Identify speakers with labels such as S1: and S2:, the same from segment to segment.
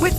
S1: With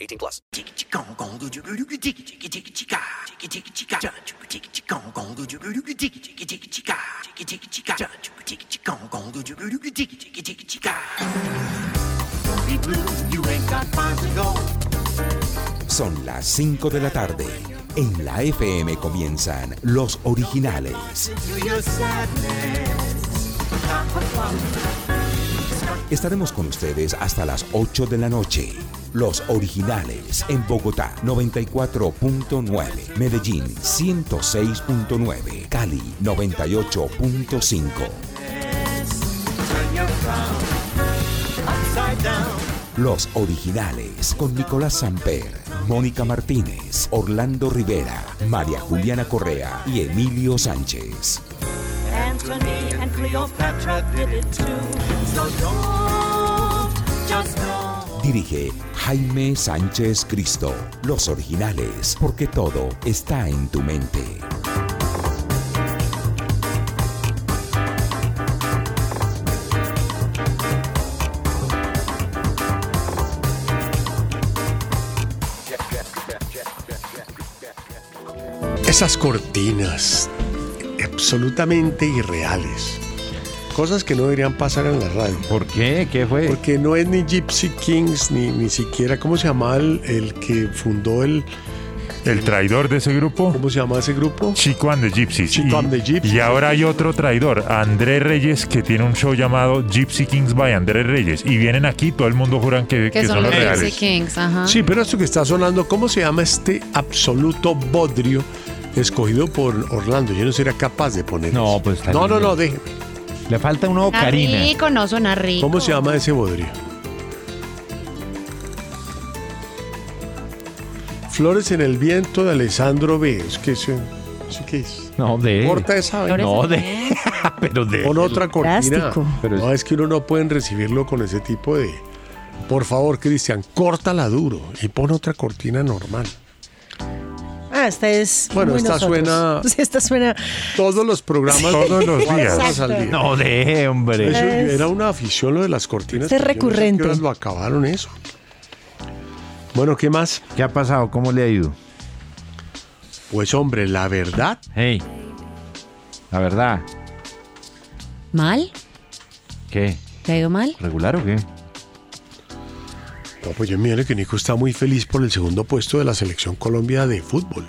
S2: 18 plus.
S3: Son las 5 de la tarde. En la FM comienzan los originales. Estaremos con ustedes hasta las 8 de la noche. Los originales en Bogotá 94.9, Medellín 106.9, Cali 98.5. Los originales con Nicolás Samper, Mónica Martínez, Orlando Rivera, María Juliana Correa y Emilio Sánchez.
S4: Antony and Cleopatra did it too. So don't just go.
S3: Dirige Jaime Sánchez Cristo. Los originales, porque todo está en tu mente.
S5: Esas cortinas absolutamente irreales. Cosas que no deberían pasar en la radio.
S6: ¿Por qué? ¿Qué fue?
S5: Porque no es ni Gypsy Kings, ni, ni siquiera, ¿cómo se llama el, el que fundó el...
S6: El traidor de ese grupo,
S5: ¿Cómo se llama ese grupo?
S6: Chico and the Gypsies.
S5: Chico
S6: y,
S5: and the Gypsies.
S6: Y ahora hay otro traidor, Andrés Reyes, que tiene un show llamado Gypsy Kings by Andrés Reyes. Y vienen aquí, todo el mundo juran que, que son, los reales.
S7: Gypsy Kings, ajá.
S5: Sí, pero esto que está sonando, ¿cómo se llama este absoluto bodrio escogido por Orlando? Yo no sería capaz de poner
S6: No,
S5: eso.
S6: pues, está
S5: No, no,
S6: lindo.
S5: no, déjeme.
S6: Le falta un nuevo
S7: Suena
S6: Karina.
S7: rico, no suena rico.
S5: ¿Cómo se llama ese bodrio? Flores en el viento de Alessandro B. Es que eso, eso qué es.
S6: No, de.
S5: Corta esa vaina.
S6: No, de. Ah, pero de.
S5: Pon otra cortina.
S7: Plástico.
S6: Pero
S5: no, es que uno no pueden recibirlo con ese tipo de. Por favor, Cristian, córtala duro y pon otra cortina normal.
S8: Ah, esta es.
S5: Bueno,
S8: muy
S5: esta
S8: nosotros.
S5: suena-
S8: Sí, Esta suena.
S5: Todos los programas.
S6: Todos los
S5: cuatro
S6: días.
S5: horas al día.
S6: No, de, hombre.
S5: Eso era una afición lo de las cortinas.
S8: Es
S5: pero yo no sé
S8: recurrente.
S5: qué horas lo acabaron eso. Bueno, ¿qué más?
S6: ¿Qué ha pasado? ¿Cómo le ha ido?
S5: Pues hombre, la verdad,
S6: Hey. La verdad.
S7: ¿Mal?
S6: ¿Qué?
S7: ¿Te ha ido mal?
S6: ¿Regular o qué?
S5: no, pues yo mire que Nico está muy feliz por el segundo puesto de la selección Colombia de fútbol,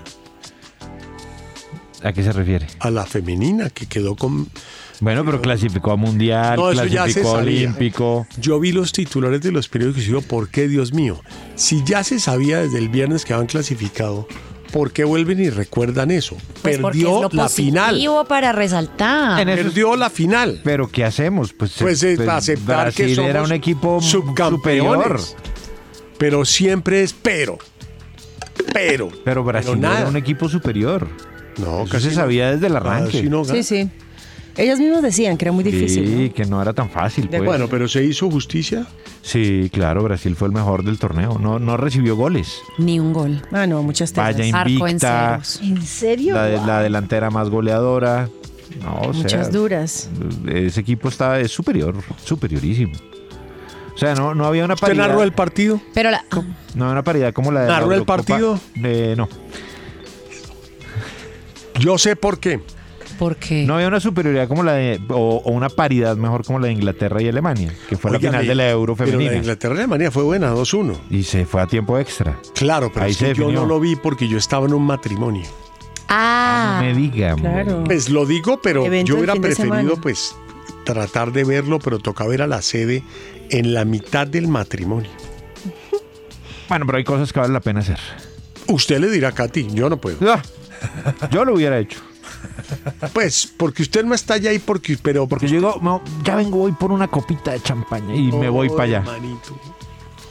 S6: ¿A qué se refiere?
S5: a la femenina que quedó con
S6: Bueno, pero clasificó a mundial,
S5: No, eso ya se
S6: clasificó a
S5: sabía.
S6: olímpico.
S5: Yo vi los titulares de los periódicos y digo, ¿por qué, Dios mío? Si ya se sabía desde el viernes que habían clasificado, ¿por qué vuelven y recuerdan eso?
S7: Pues porque es
S5: Perdió
S7: lo
S5: la final.
S7: positivo para resaltar.
S6: En eso-
S5: Perdió la final.
S6: Pero ¿qué hacemos? Pues,
S5: Pues
S6: eh,
S5: es aceptar que
S6: Brasil era
S5: somos
S6: un equipo m- superior.
S5: subcampeones. Pero siempre es pero. Pero.
S6: Pero Brasil
S5: nada.
S6: era un equipo superior.
S5: No,
S6: Eso se sabía desde el arranque.
S5: Casi no gana.
S8: Sí, sí. Ellas mismas decían que era muy difícil.
S6: Sí,
S8: ¿no?
S6: que no era tan fácil.
S8: De
S6: pues.
S5: Bueno, pero se hizo justicia.
S6: Sí, claro, Brasil fue el mejor del torneo. No, no recibió goles.
S7: Ni un gol.
S8: Ah, no, muchas
S6: Vaya
S8: telas.
S7: Arco en
S6: invicta.
S7: ceros.
S8: ¿En serio?
S6: La, de- la delantera más goleadora. No, o
S8: Muchas
S6: sea,
S8: duras.
S6: ese equipo está es superior, superiorísimo. O sea, no, no había una
S5: ¿Usted
S6: paridad.
S5: narró el partido?
S7: Pero la.
S6: No había una paridad como la Eh, de. la
S5: ¿Narró el
S6: Eurocopa.
S5: partido?
S6: Eh, no.
S5: Yo sé por qué.
S7: ¿Por qué?
S6: No había una superioridad como la de, o, o una paridad mejor como la de Inglaterra y Alemania, que fue
S5: Oiga,
S6: la final
S5: me-
S6: de la Euro
S5: pero la de
S6: femenina.
S5: Inglaterra-Alemania fue buena, 2-1.
S6: Y se fue a tiempo extra.
S5: Claro, pero
S6: Ahí
S5: es
S6: se
S5: que yo
S6: definió.
S5: no lo vi porque yo estaba en un matrimonio.
S7: Ah.
S6: me diga.
S5: Pues lo digo, pero
S6: Evento
S5: yo
S6: del
S5: hubiera
S6: fin de
S5: preferido
S6: semana.
S5: pues tratar de verlo, pero toca ver a la sede en la mitad del matrimonio.
S6: Bueno, pero hay cosas que vale la pena hacer.
S5: Usted le dirá a Katy, yo no puedo.
S6: yo lo hubiera hecho.
S5: Pues, porque usted no está allá y porque, pero porque
S6: yo digo, no, ya vengo, voy por una copita de champaña y me voy para allá.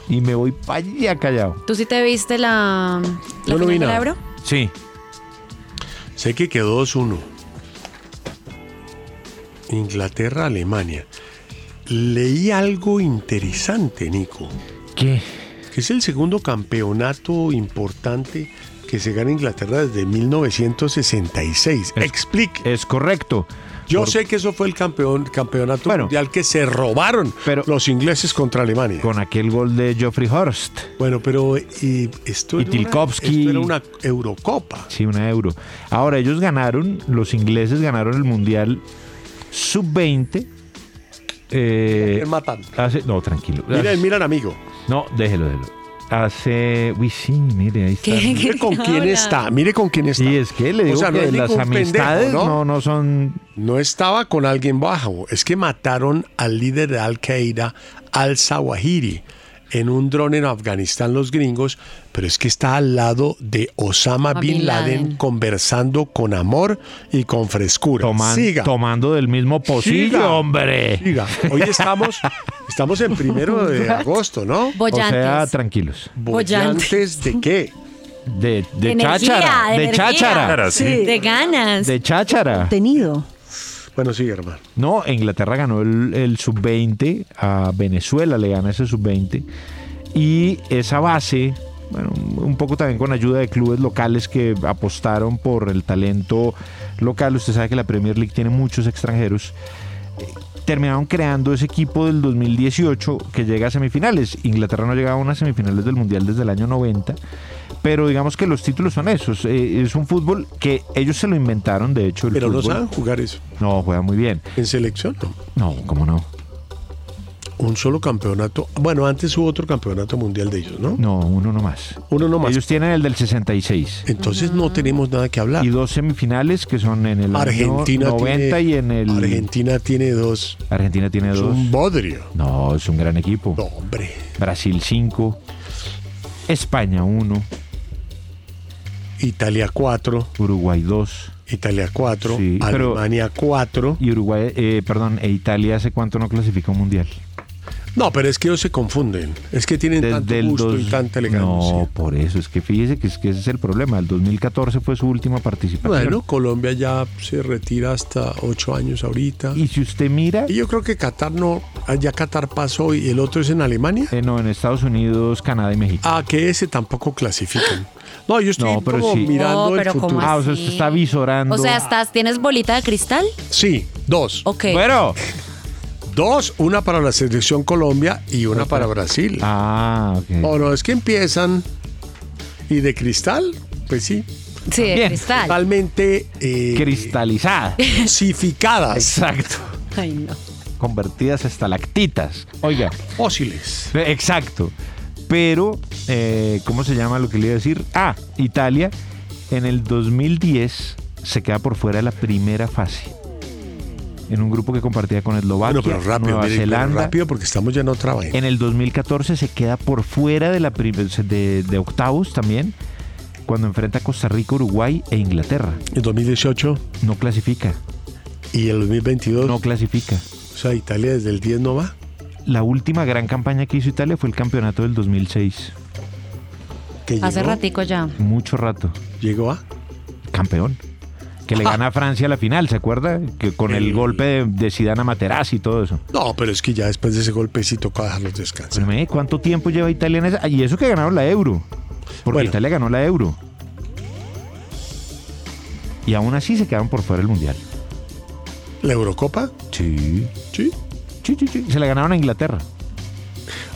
S6: Y me voy para allá callado.
S7: ¿Tú sí te viste la, la
S5: Yo no
S7: final
S5: vi
S7: de la
S5: nada.
S7: Euro?
S6: Sí.
S5: Sé que quedó 2-1. Inglaterra, Alemania. Leí algo interesante, Nico.
S6: ¿Qué?
S5: Que es el segundo campeonato importante que se gana Inglaterra desde 1966. Explique.
S6: Es correcto.
S5: Yo sé que eso fue el campeón, campeonato
S6: Bueno.
S5: mundial que se robaron los ingleses contra Alemania.
S6: Con aquel gol de Geoffrey Horst.
S5: Bueno, pero y esto,
S6: Y
S5: era una-
S6: Tilkovsky.
S5: esto era una Eurocopa.
S6: Sí, una euro. Ahora, ellos ganaron, los ingleses ganaron el Mundial Sub-20. Eh,
S5: Están matando.
S6: hace- no, tranquilo.
S5: Miren, miren, amigo.
S6: No, déjelo, déjelo. Hace. Uy, sí, mire, ahí está.
S5: Mire con quién está, mire con quién está.
S6: Y es que le digo que
S5: es
S6: las
S5: ningún pendejo,
S6: amistades no- son.
S5: No estaba con alguien bajo. Es que mataron al líder de Al Qaeda, Al Zawahiri, en un dron en Afganistán, los gringos. Pero es que está al lado de Osama
S6: Osama
S5: Bin
S6: Bin
S5: Laden,
S6: Laden.
S5: conversando con amor y con frescura.
S6: toman-
S5: Siga.
S6: tomando del mismo pocillo,
S5: Siga.
S6: hombre.
S5: Siga. Hoy estamos, estamos en primero de agosto, ¿no?
S6: O sea, tranquilos.
S5: ¿Bollantes de qué?
S6: De, de
S7: Energía,
S6: cháchara. De
S7: energía.
S6: cháchara.
S7: De ganas.
S6: De cháchara.
S8: Tenido.
S5: Bueno, sí, hermano.
S6: No, Inglaterra ganó el, el sub-20 a Venezuela, le gana ese sub-20. Y esa base, bueno, un poco también con ayuda de clubes locales que apostaron por el talento local. Usted sabe que la Premier League tiene muchos extranjeros. Eh, Terminaron creando ese equipo del 2018 que llega a semifinales. Inglaterra no llegaba a unas semifinales del Mundial desde el año 90. Pero digamos que los títulos son esos. Eh, es un fútbol que ellos se lo inventaron, de hecho. El
S5: Pero no
S6: fútbol.
S5: saben jugar eso.
S6: No, juega muy bien.
S5: ¿En selección? No.
S6: No, ¿cómo no?
S5: Un solo campeonato. Bueno, antes hubo otro campeonato mundial de ellos, ¿no?
S6: No, uno nomás.
S5: Uno nomás.
S6: Ellos tienen el del 66.
S5: Entonces no tenemos nada que hablar.
S6: Y dos semifinales que son en el
S5: Argentina
S6: año 90
S5: tiene-
S6: y en el...
S5: Argentina tiene dos.
S6: Argentina tiene
S5: Es
S6: dos.
S5: un bodrio.
S6: No, es un gran equipo.
S5: No, hombre.
S6: Brasil 5. España 1.
S5: Italia 4.
S6: Uruguay 2.
S5: Italia 4.
S6: Sí, pero-
S5: Alemania 4.
S6: Y Uruguay, eh, perdón, e Italia hace cuánto no clasificó un mundial.
S5: No, pero es que ellos se confunden. Es que tienen tanto
S6: del
S5: gusto y
S6: dos-
S5: tanta elegancia.
S6: No, por eso, es que fíjese que, es que ese es el problema. El 2014 fue su última participación.
S5: Bueno, Colombia ya se retira hasta ocho años ahorita.
S6: Y si usted mira...
S5: yo creo que Qatar no... ah, Ya Qatar pasó y el otro es en Alemania.
S6: Eh, no, en Estados Unidos, Canadá y México.
S5: Ah, que ese tampoco clasifican. No, yo estoy
S6: No, pero
S5: como
S6: sí.
S5: mirando
S7: No, pero
S5: el
S7: ¿cómo
S5: futuro.
S6: Ah, o sea, usted está visorando.
S7: O sea, estás, ¿tienes bolita de cristal?
S5: Sí, dos.
S7: Ok.
S6: Bueno.
S5: Dos, una para la selección Colombia y una para Brasil.
S6: Ah, ok.
S5: O no, es que empiezan. Y de cristal, pues sí.
S7: Sí, de
S5: Bien.
S7: cristal.
S5: Totalmente. eh,
S6: Cristalizada.
S5: Dosificadas.
S6: Exacto.
S7: Ay, no.
S6: Convertidas a estalactitas. Oiga.
S5: Fósiles.
S6: Exacto. Pero, eh, ¿cómo se llama lo que le iba a decir? Ah, Italia en el 2010 se queda por fuera de la primera fase. En un grupo que compartía con Eslovaquia,
S5: Bueno, pero rápido,
S6: Nueva
S5: mire, pero
S6: Zelanda.
S5: rápido porque estamos ya en otra vaina.
S6: En el 2014 se queda por fuera de, la prim- de, de octavos también, cuando enfrenta a Costa Rica, Uruguay e Inglaterra.
S5: El 2018
S6: no clasifica.
S5: Y el 2022
S6: no clasifica.
S5: O sea, Italia desde el 10 no va.
S6: La última gran campaña que hizo Italia fue el campeonato del 2006.
S5: Que
S7: Hace
S6: llegó
S7: ratico ya.
S6: Mucho rato.
S5: Llegó a
S6: campeón. Que le gana a Francia la final, ¿se acuerda? Que con el, golpe de, de Zidane a Materazzi y todo eso.
S5: No, pero es que ya después de ese golpe sí toca dejarlos descansar.
S6: Pero, mire, ¿Cuánto tiempo lleva Italia en esa? Ah, Y eso que ganaron la Euro. Porque
S5: Bueno.
S6: Italia ganó la Euro. Y aún así se quedaron por fuera del Mundial.
S5: ¿La Eurocopa?
S6: Sí.
S5: Sí.
S6: Sí, sí, sí. Se la ganaron a Inglaterra.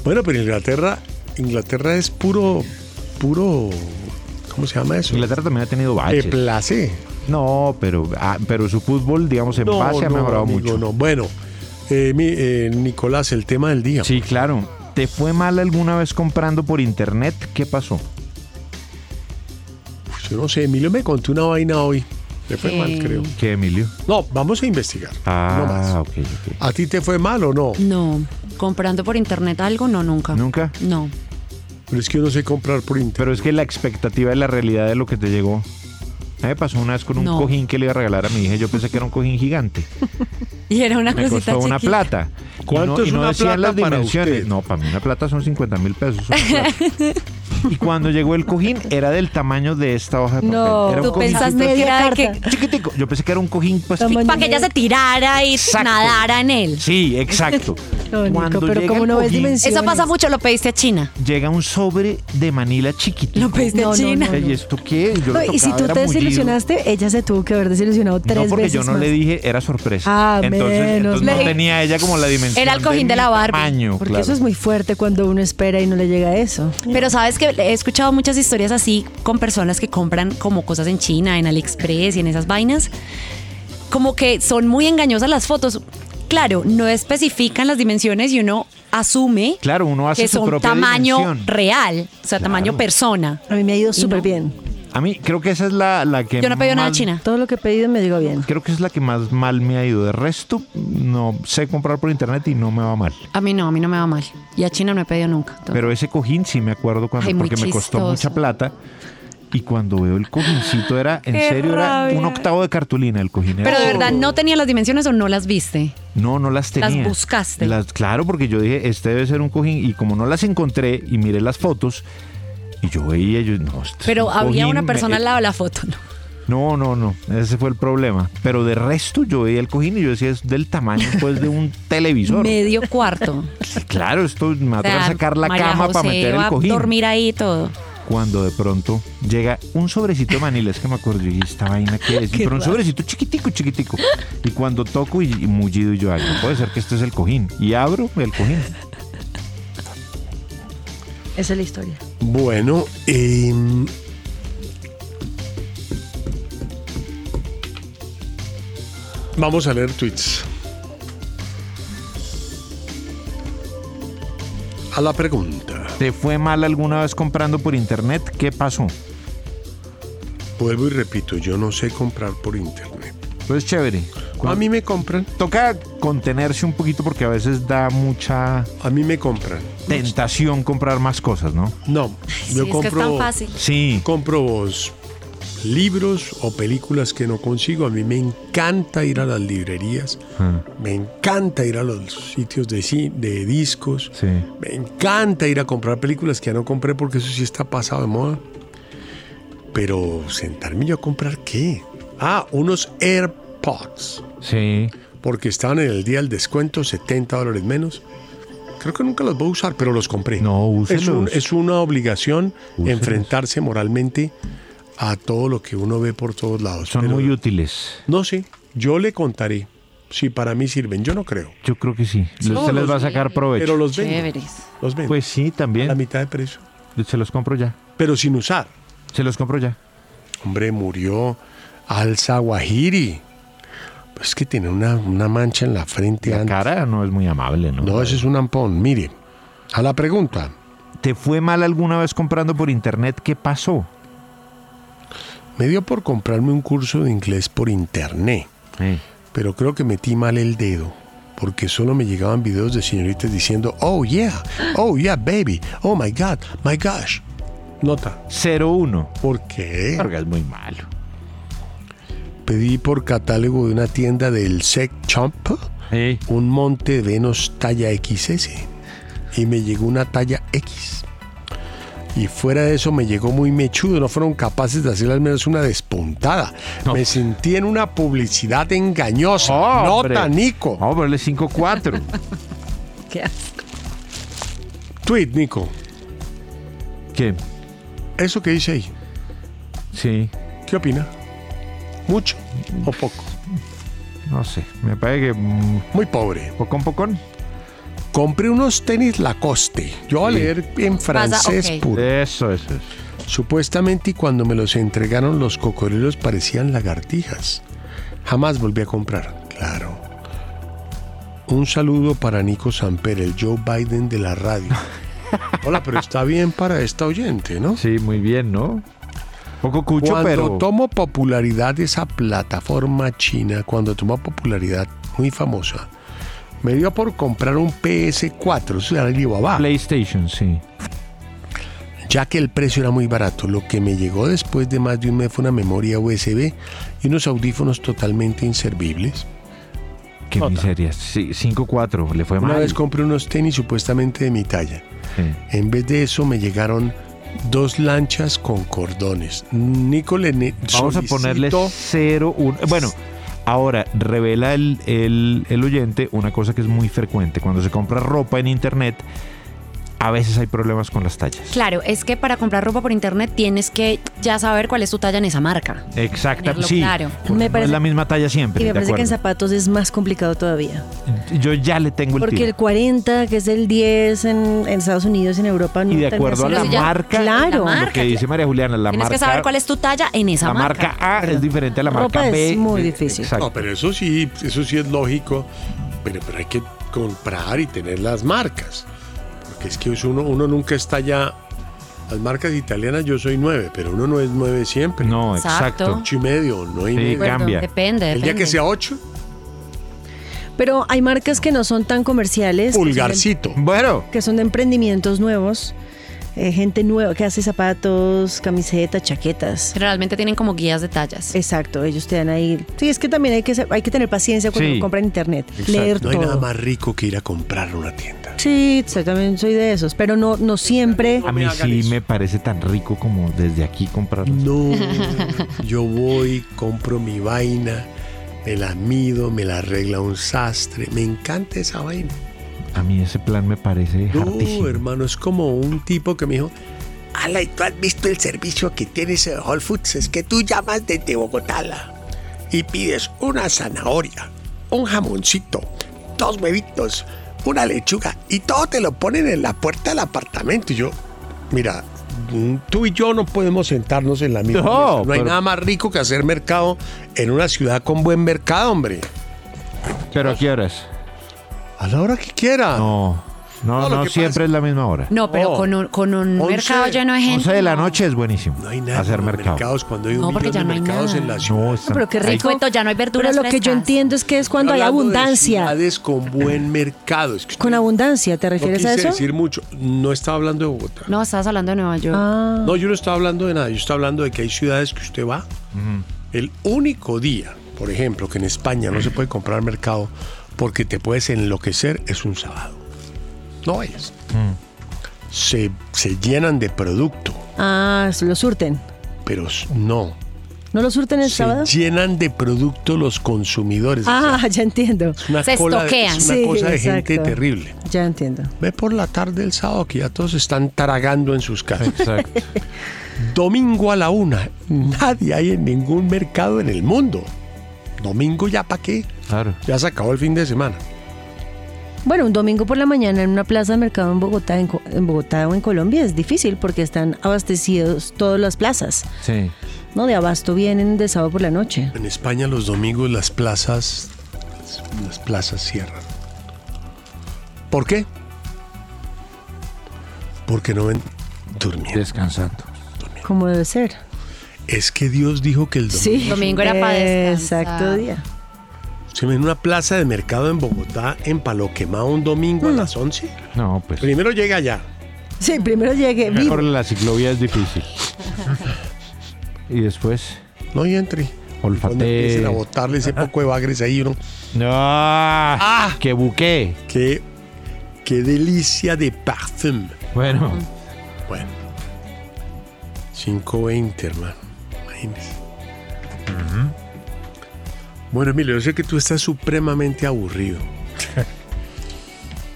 S5: Bueno, pero Inglaterra, Inglaterra es puro, puro, ¿cómo ¿Cómo se llama eso?
S6: Inglaterra también ha tenido baches.
S5: De place.
S6: No, pero, ah, pero su fútbol, digamos, en
S5: No,
S6: base ha
S5: no,
S6: mejorado
S5: amigo,
S6: mucho.
S5: no. Bueno, eh, mi- eh, Nicolás, el tema del día.
S6: Sí, claro. ¿Te fue mal alguna vez comprando por internet? ¿Qué pasó?
S5: Yo no sé, Emilio me contó una vaina hoy. Le fue mal, creo.
S6: ¿Qué, Emilio?
S5: No, vamos a investigar.
S6: Ah,
S5: no más.
S6: ok, ok.
S5: ¿A ti te fue mal o no?
S7: No. Comprando por internet algo, no, nunca.
S6: ¿Nunca?
S7: No.
S5: Pero es que yo no sé comprar por internet.
S6: Pero es que la expectativa y la realidad de lo que te llegó. A mí me pasó una vez con un
S7: No.
S6: cojín que le iba a regalar a mi hija. Yo pensé que era un cojín gigante.
S7: Y era una
S6: me
S7: cosita
S6: costó una
S7: chiquita.
S6: plata. Y
S5: ¿Cuánto
S6: no-
S5: es
S6: y no
S5: una
S6: decían
S5: plata
S6: las
S5: para
S6: dimensiones.
S5: usted?
S6: No, para mí una plata son 50 mil pesos. una plata. y cuando llegó el cojín, era del tamaño de esta hoja de papel.
S7: No,
S6: Era un
S7: tú
S6: cojín
S7: pensaste que
S6: chiquitico.
S7: era que
S6: Chiquitico. Yo pensé que era un cojín pues,
S7: para que ella se tirara y
S6: Exacto.
S7: nadara en él.
S6: Sí, exacto. Cuando llega el cojín,
S7: Eso pasa mucho, lo pediste a China.
S6: Llega un sobre de Manila chiquitito. Lo
S7: pediste a No, no, China. no, no.
S6: ¿Y esto qué? Yo
S8: No,
S6: lo
S8: y si
S6: tocaba,
S8: tú
S6: era
S8: te
S6: mullido.
S8: desilusionaste, ella se tuvo que haber desilusionado tres
S6: No, porque
S8: veces.
S6: yo no
S8: más.
S6: le dije, era sorpresa.
S8: Ah,
S6: entonces
S8: menos
S6: entonces no
S8: mal.
S6: tenía ella como la dimensión.
S8: Era el cojín
S6: de
S8: de la
S6: mi
S8: Barbie,
S6: tamaño,
S8: Porque
S6: claro.
S8: eso es muy fuerte cuando uno espera y no le llega eso.
S7: Pero sabes que he escuchado muchas historias así con personas que compran como cosas en China, en AliExpress y en esas vainas. Como que son muy engañosas las fotos. Claro, no especifican las dimensiones y uno asume
S6: Claro, uno hace
S7: que
S6: su
S7: son
S6: propia
S7: tamaño
S6: dimensión.
S7: real, o sea, tamaño persona.
S8: A mí me ha ido súper bien.
S6: A mí creo que esa es la, la que
S7: Yo no he pedido nada
S6: más-
S7: de China.
S8: Todo lo que he pedido me llegó bien.
S6: Creo que es la que más mal me ha ido. De resto, no sé comprar por internet y no me va mal.
S7: A mí no, a mí no me va mal. Y a China no he pedido nunca.
S6: Pero ese cojín sí me acuerdo cuando
S7: Ay, muy
S6: porque me costó
S7: chistoso.
S6: mucha plata. Y cuando veo el cojincito era, en
S7: Qué
S6: serio, era un
S7: rabia.
S6: octavo de cartulina el cojín. era
S7: Pero de
S6: todo.
S7: verdad, ¿no tenía las dimensiones o no las viste?
S6: No, no las
S7: Las
S6: tenía.
S7: buscaste.
S6: Las- claro, porque yo dije, este debe ser un cojín. Y como no las encontré y miré las fotos, y yo veía, yo, no, este es
S7: Pero
S6: un
S7: había
S6: cojín, eh,
S7: una persona
S6: me-
S7: al lado de la foto,
S6: No,
S7: ¿no?
S6: no, no, ese fue el problema. Pero de resto yo veía el cojín y yo decía, es del tamaño pues de un televisor.
S7: Medio cuarto.
S6: Claro, esto me va a
S7: O sea,
S6: tocar sacar la
S7: María
S6: cama para
S7: José
S6: meter
S7: va
S6: el
S7: a
S6: cojín.
S7: dormir ahí y todo.
S6: Cuando de pronto llega un sobrecito de manila, es que me acuerdo, yo dije, esta vaina que es,
S7: Qué
S6: pero un
S7: raro.
S6: sobrecito chiquitico, chiquitico. Y cuando toco y, y mullido y yo, ay, no puede ser que este es el cojín. Y abro el cojín.
S8: Esa es la historia.
S5: Bueno, em, vamos a leer tweets. A la pregunta.
S6: ¿Te fue mal alguna vez comprando por internet? ¿Qué pasó?
S5: Vuelvo y repito, yo no sé comprar por internet.
S6: Pues chévere.
S5: A mí me compran.
S6: Toca contenerse un poquito porque a veces da mucha...
S5: A mí me compran.
S6: Tentación comprar más cosas, ¿no?
S5: No, yo
S7: sí, es que es
S5: compro.
S7: tan fácil.
S6: Sí.
S5: Compro vos libros o películas que no consigo. A mí me encanta ir a las librerías. Me encanta ir a los sitios de, ci- de discos.
S6: Sí.
S5: Me encanta ir a comprar películas que ya no compré porque eso sí está pasado de moda. Pero sentarme yo a comprar qué? Ah, unos AirPods.
S6: Sí.
S5: Porque estaban en el día del descuento, 70 dólares menos. Creo que nunca los voy a usar, pero los compré.
S6: No, úselos.
S5: Es, un- es una obligación enfrentarse moralmente a todo lo que uno ve por todos lados.
S6: Son
S5: Pero
S6: muy útiles.
S5: No sé, yo le contaré si para mí sirven. Yo no creo.
S6: Yo creo que sí. Se
S5: No,
S6: les
S5: los-
S6: va a sacar provecho.
S5: Pero los vendo.
S7: Chéveres.
S5: Los vendo.
S6: Pues sí,
S5: a la
S6: también.
S5: mitad de precio.
S6: Se los compro ya.
S5: Pero sin usar.
S6: Se los compro ya.
S5: Hombre, murió Alza Guajiri. Es que tiene una, una mancha en la frente.
S6: La
S5: antes.
S6: cara no es muy amable, ¿no?
S5: No, ese es un ampón. Mire, a la pregunta.
S6: ¿Te fue mal alguna vez comprando por internet? ¿Qué pasó?
S5: Me dio por comprarme un curso de inglés por internet, pero creo que metí mal el dedo, porque solo me llegaban videos de señoritas diciendo, oh yeah, oh yeah baby, oh my god, my gosh. Nota,
S6: 0-1.
S5: ¿por qué?
S6: Porque es muy malo.
S5: Pedí por catálogo de una tienda del Sex Chomp
S6: Sí.
S5: un monte de Venus talla XS y me llegó una talla X. Y fuera de eso me llegó muy mechudo, no fueron capaces de hacer al menos una despuntada. Me sentí en una publicidad engañosa.
S6: ¡Hombre!
S5: Nota, Nico.
S6: Vamos a ponerle 5-4.
S7: Qué asco.
S5: Tweet, Nico.
S6: ¿Qué?
S5: Eso que dice ahí,
S6: Sí.
S5: ¿qué opina? ¿Mucho o poco?
S6: No sé. Me parece que. mm,
S5: Muy pobre.
S6: pocón, pocón.
S5: Compré unos tenis Lacoste. Yo voy a leer en francés
S7: ok.
S5: puro.
S6: Eso, eso. es.
S5: Supuestamente y cuando me los entregaron los cocodrilos parecían lagartijas. Jamás volví a comprar, claro. Un saludo para Nico Samper, el Joe Biden de la radio. Hola, pero está bien para esta oyente, ¿no?
S6: Sí, muy bien, ¿no? Poco cucho,
S5: cuando
S6: pero-
S5: tomó popularidad esa plataforma china, cuando tomó popularidad muy famosa, me dio por comprar un PS4, eso era Alibaba.
S6: PlayStation, sí.
S5: Ya que el precio era muy barato, lo que me llegó después de más de un mes fue una memoria USB y unos audífonos totalmente inservibles.
S6: Qué miseria. Sí, 5-4, le fue
S5: Una
S6: mal.
S5: vez compré unos tenis supuestamente de mi talla. En vez de eso me llegaron dos lanchas con cordones. Nicole ne-
S6: Vamos a
S5: solicito-
S6: ponerle 0, 1. Bueno, ahora revela el, el- el oyente una cosa que es muy frecuente. Cuando se compra ropa en internet, a veces hay problemas con las tallas.
S7: Claro, es que para comprar ropa por internet tienes que ya saber cuál es tu talla en esa marca.
S6: Exacta,
S7: Tenerlo
S6: sí.
S7: claro.
S6: porque
S8: Me
S6: no
S8: parece-
S6: es la misma talla siempre.
S8: Y me
S6: de
S8: parece que en
S6: acuerdo.
S8: zapatos es más complicado todavía.
S6: Yo ya le tengo el
S8: Porque
S6: tiro.
S8: el 40, que es el 10 en, en Estados Unidos y en Europa, no
S6: Y de
S8: termina
S6: acuerdo a
S8: siendo-
S6: la marca,
S8: Claro.
S6: lo que dice María Juliana, la
S7: tienes
S6: marca,
S7: que saber cuál es tu talla en esa
S6: la
S7: marca.
S6: marca A es diferente a la marca B. Eh, Exacto.
S5: No, pero eso sí, eso sí es lógico, pero, pero hay que comprar y tener las marcas. Porque es que es uno, uno nunca está ya. Las marcas italianas yo soy nueve, pero uno no es nueve siempre.
S6: No, exacto. Exacto.
S5: Ocho y medio, no y
S6: Sí,
S5: medio.
S6: cambia.
S7: Depende,
S5: El día
S7: depende.
S5: que sea ocho,
S8: Pero hay marcas que no son tan comerciales. que son de-
S5: pulgarcito.
S6: Bueno.
S8: Que son de emprendimientos nuevos. eh, gente nueva que hace zapatos, camisetas, chaquetas.
S7: Generalmente tienen como guías de tallas.
S8: Exacto, ellos te dan ahí. Sí, es que también hay que, ser- hay que tener paciencia cuando
S5: Sí.
S8: uno compra en internet. Leer
S5: no hay
S8: todo.
S5: nada más rico que ir a comprar a una tienda.
S8: Sí, yo también soy de esos, pero no, no siempre.
S6: A mí sí me parece tan rico como desde aquí comprarlo.
S5: No, yo voy, compro mi vaina, me la mido, me la arregla un sastre. Me encanta esa vaina.
S6: A mí ese plan me parece
S5: No,
S6: Eh, hartísimo.
S5: hermano, es como un tipo que me dijo, Ala, ¿y tú has visto el servicio que tiene ese Whole Foods? Es que tú llamas desde Bogotá Ala, y pides una zanahoria, un jamoncito, dos huevitos, una lechuga y todo te lo ponen en la puerta del apartamento. Y yo, mira, mm, tú y yo no podemos sentarnos en la misma
S6: No,
S5: mesa. No hay
S6: pero-
S5: nada más rico que hacer mercado en una ciudad con buen mercado, hombre.
S6: ¿Pero a qué horas?
S5: A la hora que quiera.
S6: No, no,
S7: No,
S6: no,
S7: lo que
S6: siempre es la misma hora.
S7: No, pero con un, con un
S6: Oh. Once-
S7: mercado lleno de gente.
S6: 11 de la noche es buenísimo. Hacer mercado.
S5: cuando hay
S7: un No, porque millón ya de no hay mercados nada. en
S5: la
S6: ciudad.
S8: Pero qué rico.
S7: ya no hay verduras
S8: Pero lo que yo entiendo es que es cuando hay
S5: Hablando de
S8: abundancia.
S5: ciudades con buen mercado. Es que
S8: Con abundancia, ¿te
S5: no
S8: refieres
S5: quise
S8: a eso?
S5: decir mucho. No estaba hablando de Bogotá.
S7: No, estabas hablando de Nueva York.
S6: Ah.
S5: No, yo no estaba hablando de nada. Yo estaba hablando de que hay ciudades que usted va. El único día, por ejemplo, que en España no se puede comprar mercado porque te puedes enloquecer es un sábado. No vayas. Se, se llenan de producto,
S8: Ah, lo surten.
S5: pero s- no.
S8: ¿No lo surten el
S5: Se
S8: sábado?
S5: llenan de producto los consumidores.
S8: Ah, ya entiendo.
S5: Una cola de- es una
S8: Sí,
S5: cosa de gente
S8: exacto.
S5: terrible.
S8: Ya entiendo.
S5: Ve por la tarde el sábado que ya todos están tragando en sus casas.
S6: Exacto.
S5: Domingo a la una. Nadie hay en ningún mercado en el mundo. Domingo ya para qué.
S6: Claro.
S5: Ya se acabó el fin de semana.
S8: Bueno, un domingo por la mañana en una plaza de mercado en Bogotá, en, Co- en Bogotá o en Colombia es difícil porque están abastecidos todas las plazas.
S6: Sí.
S8: No, de abasto vienen de sábado por la noche.
S5: En España los domingos las plazas las plazas cierran. ¿Por qué? Porque no ven durmiendo.
S6: Descansando.
S8: Como debe ser.
S5: Es que Dios dijo que el domingo
S8: Sí.
S7: Domingo era para descansar.
S8: Exacto día.
S5: Se ve en una plaza de mercado en Bogotá, en Paloquemá, un domingo a las 11.
S6: No, pues.
S5: Primero llega allá.
S8: Mm. Sí, primero llegué vivo.
S6: Mejor la ciclovía es difícil. y después.
S5: No, y
S6: Eh.
S5: entre. Cuando empiecen a
S6: Olfateo.
S5: botarle ese poco de bagres ahí, uno.
S6: No.
S5: Ah.
S6: ¡Qué buque!
S5: ¡Qué, qué delicia de parfum!
S6: Bueno.
S5: Bueno. 5.20, hermano. Imagínese. Bueno, Emilio, yo sé que tú estás supremamente aburrido.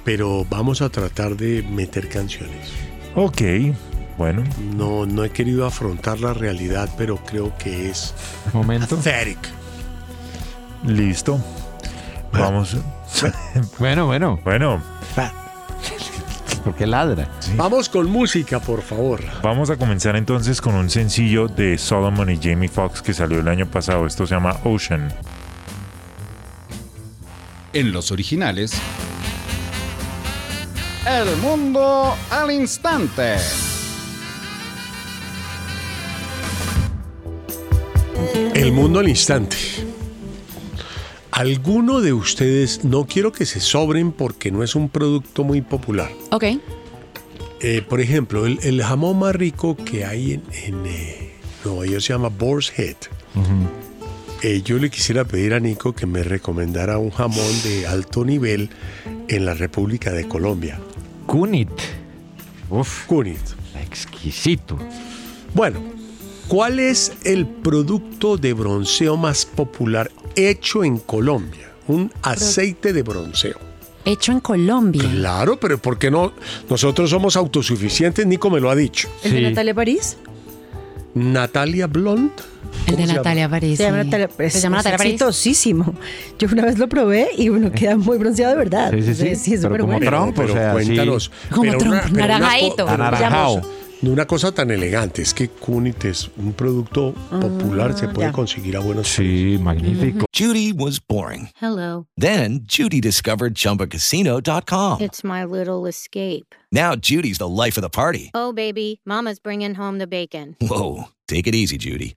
S5: pero vamos a tratar de meter canciones.
S9: Ok, bueno.
S5: No, no he querido afrontar la realidad, pero creo que es
S6: Momento.
S5: pathetic.
S9: Listo. Vamos.
S6: Bueno, bueno.
S9: Bueno.
S6: porque ladra.
S5: Vamos con música, por favor.
S9: Vamos a comenzar entonces con un sencillo de Solomon y Jamie Foxx que salió el año pasado. Esto se llama Ocean.
S10: En los originales,
S11: El mundo al instante.
S5: El mundo al instante. Alguno de ustedes, no quiero que se sobren porque no es un producto muy popular.
S12: Ok.
S5: Eh, por ejemplo, el, el jamón más rico que hay en, en, eh, Nueva York se llama Boar's Head. Eh, yo le quisiera pedir a Nico que me recomendara un jamón de alto nivel en la República de Colombia.
S6: Cunit.
S5: Uf. Cunit.
S6: Exquisito.
S5: Bueno, ¿cuál es el producto de bronceo más popular hecho en Colombia? Un aceite de bronceo.
S7: Hecho en Colombia.
S5: Claro, pero ¿por qué no? Nosotros somos autosuficientes, Nico me lo ha dicho.
S8: ¿El de Natalia París?
S5: Natalia Blond.
S7: El de Natalia París.
S8: Se llama Natalia París. exitosísimo. Yo una vez lo probé y uno queda muy bronceado de verdad.
S6: Sí, sí, sí.
S8: Entonces,
S6: Pero
S8: es súper
S6: como
S8: bueno.
S6: Trump, o sea, sí.
S5: cuéntanos.
S8: Como Trump,
S5: pero co-
S8: naranjadito.
S6: Anaranjado.
S5: una cosa- De una cosa tan elegante, es que Cunit es un producto
S8: Ah,
S5: popular, se puede
S13: ya.
S5: conseguir a buenos
S6: Sí, magnífico.
S13: Judy was boring.
S14: Hello.
S13: Then Judy discovered ChumbaCasino.com.
S14: It's my little escape.
S13: Now Judy's the life of the party.
S14: Oh, baby, Mama's bringing home the bacon.
S13: Whoa, take it easy, Judy.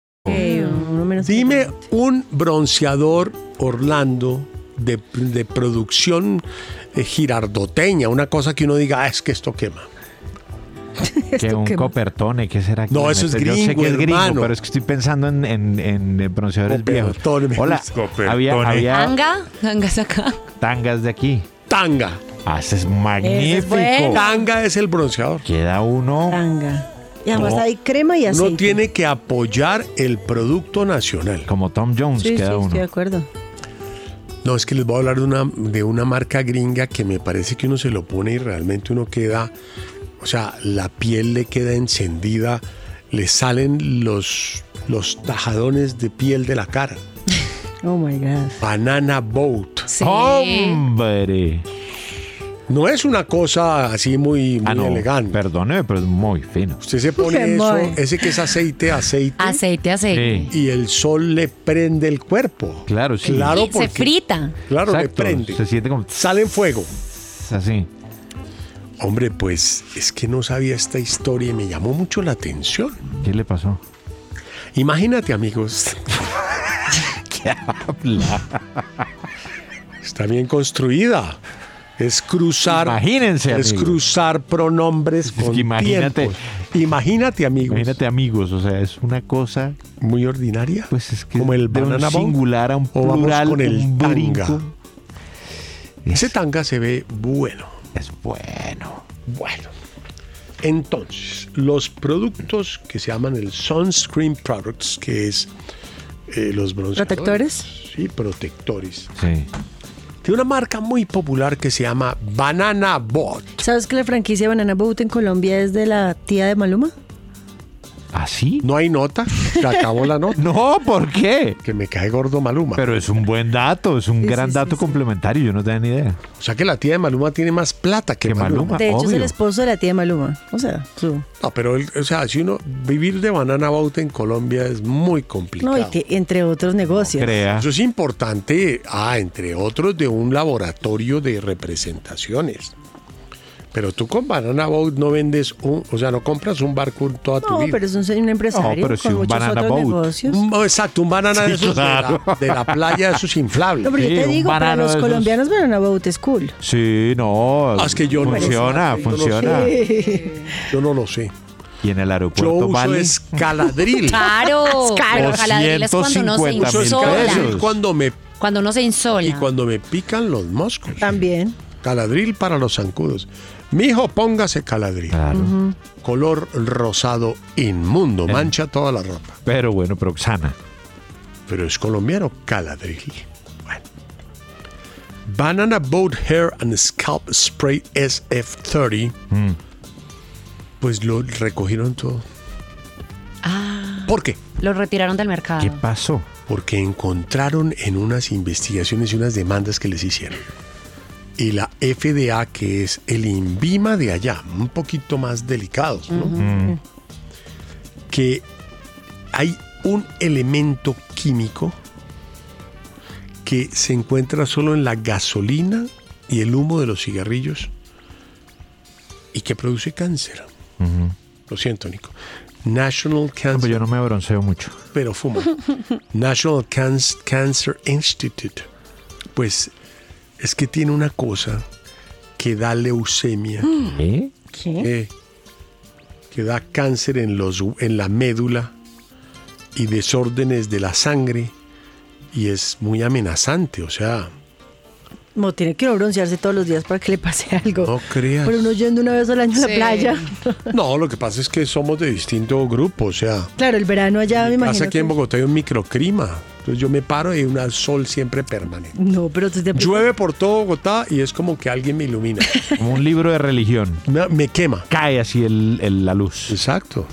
S5: Dime un bronceador Orlando de, de producción eh, girardoteña, una cosa que uno diga, "Ah, es que esto quema.
S6: Que un
S5: quema.
S6: copertone, ¿qué será? que
S5: No,
S6: le
S5: eso es
S6: meten? Yo sé
S5: gringo,
S6: que es gringo,
S5: hermano.
S6: pero es que estoy pensando en, en, en pronunciadores viejos. Hola, había, había
S7: Anga, anga es acá.
S6: tangas de aquí.
S5: Tanga.
S6: Ah, ese es magnífico.
S8: bueno.
S5: Tanga es el bronceador.
S6: Queda uno.
S8: Tanga. Y además
S5: No.
S8: hay crema y aceite.
S5: Uno tiene que apoyar el producto nacional.
S6: Como Tom Jones,
S8: Sí, sí, estoy de acuerdo.
S5: No, es que les voy a hablar de una, de una marca gringa que me parece que uno se lo pone y realmente uno queda, o sea, la piel le queda encendida, le salen los, los tajadones de piel de la cara.
S8: Oh my God.
S5: Banana Boat.
S8: Sí.
S6: ¡Hombre!
S5: No es una cosa así muy, muy
S6: Ah, no,
S5: elegante.
S6: Perdone, pero es muy fino.
S5: Usted se pone eso,
S7: Muy.
S5: ese que es aceite, aceite.
S7: Aceite, aceite.
S5: Y el sol le prende el cuerpo.
S6: Claro, sí.
S5: Claro,
S7: se
S5: porque
S7: frita.
S5: Claro, le
S6: Exacto,
S5: prende.
S6: Se siente como
S5: sale en fuego.
S6: así.
S5: Hombre, pues es que no sabía esta historia y me llamó mucho la atención.
S7: Eh.
S6: ¿Qué le pasó?
S5: Imagínate, amigos. Está bien construida. Es cruzar.
S6: Imagínense,
S5: Es
S6: amigos.
S5: cruzar pronombres con
S6: imagínate.
S5: tiempos. Imagínate, amigos.
S6: Imagínate amigos, o sea, es una cosa
S5: muy ordinaria.
S6: Pues es que
S5: Como el
S6: de un
S5: banana boat.
S6: singular a un
S5: O vamos
S6: plural,
S5: con el
S6: un
S5: tanga.
S6: brinco.
S5: Ese tanga se ve bueno.
S6: Es bueno.
S5: Bueno. Entonces, los productos que se llaman el sunscreen products, que es eh, los bronceadores.
S8: ¿Protectores?
S5: Sí, protectores.
S6: Sí.
S5: Tiene una marca muy popular que se llama Banana Bot.
S8: ¿Sabes que la franquicia Banana Boat en Colombia es de la tía de Maluma?
S6: ¿Así?
S5: No hay nota. Se acabó la nota.
S6: ¿Ah, no, ¿por qué?
S5: Que me cae gordo Maluma.
S6: Pero es un buen dato, es un
S8: Sí,
S6: gran
S8: sí, sí,
S6: dato complementario, yo no tenía ni idea.
S5: O sea que la tía de Maluma tiene más plata que,
S6: Que Maluma,
S8: De hecho, es el
S6: obvio.
S8: esposo de la tía de Maluma. O sea, su.
S5: No, pero el- o sea, si uno vivir de Banana Boat en Colombia es muy complicado.
S8: No, y que entre otros negocios.
S5: Eso es importante, ah, entre otros, de un laboratorio de representaciones. Pero tú con Banana Boat no vendes un, o sea, no compras un barco en toda tu
S8: No,
S5: vida.
S8: pero es un, un empresario con muchos otros negocios.
S5: Un- oh, exacto, un banana
S8: Sí,
S5: de esos de la-
S8: claro.
S5: de, la, playa de esos inflables.
S8: No, pero yo te digo, para los colombianos Banana Boat es cool.
S6: Sí, no.
S5: Ah, es que yo no-
S6: funciona,
S5: Yo no
S6: funciona.
S5: Yo no lo sé.
S6: Y en el
S5: Yo
S6: aeropuerto
S5: uso
S6: vale
S5: escaladril.
S7: Claro, claro, escaladril es cuando uno se
S5: 250 mil
S7: insola.
S5: pesos. Cuando me
S7: Cuando uno se insola.
S5: y cuando me pican los moscos.
S8: También.
S5: Caladril para los zancudos. Mijo, póngase caladril.
S8: Ujú.
S5: Color rosado inmundo, mancha toda la ropa.
S6: Eh. Pero bueno, pero sana.
S5: Pero es colombiano, caladril. Bueno. Banana Boat Hair and Scalp Spray SF30.
S6: Mm.
S5: Pues lo recogieron todo.
S7: Ah,
S5: ¿Por qué?
S7: lo retiraron del mercado.
S6: pasó?
S5: Porque encontraron en unas investigaciones y unas demandas que les hicieron. Y la FDA, que es el INVIMA de allá, un poquito más delicados, ¿no? que hay un elemento químico que se encuentra solo en la gasolina y el humo de los cigarrillos y que produce cáncer. Lo siento, Nico. National Cancer.
S6: yo no me bronceo mucho.
S5: Pero fuma. National Can- Cancer Institute. Pues es que tiene una cosa que da leucemia.
S6: ¿Qué?
S5: Eh, que da cáncer en, los, en la médula y desórdenes de la sangre. Y es muy amenazante, o sea,
S8: No, tiene que uno broncearse todos los días para que le pase algo.
S5: no creas.
S8: Pero uno yendo una vez al año a la
S5: Sí.
S8: playa.
S5: No, lo que pasa es que somos de distinto grupo, o sea,
S8: Claro, el verano allá me
S5: pasa
S8: imagino.
S5: aquí en Bogotá hay un microclima. Entonces yo me paro y hay un sol siempre permanente.
S8: No, pero tú te
S5: Llueve por todo Bogotá y es como que alguien me ilumina.
S6: Como un libro de religión.
S5: Me, quema.
S6: Cae así el, el- la luz.
S5: Exacto.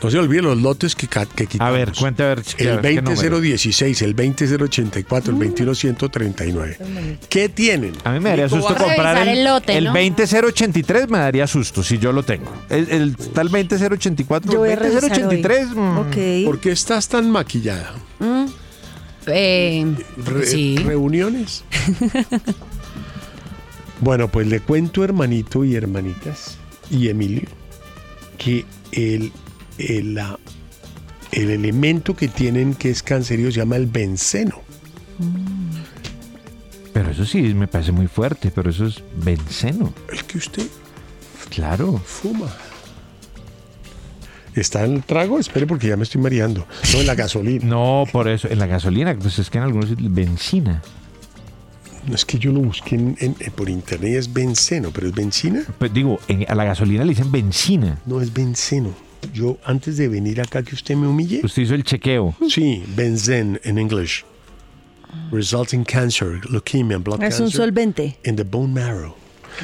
S5: No se olviden los lotes que, ca- que quitamos.
S6: A ver, cuente a ver.
S5: El
S6: ¿qué número?
S5: 20016, el 20084, el 21139. ¿Qué tienen?
S6: A mí me daría susto
S5: Nico,
S6: comprar
S5: revisar
S6: el,
S5: el lote,
S6: el
S5: ¿no?
S6: 20083 me daría susto si yo lo tengo. El, el tal 20084,
S7: Yo voy a
S6: el
S7: revisar
S6: 20083.
S7: hoy.
S6: mm.
S7: Ok.
S5: ¿Por qué estás tan maquillada?
S7: Mm. Eh,
S5: Re-
S7: sí.
S5: ¿Reuniones? Bueno, pues le cuento, hermanito y hermanitas, y Emilio, que el, el, la- el elemento que tienen que es cancerígeno se llama el benceno.
S6: Pero eso sí me parece muy fuerte, pero eso es benceno.
S5: Es que usted.
S6: Claro.
S5: Fuma. ¿Está en el trago? Espere porque ya me estoy mareando. No, en la gasolina.
S6: No, por eso. En la gasolina, pues es que en algunos sitios, bencina.
S5: Es que yo lo busqué en- en- en- por internet y es benceno, pero es bencina.
S6: Pues digo, en- a la gasolina le dicen bencina.
S5: No, es benceno. Yo, antes de venir acá, que usted me humille.
S6: Usted hizo el chequeo.
S5: Sí, benzen en inglés. Results in cancer, leukemia, and blood
S8: Es
S5: cancer.
S8: un solvente.
S5: In the bone marrow.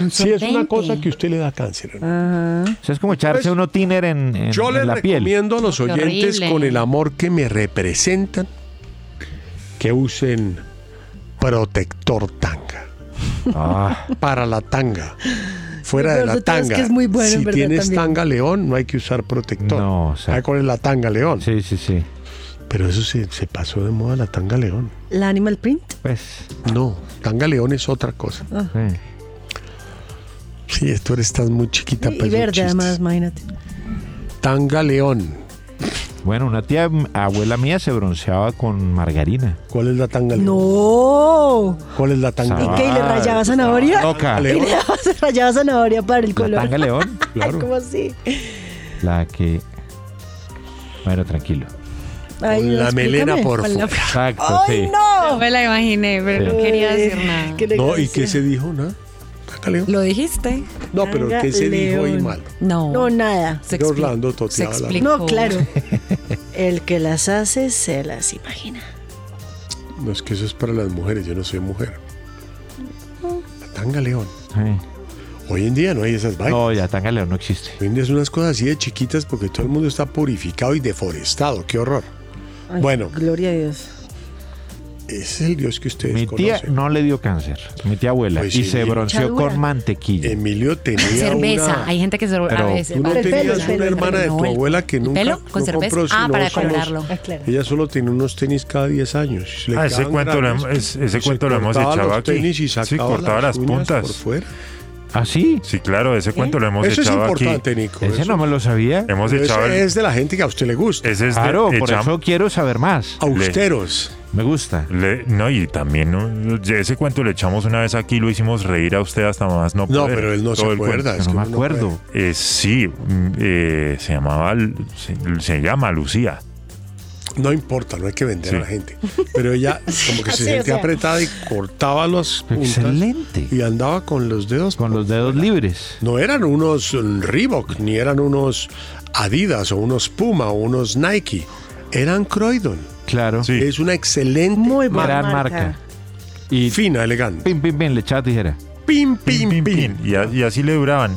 S8: Un
S5: Sí, es una
S8: solvente.
S5: cosa que usted le da cáncer. hermano.
S6: O sea, es como echarse
S5: Pues,
S6: uno tiner en, en-
S5: Yo
S6: en
S5: les
S6: la piel.
S5: recomiendo a los
S6: Qué
S5: oyentes
S6: horrible.
S5: con el amor que me representan que usen protector tanga.
S6: Ah.
S5: Para la tanga. Fuera
S8: Lo
S5: de
S8: peor
S5: la
S8: de todo es que
S5: tanga.
S8: es muy bueno, en
S5: si
S8: verdad,
S5: tienes
S8: también.
S5: tanga león, no hay que usar protector.
S6: No, o sea.
S5: ¿Sabe cuál es la tanga león?
S6: Sí, sí, sí.
S5: Pero eso se, se pasó de moda la tanga león.
S8: La Animal Print.
S6: Pues.
S5: No, tanga león es otra cosa.
S8: Ah.
S5: Sí, esto eres estás muy chiquita
S8: Y
S5: para esos
S8: verde,
S5: Pues chistes.
S8: además, imagínate.
S5: Tanga león.
S6: Bueno, una tía, abuela mía, se bronceaba con margarina.
S5: ¿Cuál es la tanga león?
S8: ¡No!
S5: ¿Cuál es la tanga
S8: ¿Y qué? ¿Y le
S5: Ah,
S8: rayaba zanahoria?
S6: Loca.
S8: Y le rayaba zanahoria para el color.
S6: La tanga león.
S8: Ay, ¿cómo así?
S6: La que. Bueno, tranquilo.
S8: Ay,
S6: Con la
S8: explícame,
S6: melena por
S8: con la-
S6: fuera. Exacto,
S8: ¡Ay,
S6: sí.
S8: no!
S7: No me la imaginé, pero
S6: Sí.
S7: no quería decir nada.
S8: ¿Qué le
S5: No, ¿y qué se dijo? ¿No? Tanga león.
S7: Lo dijiste.
S5: No, pero
S8: Tanga
S5: ¿qué se dijo ahí
S8: león.
S5: mal?
S7: No.
S8: No, nada.
S7: Se
S5: Era Orlando toteaba la-
S8: No, claro. El que las hace se las imagina.
S5: No, es que eso es para las mujeres, yo no soy mujer. La tanga león. Hoy en día no hay esas vainas.
S6: No, ya tanga león no existe.
S5: Hoy en día son unas cosas así de chiquitas porque todo el mundo está purificado y deforestado. ¡Qué horror! bueno.
S8: Gloria a Dios.
S5: Es el Dios que ustedes
S6: Mi tía
S5: conocen.
S6: no le dio cáncer. Mi tía abuela.
S5: Pues
S6: y
S5: sí,
S6: se
S5: mira.
S6: bronceó
S5: Chadura.
S6: con mantequilla.
S5: Emilio tenía
S7: Cerveza.
S5: una...
S7: Hay gente que se
S6: Pero
S7: a veces.
S5: Tú no
S7: va-
S5: tenías
S7: Pero
S5: una
S7: no,
S5: hermana de
S7: no,
S5: tu
S7: el-
S5: abuela que
S7: el
S5: nunca
S7: pelo con
S5: no
S7: cerveza.
S5: compró
S7: Ah,
S5: sino
S7: para
S5: unos-
S7: colorarlo.
S5: Ella solo tiene unos tenis cada 10 años. Le
S9: Ah, ese
S5: quedaban
S9: cuento lo
S5: grandes.
S9: hem- es- ese
S5: Se
S9: cuento lo hemos
S5: cortaba
S9: echado
S5: los
S9: aquí.
S5: tenis
S9: Sí,
S5: y sacaba
S9: cortaba las
S5: uñas
S9: puntas.
S5: Por fuera. ¿Eh?
S6: ¿Ah, sí?
S9: Sí, claro, ese cuento lo hemos
S5: Eso es
S9: echado aquí.
S5: importante, Nico,
S6: Ese
S5: eso-
S6: no me lo sabía.
S9: Hemos
S5: Pero
S9: echado
S5: ese
S9: el-
S5: es de la gente que a usted le gusta.
S9: Ese es de-
S6: Claro, por
S9: echam-
S6: eso quiero saber más.
S9: Austeros.
S6: Me gusta.
S9: no, y también ¿no? ese cuento le echamos una vez aquí, lo hicimos reír a usted hasta más no
S5: No,
S9: poder.
S5: pero él no se
S9: Todo el
S5: acuerda,
S9: cuento.
S5: es que No me uno no acuerdo.
S9: Eh, sí, mm, eh, se llamaba, Lu- se, se llama Lucía.
S5: No importa, no hay que vender
S9: Sí.
S5: a la gente. Pero ella como que
S9: Sí,
S5: se
S9: o
S5: sentía
S9: sea.
S5: apretada y cortaba los puntas.
S6: Excelente.
S5: Y andaba con los dedos. Con
S6: los dedos libres.
S5: No eran unos mm, Reebok, ni eran unos Adidas o unos Puma o unos Nike. Eran Croydon.
S6: Claro.
S5: Es una excelente Muy
S6: buena Gran marca. marca. Y
S5: Fina, elegante.
S6: Pim, pim, pim, le echaba tijera.
S5: Pim, pim, pim.
S9: Y, a- y así le duraban.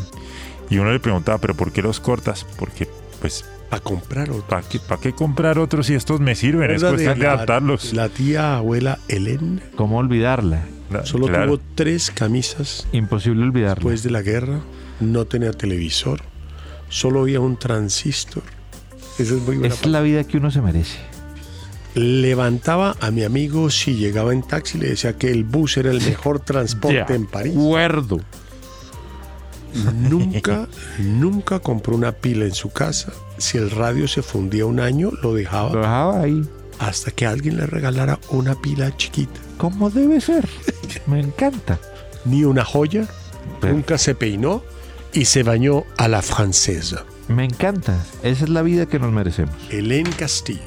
S9: Y uno le preguntaba, ¿pero por qué los cortas? Porque, pues.
S5: Para comprar otros.
S9: ¿Para qué, pa' qué comprar otros si estos me sirven? Es
S5: ¿Recuerdas de
S9: cuestión de
S5: la-
S9: adaptarlos.
S5: La tía abuela Helen.
S6: ¿Cómo olvidarla?
S5: Solo
S9: claro.
S5: tuvo tres camisas.
S6: Imposible olvidarla.
S5: Después de la guerra, no tenía televisor. Solo había un transistor. Esa es muy buena
S6: Es la vida que uno se merece.
S5: levantaba a mi amigo si llegaba en taxi, le decía que el bus era el mejor transporte
S6: De
S5: en París.
S6: acuerdo.
S5: Nunca, nunca compró una pila en su casa. Si el radio se fundía un año, lo dejaba.
S6: Lo dejaba ahí.
S5: Hasta que alguien le regalara una pila chiquita.
S6: ¿Cómo debe ser? Me encanta.
S5: Ni una joya. Nunca se peinó y se bañó a la francesa.
S6: Me encanta. Esa es la vida que nos merecemos.
S5: Helen Castillo.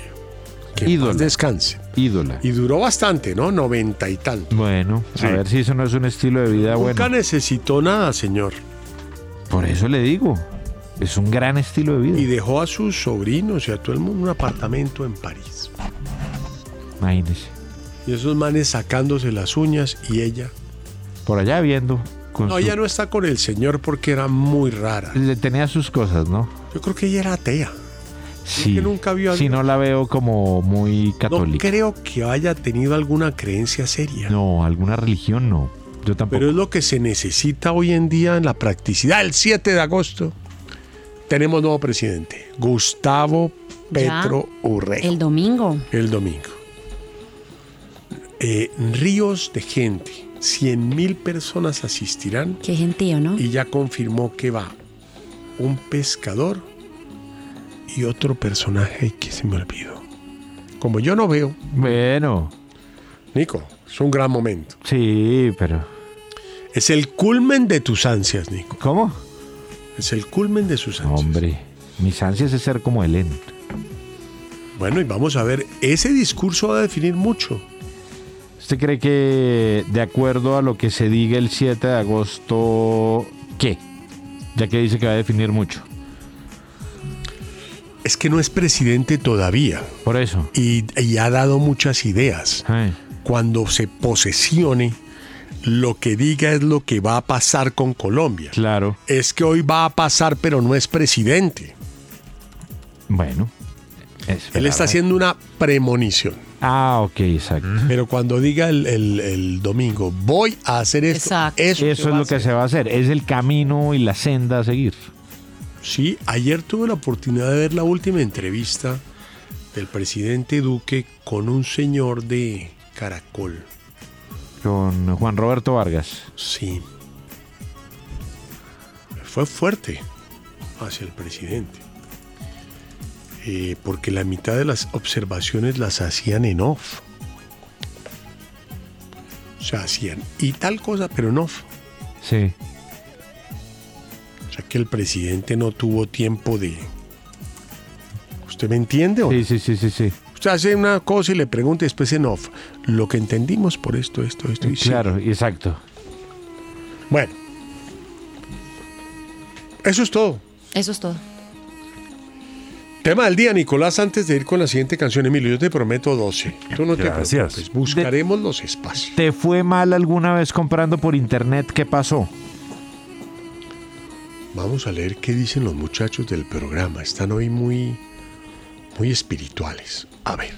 S5: Que en
S6: Ídola.
S5: paz descanse.
S6: Ídola.
S5: Y duró bastante, ¿no? Noventa y tanto.
S6: Bueno,
S5: Sí.
S6: a ver si eso no es un estilo de vida bueno.
S5: Nunca necesitó nada, señor.
S6: Por eso le digo. Es un gran estilo de vida.
S5: Y dejó a sus sobrinos y a todo el mundo un apartamento en París.
S6: Imagínese.
S5: Y esos manes sacándose las uñas y ella.
S6: Por allá viendo. Con
S5: No,
S6: su-
S5: ella no está con el señor porque era muy rara.
S6: Le tenía sus cosas, ¿no?
S5: Yo creo que ella era atea.
S6: Sí.
S5: que nunca vio a
S6: Si
S5: Dios.
S6: no la veo como muy
S5: No
S6: católica.
S5: creo que haya tenido alguna creencia seria.
S6: No, alguna religión no. Yo tampoco.
S5: Pero es lo que se necesita hoy en día en la practicidad. El 7 de agosto tenemos nuevo presidente, Gustavo
S7: Ya.
S5: Petro Urrego.
S7: El domingo.
S5: el domingo. Eh, ríos de gente, 100 mil personas asistirán.
S7: Qué gentío, ¿no?
S5: Y ya confirmó que va un pescador y otro personaje que se me olvidó. Como yo no veo.
S6: Bueno.
S5: Nico, es un gran momento.
S6: Sí, pero.
S5: Es el culmen de tus ansias, Nico.
S6: ¿Cómo?
S5: Es el culmen de sus ansias.
S6: Hombre, mis ansias es ser como Helen.
S5: Bueno, y vamos a ver, ese discurso va a definir mucho.
S6: ¿Usted cree que de acuerdo a lo que se diga el 7 de agosto, qué? Ya que dice que va a definir mucho.
S5: Es que no es presidente todavía.
S6: Por eso.
S5: Y, y ha dado muchas ideas. Cuando se posesione, lo que diga es lo que va a pasar con Colombia.
S6: Claro.
S5: Es que hoy va a pasar, pero no es presidente.
S6: Bueno.
S5: Él está haciendo una premonición.
S6: Ah, ok, exacto.
S5: Pero cuando diga el, el- el domingo, voy a hacer esto. Eso,
S6: Eso es lo que se va a hacer. Es el camino y la senda a seguir.
S5: Sí, ayer tuve la oportunidad de ver la última entrevista del presidente Duque con un señor de Caracol.
S6: Con Juan Roberto Vargas.
S5: Sí. Fue fuerte hacia el presidente. Eh, porque la mitad de las observaciones las hacían en off. O sea, hacían y tal cosa, pero en off.
S6: Sí.
S5: O sea que el presidente no tuvo tiempo de. ¿Usted me entiende? o no?
S6: Sí, sí, sí, sí, sí.
S5: Usted hace una cosa y le pregunta después en off. Lo que entendimos por esto, esto, esto y sí.
S6: Claro, exacto.
S5: Bueno. Eso es todo.
S7: Eso es todo.
S5: Tema del día, Nicolás, antes de ir con la siguiente canción, Emilio, yo te prometo 12. Tú no te
S9: Gracias.
S5: preocupes. Buscaremos los espacios.
S6: ¿Te fue mal alguna vez comprando por internet? ¿Qué pasó?
S5: Vamos a leer qué dicen los muchachos del programa. Están hoy muy, muy espirituales. A ver.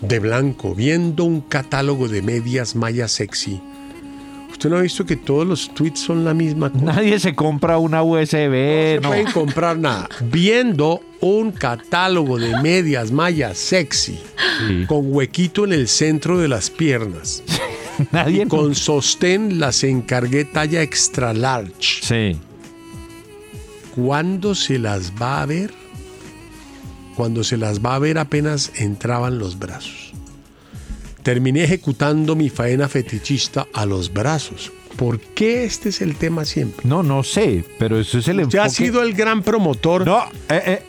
S5: De blanco, viendo un catálogo de medias mayas sexy. ¿Usted no ha visto que todos los tweets son la misma cosa?
S6: Nadie se compra una USB,
S5: no
S6: no.
S5: pueden comprar nada. Viendo un catálogo de medias mayas sexy con huequito en el centro de las piernas. Y con sostén las encargué talla extra large.
S6: Sí.
S5: ¿Cuándo se las va a ver? Cuando se las va a ver apenas entraban los brazos. Terminé ejecutando mi faena fetichista a los brazos. ¿Por qué este es el tema siempre?
S6: No, no sé, pero eso es el enfoque.
S5: Ya ha sido el gran promotor.
S6: No, eh,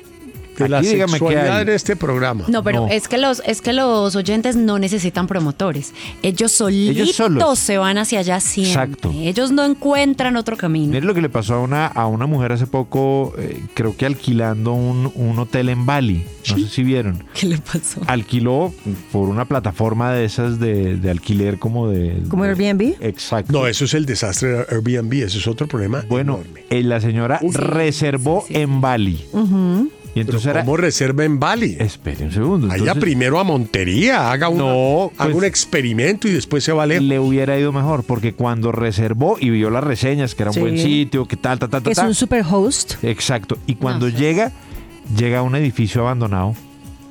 S5: de la
S6: Aquí dígame qué
S5: sexualidad
S6: hay.
S5: en este programa.
S7: No, pero es que los es que los oyentes no necesitan promotores. Ellos solitos
S6: solos.
S7: se van hacia allá siempre.
S6: Exacto.
S7: Ellos no encuentran otro camino.
S6: Mire lo que le pasó a una, a una mujer hace poco, eh, creo que alquilando un, un hotel en Bali. No sé si vieron.
S7: ¿Qué le pasó?
S6: Alquiló por una plataforma de esas de, de alquiler como de...
S8: ¿Como Airbnb?
S6: Exacto.
S5: No, eso es el desastre de Airbnb, eso es otro problema.
S6: Bueno, eh, la señora reservó en Bali.
S8: Ujú.
S6: Y entonces era...
S5: ¿Cómo reserva en Bali?
S6: Espere un segundo.
S5: Vaya
S6: entonces-
S5: primero a Montería, haga, una- haga
S6: pues-
S5: un experimento y después se va a leer.
S6: Le hubiera ido mejor porque cuando reservó y vio las reseñas, que era un
S8: Sí.
S6: buen sitio, que tal, tal, tal,
S8: Que es
S6: tal,
S8: un super host.
S6: Exacto. Y cuando llega, llega a un edificio abandonado.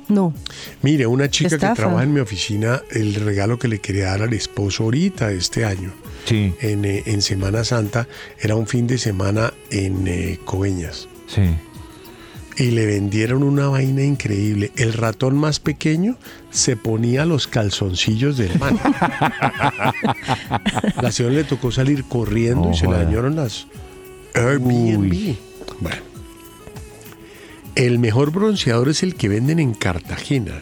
S8: No.
S5: Mire, una chica
S8: Estafa.
S5: que trabaja en mi oficina, el regalo que le quería dar al esposo ahorita este año,
S6: Sí.
S5: en, eh, en Semana Santa, era un fin de semana en eh, Coveñas.
S6: Sí.
S5: Y le vendieron una vaina increíble. El ratón más pequeño se ponía los calzoncillos del man. la señora le tocó salir corriendo
S6: No
S5: y se le
S6: joda.
S5: dañaron las Airbnb. Bueno. El mejor bronceador es el que venden en Cartagena.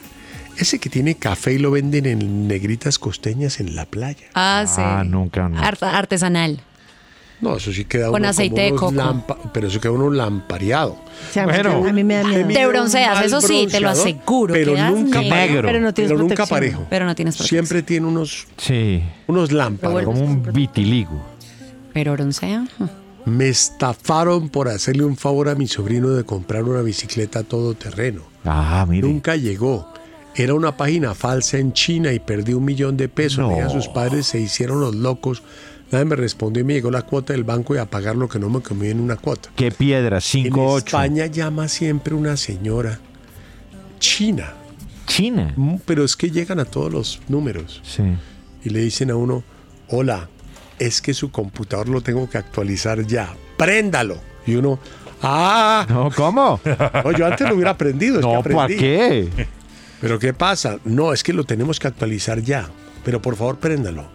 S5: Ese que tiene café y lo venden en negritas costeñas en la playa.
S7: Ah, sí.
S6: Ah, nunca, no.
S7: Art- artesanal.
S5: No, eso sí queda
S7: Con
S5: uno
S7: aceite de
S5: como unos
S7: coco.
S5: lampa- pero eso queda uno lampareado.
S8: O sea, a mí me da miedo.
S7: Te bronceas,
S5: mal
S7: eso sí, te lo
S5: bronceador,
S7: aseguro.
S5: Pero
S7: quedas
S5: nunca
S7: negro.
S5: parejo.
S7: Pero no tienes
S5: Pero nunca
S7: protección.
S5: parejo.
S7: Pero no tienes protección.
S5: Siempre tiene unos,
S6: Sí.
S5: unos lámparas.
S6: Como un vitiligo.
S7: Pero broncea.
S5: Me estafaron por hacerle un favor a mi sobrino de comprar una bicicleta todoterreno.
S6: Ah, mire.
S5: Nunca llegó. Era una página falsa en China y perdí un millón de pesos. Le dije a sus padres se hicieron los locos. Nadie me respondió y me llegó la cuota del banco y a pagar lo que no me comí en una cuota.
S6: Qué piedra,
S5: En
S6: 5-8.
S5: España llama siempre una señora china.
S6: China.
S5: Mm, Pero es que llegan a todos los números
S6: Sí.
S5: y le dicen a uno, hola, es que su computador lo tengo que actualizar ya, préndalo. Y uno, ah,
S6: No, ¿cómo?
S5: no, yo antes lo hubiera aprendido. es que
S6: No, ¿para
S5: aprendí".
S6: qué?
S5: Pero ¿qué pasa? No, es que lo tenemos que actualizar ya, pero por favor, préndalo.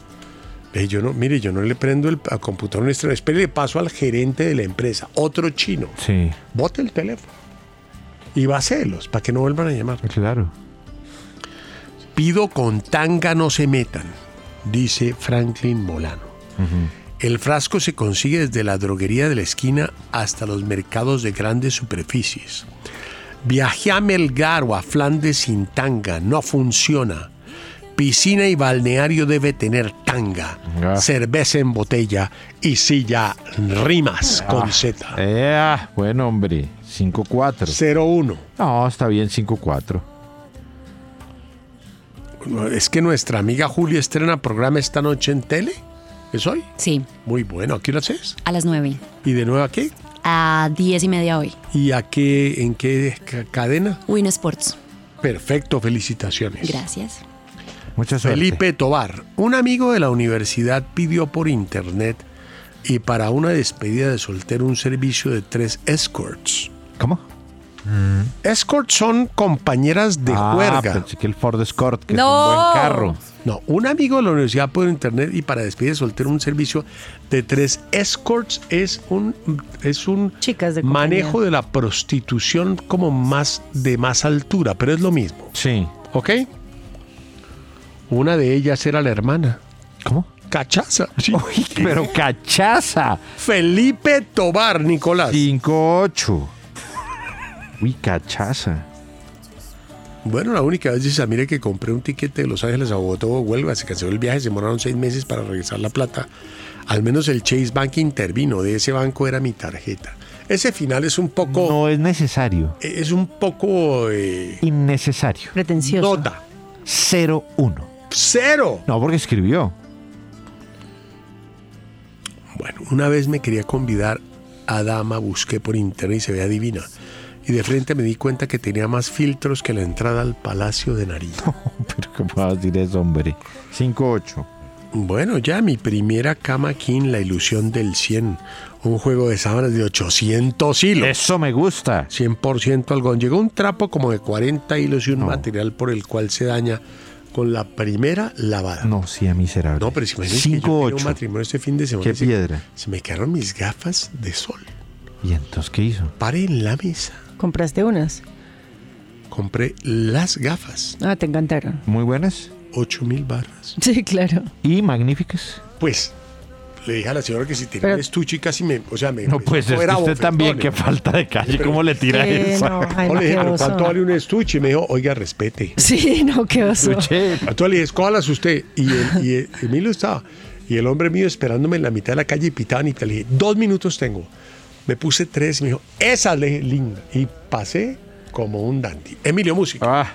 S5: Le dije, yo no, mire, yo no le prendo el a computador nuestro, espere, le paso al gerente de la empresa, otro chino,
S6: Sí,
S5: bote el teléfono y vacelos para que no vuelvan a llamar.
S6: claro.
S5: Pido con tanga no se metan, dice Franklin Molano. El frasco se consigue desde la droguería de la esquina hasta los mercados de grandes superficies. Viajé a Melgar o a Flandes sin tanga, no funciona. Piscina y balneario debe tener tanga,
S6: Ah.
S5: cerveza en botella y silla rimas con Z.
S6: Eh, Ah. buen hombre. 5-4.
S5: 01.
S6: No, está bien, 5-4.
S5: Es que nuestra amiga Julia estrena programa esta noche en tele. ¿Es hoy?
S7: Sí,
S5: Muy bueno, ¿a qué hora es?
S7: a las 9.
S5: ¿Y de nuevo a qué?
S7: A 10 y media hoy.
S5: ¿Y a qué, en qué ca- cadena?
S7: Win Sports.
S5: Perfecto, felicitaciones.
S7: Gracias.
S6: Mucha suerte.
S5: Felipe Tobar, un amigo de la universidad pidió por internet y para una despedida de soltero un servicio de tres escorts.
S6: ¿Cómo?
S5: Escorts son compañeras de
S6: ah,
S5: juerga.
S6: pensé que el Ford Escort, que
S7: No.
S6: es un buen carro.
S5: No, un amigo de la universidad por internet y para despedida de soltero un servicio de tres escorts es un es un
S8: Chicas de compañía.
S5: manejo de la prostitución como más de más altura, pero es lo mismo.
S6: Sí.
S5: ¿Ok? Una de ellas era la hermana.
S6: ¿Cómo?
S5: Cachaza. Sí.
S6: Pero cachaza.
S5: Felipe Tobar, Nicolás.
S6: 5-8. Uy, cachaza.
S5: Bueno, la única vez dice, mire que compré un tiquete de Los Ángeles a Bogotá o Huelva, se canceló el viaje, se demoraron seis meses para regresar la plata. Al menos el Chase Bank intervino, de ese banco era mi tarjeta. Ese final es un poco, e,
S6: No es necesario.
S5: es un poco eh,
S6: Innecesario.
S8: Pretencioso.
S5: nota.
S6: 0-1.
S5: Cero.
S6: No, porque escribió.
S5: Bueno, una vez me quería convidar a dama, busqué por internet y se veía divina. Y de frente me di cuenta que tenía más filtros que la entrada al Palacio de Nariz.
S6: Pero ¿cómo vas a decir eso, hombre? 5-8.
S5: Bueno, ya mi primera cama king, La Ilusión del 100. Un juego de sábanas de 800 hilos.
S6: Eso me gusta.
S5: 100% algodón. Llegó un trapo como de 40 hilos y un material por el cual se daña con la primera lavada.
S6: No, sí, a miserable.
S5: No, pero si me que yo
S6: Cinco,
S5: tenía un
S6: ocho.
S5: matrimonio este fin de semana.
S6: Qué
S5: y se-
S6: piedra.
S5: Se me quedaron mis gafas de sol.
S6: ¿Y entonces qué hizo?
S5: Pare en la mesa.
S8: ¿Compraste unas?
S5: Compré las gafas.
S8: Ah, te encantaron.
S6: Muy buenas.
S5: 8 mil barras.
S8: Sí, claro.
S6: Y magníficas.
S5: Pues, le dije a la señora que si tenía
S8: Pero-
S5: un estuche y casi me. O sea, me.
S6: No, pues es
S5: era
S6: que usted
S5: bofetones.
S6: también, qué falta de calle, ¿cómo le tira
S8: Sí,
S6: eso?
S8: no, ay,
S5: No, le dije,
S8: qué
S5: "¿Pero
S8: oso".
S5: ¿cuánto vale un estuche? Y me dijo, oiga, respete.
S8: Sí, no, qué oso.
S5: Entonces le dije, "Escójalas usted. Y, el, y el- Emilio estaba. Y el hombre mío esperándome en la mitad de la calle y pitaban y tal. Le dije, dos minutos tengo. Me puse tres y me dijo, esa le dije, linda. Y pasé como un dandy. Emilio Música.
S6: Ah.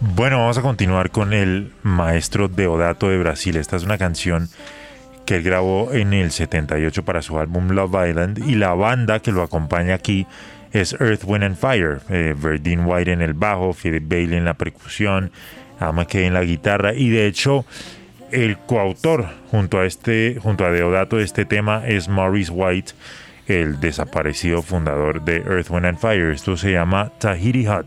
S9: Bueno, vamos a continuar con el maestro Deodato de Brasil. Esta es una canción que él grabó en el 78 para su álbum Love Island y la banda que lo acompaña aquí es Earth, Wind and Fire. Eh, Verdine White en el bajo, Philip Bailey en la percusión, Ama McKay en la guitarra y de hecho el coautor junto a este junto a Deodato de este tema es Maurice White, el desaparecido fundador de Earth, Wind and Fire. Esto se llama Tahiti Hut.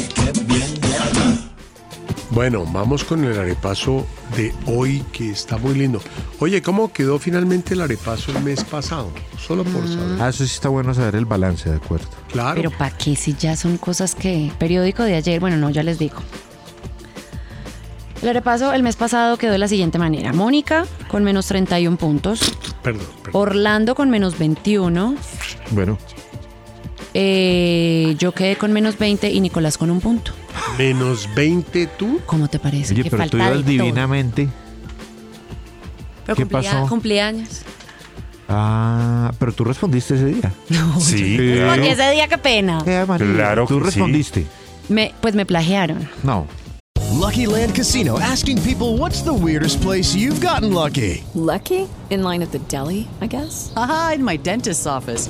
S5: Bueno, vamos con el arepaso de hoy que está muy lindo. Oye, ¿cómo quedó finalmente el arepaso el mes pasado? Solo
S7: Mm.
S5: por saber.
S6: Ah, eso sí está bueno saber el balance, de acuerdo.
S5: Claro.
S7: Pero ¿para qué si ya son cosas que... Periódico de ayer, bueno, no, ya les digo. El repaso el mes pasado quedó de la siguiente manera. Mónica con menos 31 puntos.
S5: Perdón,
S7: Orlando con menos 21.
S6: Bueno.
S7: eh, yo quedé con menos 20 y Nicolás con un punto.
S5: Menos 20 tú.
S7: ¿Cómo te parece?
S6: Oye,
S7: Que
S6: pero tú
S7: falta
S6: ibas
S7: de todo.
S6: divinamente.
S7: Pero
S6: ¿Qué
S7: cumplía-
S6: pasó?
S7: Cumpleaños.
S6: Ah, pero tú respondiste ese día. Ah,
S9: Sí,
S7: Porque ese día, qué pena.
S9: Claro
S6: Tú
S9: que sí.
S6: respondiste.
S7: Me- pues me plagiaron.
S6: No.
S15: Lucky Land Casino asking people what's the weirdest place you've gotten lucky?
S1: Lucky? In line at the deli, I guess?
S16: Aha, in my dentist's office.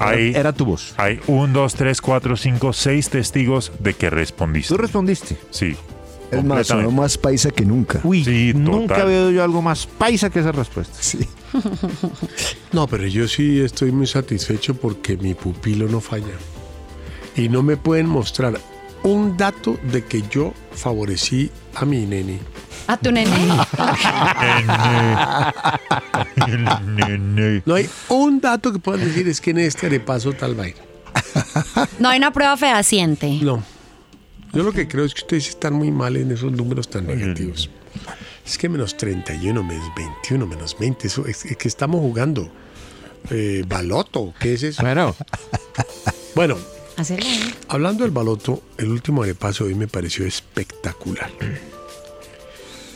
S9: Hay,
S6: era tu voz.
S9: Hay un, dos, tres, cuatro, cinco, seis testigos de que respondiste. ¿Tú
S6: respondiste?
S9: Sí.
S17: Es más, sonó
S9: completamente.
S17: más paisa que nunca.
S6: Uy,
S9: Sí,
S6: nunca
S9: total.
S6: veo yo algo más paisa que esa respuesta.
S17: Sí.
S5: No, pero yo sí estoy muy satisfecho porque mi pupilo no falla. Y no me pueden mostrar un dato de que yo favorecí a mi nene.
S7: ¿A tu nene?
S5: No hay un dato que puedan decir es que en este arepaso tal vaina.
S7: No hay una prueba fehaciente.
S5: No. Yo lo que creo es que ustedes están muy mal en esos números tan negativos. Es que menos 31, menos 21, menos 20, eso es, es que estamos jugando. Eh, baloto, ¿qué es eso?
S6: Bueno.
S5: Bueno,
S7: Hacerlo.
S5: hablando del baloto, el último arepaso de hoy me pareció espectacular.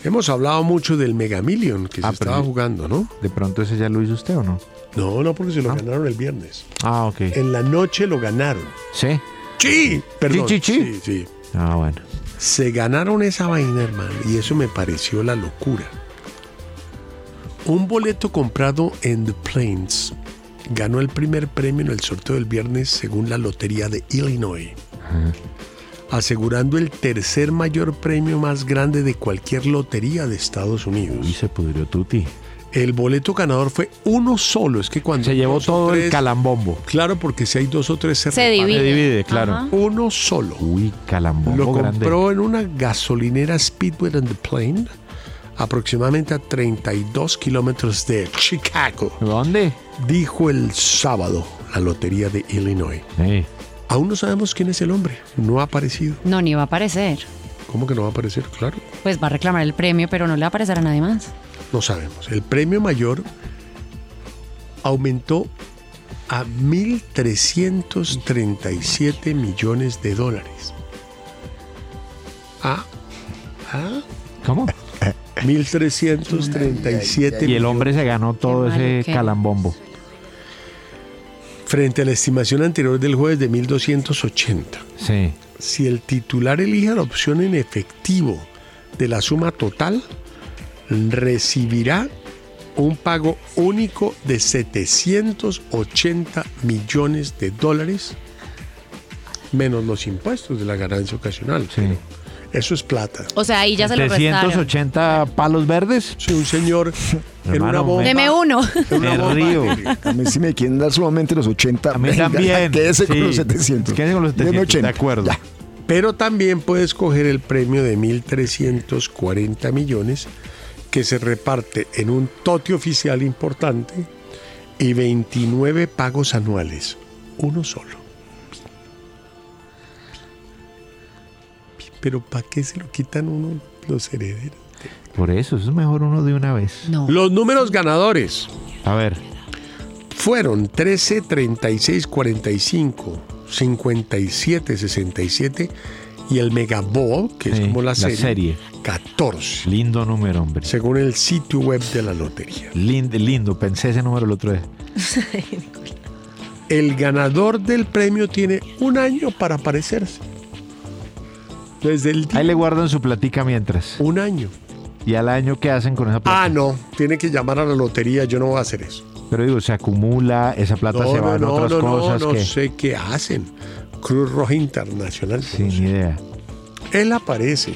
S5: Hemos hablado mucho del Mega Million que se estaba jugando, ¿no?
S6: Ah, ¿De pronto ese ya lo hizo usted o no?
S5: No, no, porque se lo ganaron el viernes.
S6: Ah, ok.
S5: En la noche lo ganaron.
S6: ¿Sí?
S5: Sí, perdón.
S6: Sí, sí, sí.
S5: sí, sí.
S6: Ah, bueno.
S5: Se ganaron esa vaina, hermano, y eso me pareció la locura. Un boleto comprado en The Plains ganó el primer premio en el sorteo del viernes según la Lotería de Illinois, asegurando el tercer mayor premio más grande de cualquier lotería de Estados Unidos. Y
S6: se pudrió Tuti.
S5: El boleto ganador fue uno solo, es que cuando... Se llevó todo el
S6: calambombo.
S5: Claro, porque si hay dos o tres
S6: Se
S5: reparte.
S6: divide. Se divide, claro. Ajá.
S5: Uno solo.
S6: Uy, calambombo
S5: Lo
S6: grande.
S5: compró en una gasolinera Speedway and the Plain, aproximadamente a 32 kilómetros de Chicago.
S6: ¿Dónde?
S5: Dijo el sábado la lotería de Illinois. Aún no sabemos quién es el hombre. No ha aparecido.
S7: No, ni va a aparecer.
S5: ¿Cómo que no va a aparecer? Claro.
S7: Pues va a reclamar el premio, pero no le va a aparecer a nadie más.
S5: No sabemos. El premio mayor aumentó a 1.337 millones de dólares. ¿Ah? ¿Ah?
S6: ¿Cómo?
S5: 1.337
S6: Y el hombre se ganó todo ese
S5: que-
S6: calambombo.
S5: frente a la estimación anterior del jueves de 1280.
S6: Sí.
S5: Si el titular elige la opción en efectivo de la suma total, recibirá un pago único de 780 millones de dólares, menos los impuestos de la ganancia ocasional. pero Eso es plata.
S7: O sea, ahí ya se lo restaron.
S6: 380 palos verdes.
S5: Sí, un señor
S6: en
S5: una bomba.
S7: Deme uno.
S6: río.
S17: A mí sí me quieren dar solamente los 80. A
S6: mí también,
S17: Quédese con
S6: sí.
S17: los 700. Quédese con los
S5: 700, de
S6: acuerdo.
S5: Pero también puedes coger el premio de 1.340 millones que se reparte en un tote oficial importante y 29 pagos anuales. Uno solo. Pero ¿para qué se lo quitan uno los herederos?
S6: Por eso, eso es mejor uno de una vez.
S5: Los números ganadores.
S6: A ver.
S5: Fueron 13, 36, 45, 57, 67 y el Mega Bowl, que es
S6: Sí,
S5: como la
S6: la
S5: serie,
S6: serie.
S5: 14.
S6: Lindo número, hombre.
S5: Según el sitio web de la lotería.
S6: Lindo, lindo, pensé ese número el otro día.
S5: El ganador del premio tiene un año para aparecerse. Desde el día.
S6: Ahí le guardan su platica mientras.
S5: Un año.
S6: ¿Y al año qué hacen con esa plata?
S5: Ah, no, tiene que llamar a la lotería, yo no voy a hacer eso.
S6: Pero digo, se acumula, esa plata
S5: no,
S6: Ah, se va
S5: no,
S6: en
S5: no,
S6: otras
S5: no, no,
S6: cosas.
S5: no
S6: que...
S5: sé qué hacen. Cruz Roja Internacional.
S6: Sin idea.
S5: Él aparece.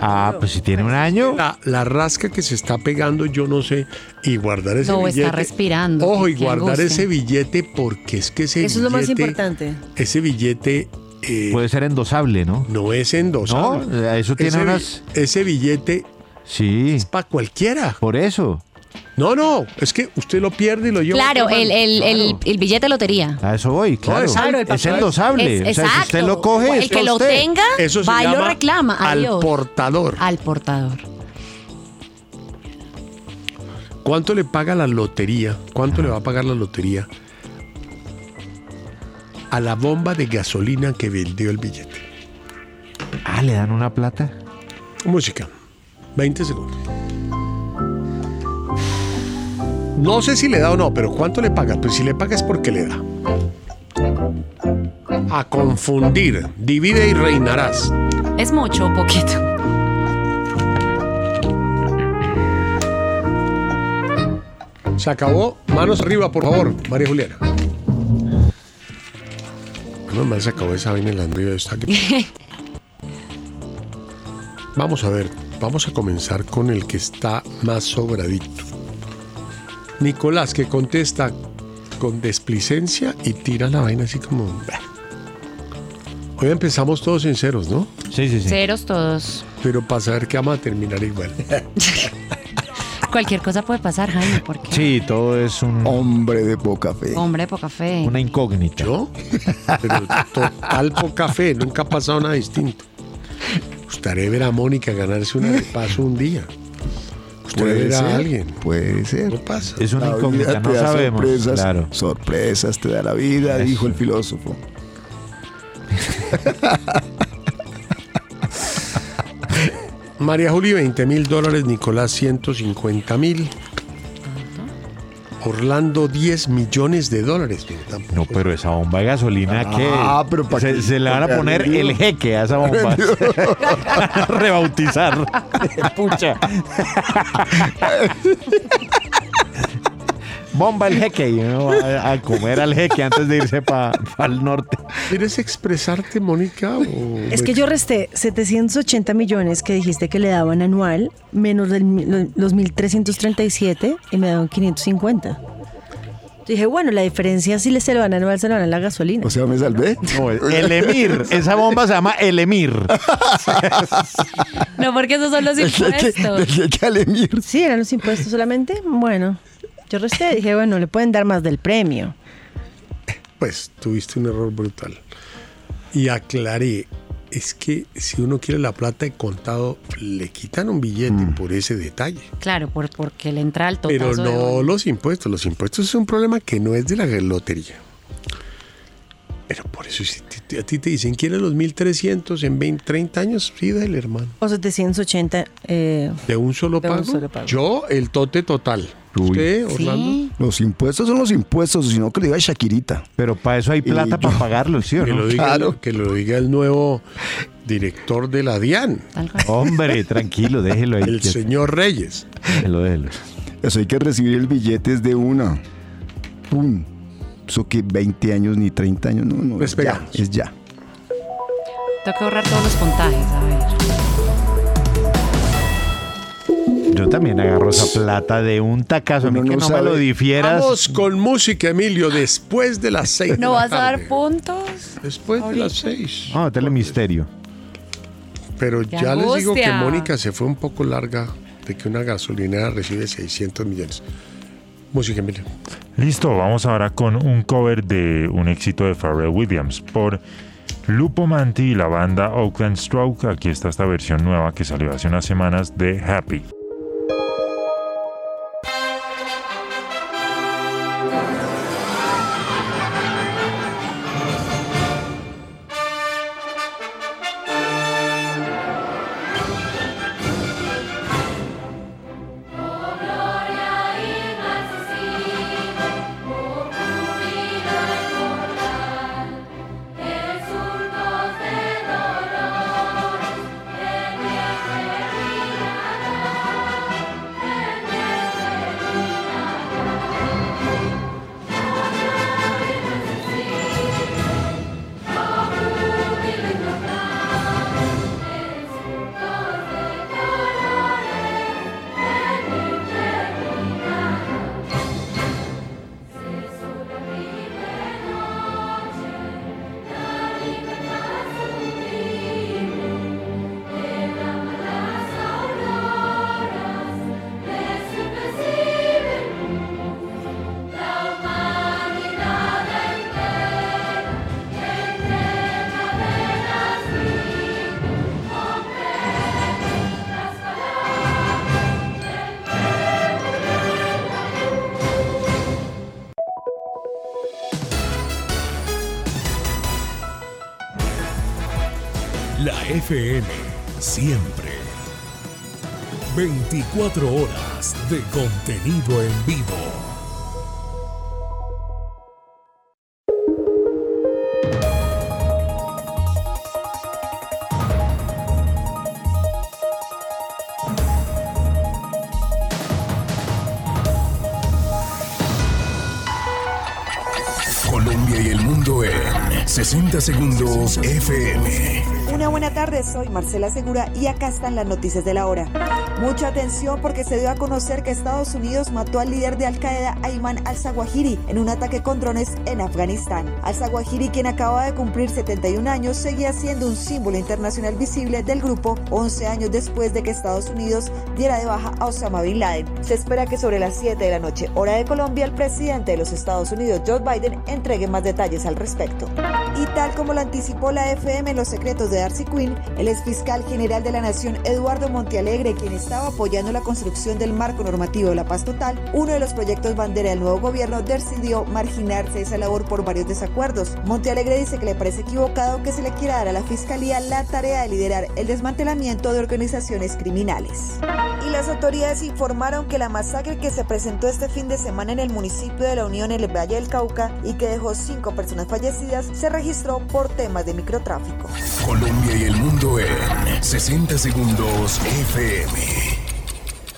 S6: Ah, pues si tiene un año.
S5: La, la rasca que se está pegando, yo no sé, y guardar ese
S7: No,
S5: billete.
S7: está respirando.
S5: Ojo,
S7: Qué-
S5: y
S7: qué
S5: guardar
S7: angustia.
S5: ese billete porque es que ese
S8: Eso es lo más
S5: billete-
S8: importante.
S5: Ese billete eh,
S6: Puede ser endosable, ¿no?
S5: no es endosado.
S6: No, eh, eso tiene
S5: ese, bi-
S6: unas-
S5: ese billete
S6: Sí.
S5: es para cualquiera.
S6: Por eso.
S5: No, no, es que usted lo pierde y lo lleva.
S7: Claro,
S5: otro man.
S7: el, el, el, el billete de lotería.
S6: A eso voy, claro.
S5: es- Claro, el
S6: es
S5: papel.
S6: endosable.
S7: Es-
S6: o sea, si usted
S7: exacto.
S6: lo coge,
S7: El
S6: es
S7: que
S6: para
S7: lo
S6: usted.
S7: tenga,
S5: Eso se
S7: va y lo
S5: llama
S7: reclama. Adiós.
S5: Al portador.
S7: Al portador.
S5: ¿Cuánto le paga la lotería? ¿Cuánto le va a pagar la lotería a la bomba de gasolina que vendió el billete?
S6: Ah, le dan una plata.
S5: Música. 20 segundos. No sé si le da o no, pero ¿cuánto le paga? Pues si le paga es porque le da. A confundir. Divide y reinarás.
S7: Es mucho o poquito.
S5: Se acabó. Manos arriba, por favor, María Juliana. No me se acabó esa vaina en la arriba de esta que- Vamos a ver, vamos a comenzar con el que está más sobradito. Nicolás, que contesta con desplicencia y tira la vaina así como. "Bah". Hoy empezamos todos sinceros, ¿no?
S6: Sí, sí,
S7: Ceros todos.
S5: Pero para saber que vamos a terminar igual.
S7: Cualquier cosa puede pasar, Jaime, porque
S6: Sí, todo es un.
S17: Hombre de poca fe.
S7: hombre, poca fe.
S6: Una incógnita.
S5: ¿Yo? Pero total poca fe, nunca ha pasado nada distinto. Gustaré ver a Mónica ganarse una de paso un día. Gustaré
S17: Puede
S5: ver
S17: ser,
S5: a alguien.
S17: Puede ser.
S5: No pasa.
S6: Es una
S17: La vida
S6: incógnita, no
S17: te da
S6: sabemos.
S17: Sorpresas,
S6: Claro.
S17: sorpresas te da la vida,
S6: Eso.
S17: dijo el filósofo.
S5: María Juli, 20 mil dólares. Nicolás, 150 mil. Orlando, 10 millones de dólares. Mira, tampoco-
S6: No, pero esa bomba de gasolina
S17: Ah,
S6: que
S17: pero pa'
S6: se,
S17: que-
S6: se le van
S17: porque
S6: a poner
S17: vendido.
S6: el jeque a esa bomba.
S17: Vendido.
S6: A Rebautizar. Pucha. bomba el jeque y uno va a comer al jeque antes de irse para el norte.
S5: ¿Quieres expresarte, Mónica?
S8: Es que yo resté 780 millones que dijiste que le daban anual, menos del mi- lo- los 1.337 y me daban 550. Yo dije, bueno, la diferencia si le se lo van anual, se lo van a la gasolina.
S17: O sea, me salvé.
S6: El Emir, esa bomba se llama El Emir.
S7: No, porque esos son los impuestos.
S8: Sí, eran los impuestos solamente. Bueno, yo resté, dije, bueno, le pueden dar más del premio.
S5: Pues tuviste un error brutal. Y aclaré, es que si uno quiere la plata de contado, le quitan un billete por ese detalle.
S7: Claro, por, porque le entra alto.
S5: Pero no los impuestos. Los impuestos es un problema que no es de la lotería. Pero por eso, si te- a ti te dicen, ¿quieres los 1.300 en 20, 30 años? Sí, dale, hermano.
S8: O 780. eh,
S5: ¿De un solo
S8: De un
S5: pago?
S8: solo pago.
S5: Yo, el tote total. ¿Usted,
S8: Sí.
S5: ¿Eh, Orlando?
S17: Los impuestos son los impuestos, sino que lo diga Shakirita.
S6: Pero para eso hay plata para pagarlo, ¿sí o
S5: Que
S6: no?
S5: lo, diga, que lo diga el nuevo director de la DIAN,
S6: Hombre, tranquilo, déjelo ahí.
S5: el
S6: quieto.
S5: señor Reyes.
S6: Déjelo, déjelo.
S17: Eso hay que recibir el billete es de una. ¡Pum! Eso que 20 años ni 30 años, no, no. es ya,
S5: Despegamos.
S17: es ya.
S7: Tengo que ahorrar todos los puntajes, a ver.
S6: Yo también agarro esa plata de un tacazo. A mí que no, me lo difieras.
S5: Vamos con música, Emilio, después de las seis. de
S7: ¿No
S5: la
S7: vas a
S5: tarde.
S7: dar puntos?
S5: Después de las seis.
S6: Vamos a meterle misterio.
S5: Pero
S7: ¡Qué
S5: ya les digo que
S7: angustia!
S5: Mónica se fue un poco larga de que una gasolinera recibe 600 millones. Música, Emilio.
S9: Listo, vamos ahora con un cover de un éxito de Pharrell Williams por Lupo Manti y la banda Oakland Stroke. Aquí está esta versión nueva que salió hace unas semanas de Happy.
S18: La FM siempre. 24 horas de contenido en vivo. Colombia y el mundo en 60 segundos FM.
S19: Una buena tarde, soy Marcela Segura y acá están las noticias de la hora. Mucha atención porque se dio a conocer que Estados Unidos mató al líder de Al Qaeda, Ayman al-Zawahiri, en un ataque con drones en Afganistán. Al-Zawahiri, quien acaba de cumplir 71 años, seguía siendo un símbolo internacional visible del grupo 11 años después de que Estados Unidos diera de baja a Osama Bin Laden. Se espera que sobre las 7 de la noche, hora de Colombia, el presidente de los Estados Unidos, Joe Biden, entregue más detalles al respecto. Y tal como lo anticipó la FM en Los Secretos de Darcy Quinn, el exfiscal general de la Nación, Eduardo Montealegre, quien estaba apoyando la construcción del marco normativo de la paz total, uno de los proyectos bandera del nuevo gobierno, decidió marginarse esa labor por varios desacuerdos. Montealegre dice que le parece equivocado que se le quiera dar a la fiscalía la tarea de liderar el desmantelamiento de organizaciones criminales. Y las autoridades informaron que la masacre que se presentó este fin de semana en el municipio de La Unión en el Valle del Cauca y que dejó cinco personas fallecidas se registró por temas de microtráfico.
S18: Colombia y el mundo en 60 segundos FM.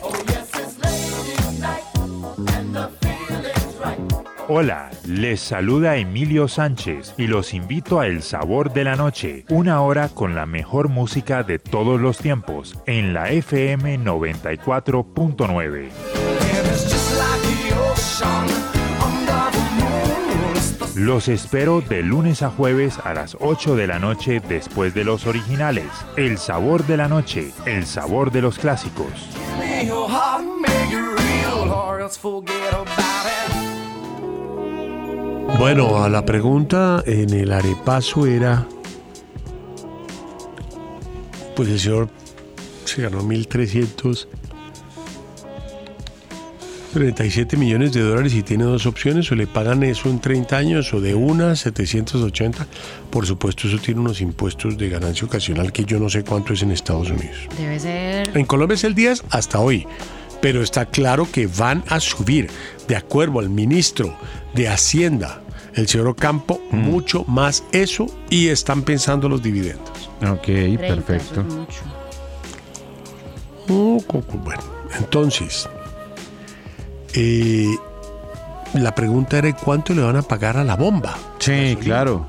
S4: Oh yes, it's ladies' night and the feeling's
S9: Hola, les saluda Emilio Sánchez y los invito a El Sabor de la Noche, una hora con la mejor música de todos los tiempos en la FM 94.9. Los espero de lunes a jueves a las 8 de la noche después de los originales. El sabor de la noche, el sabor de los clásicos.
S5: Bueno, a la pregunta en el arepaso era, pues el señor se ganó 1.337 millones de dólares y tiene dos opciones, o le pagan eso en 30 años o de una 780. Por supuesto, eso tiene unos impuestos de ganancia ocasional que yo no sé cuánto es en Estados Unidos.
S7: Debe ser.
S5: En Colombia es el 10 hasta hoy, pero está claro que van a subir, de acuerdo al ministro de Hacienda, el señor Ocampo,
S6: Mm.
S5: mucho más eso y están pensando los dividendos.
S6: Ok, perfecto.
S5: Oh, co- co- Bueno, entonces, eh, la pregunta era cuánto le van a pagar a la bomba.
S6: Sí, claro.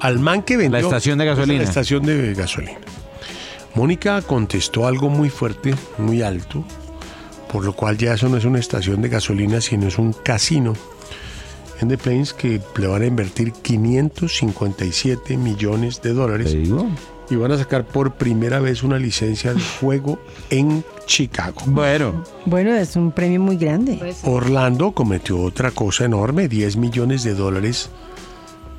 S5: Al man que vendió.
S6: La estación de gasolina.
S5: La estación de gasolina. Mónica contestó algo muy fuerte, muy alto, por lo cual ya eso no es una estación de gasolina, sino es un casino en The Plains que le van a invertir 557 millones de dólares. Y van a sacar por primera vez una licencia de juego en Chicago.
S6: Bueno.
S8: Bueno, es un premio muy grande.
S5: Orlando cometió otra cosa enorme, 10 millones de dólares.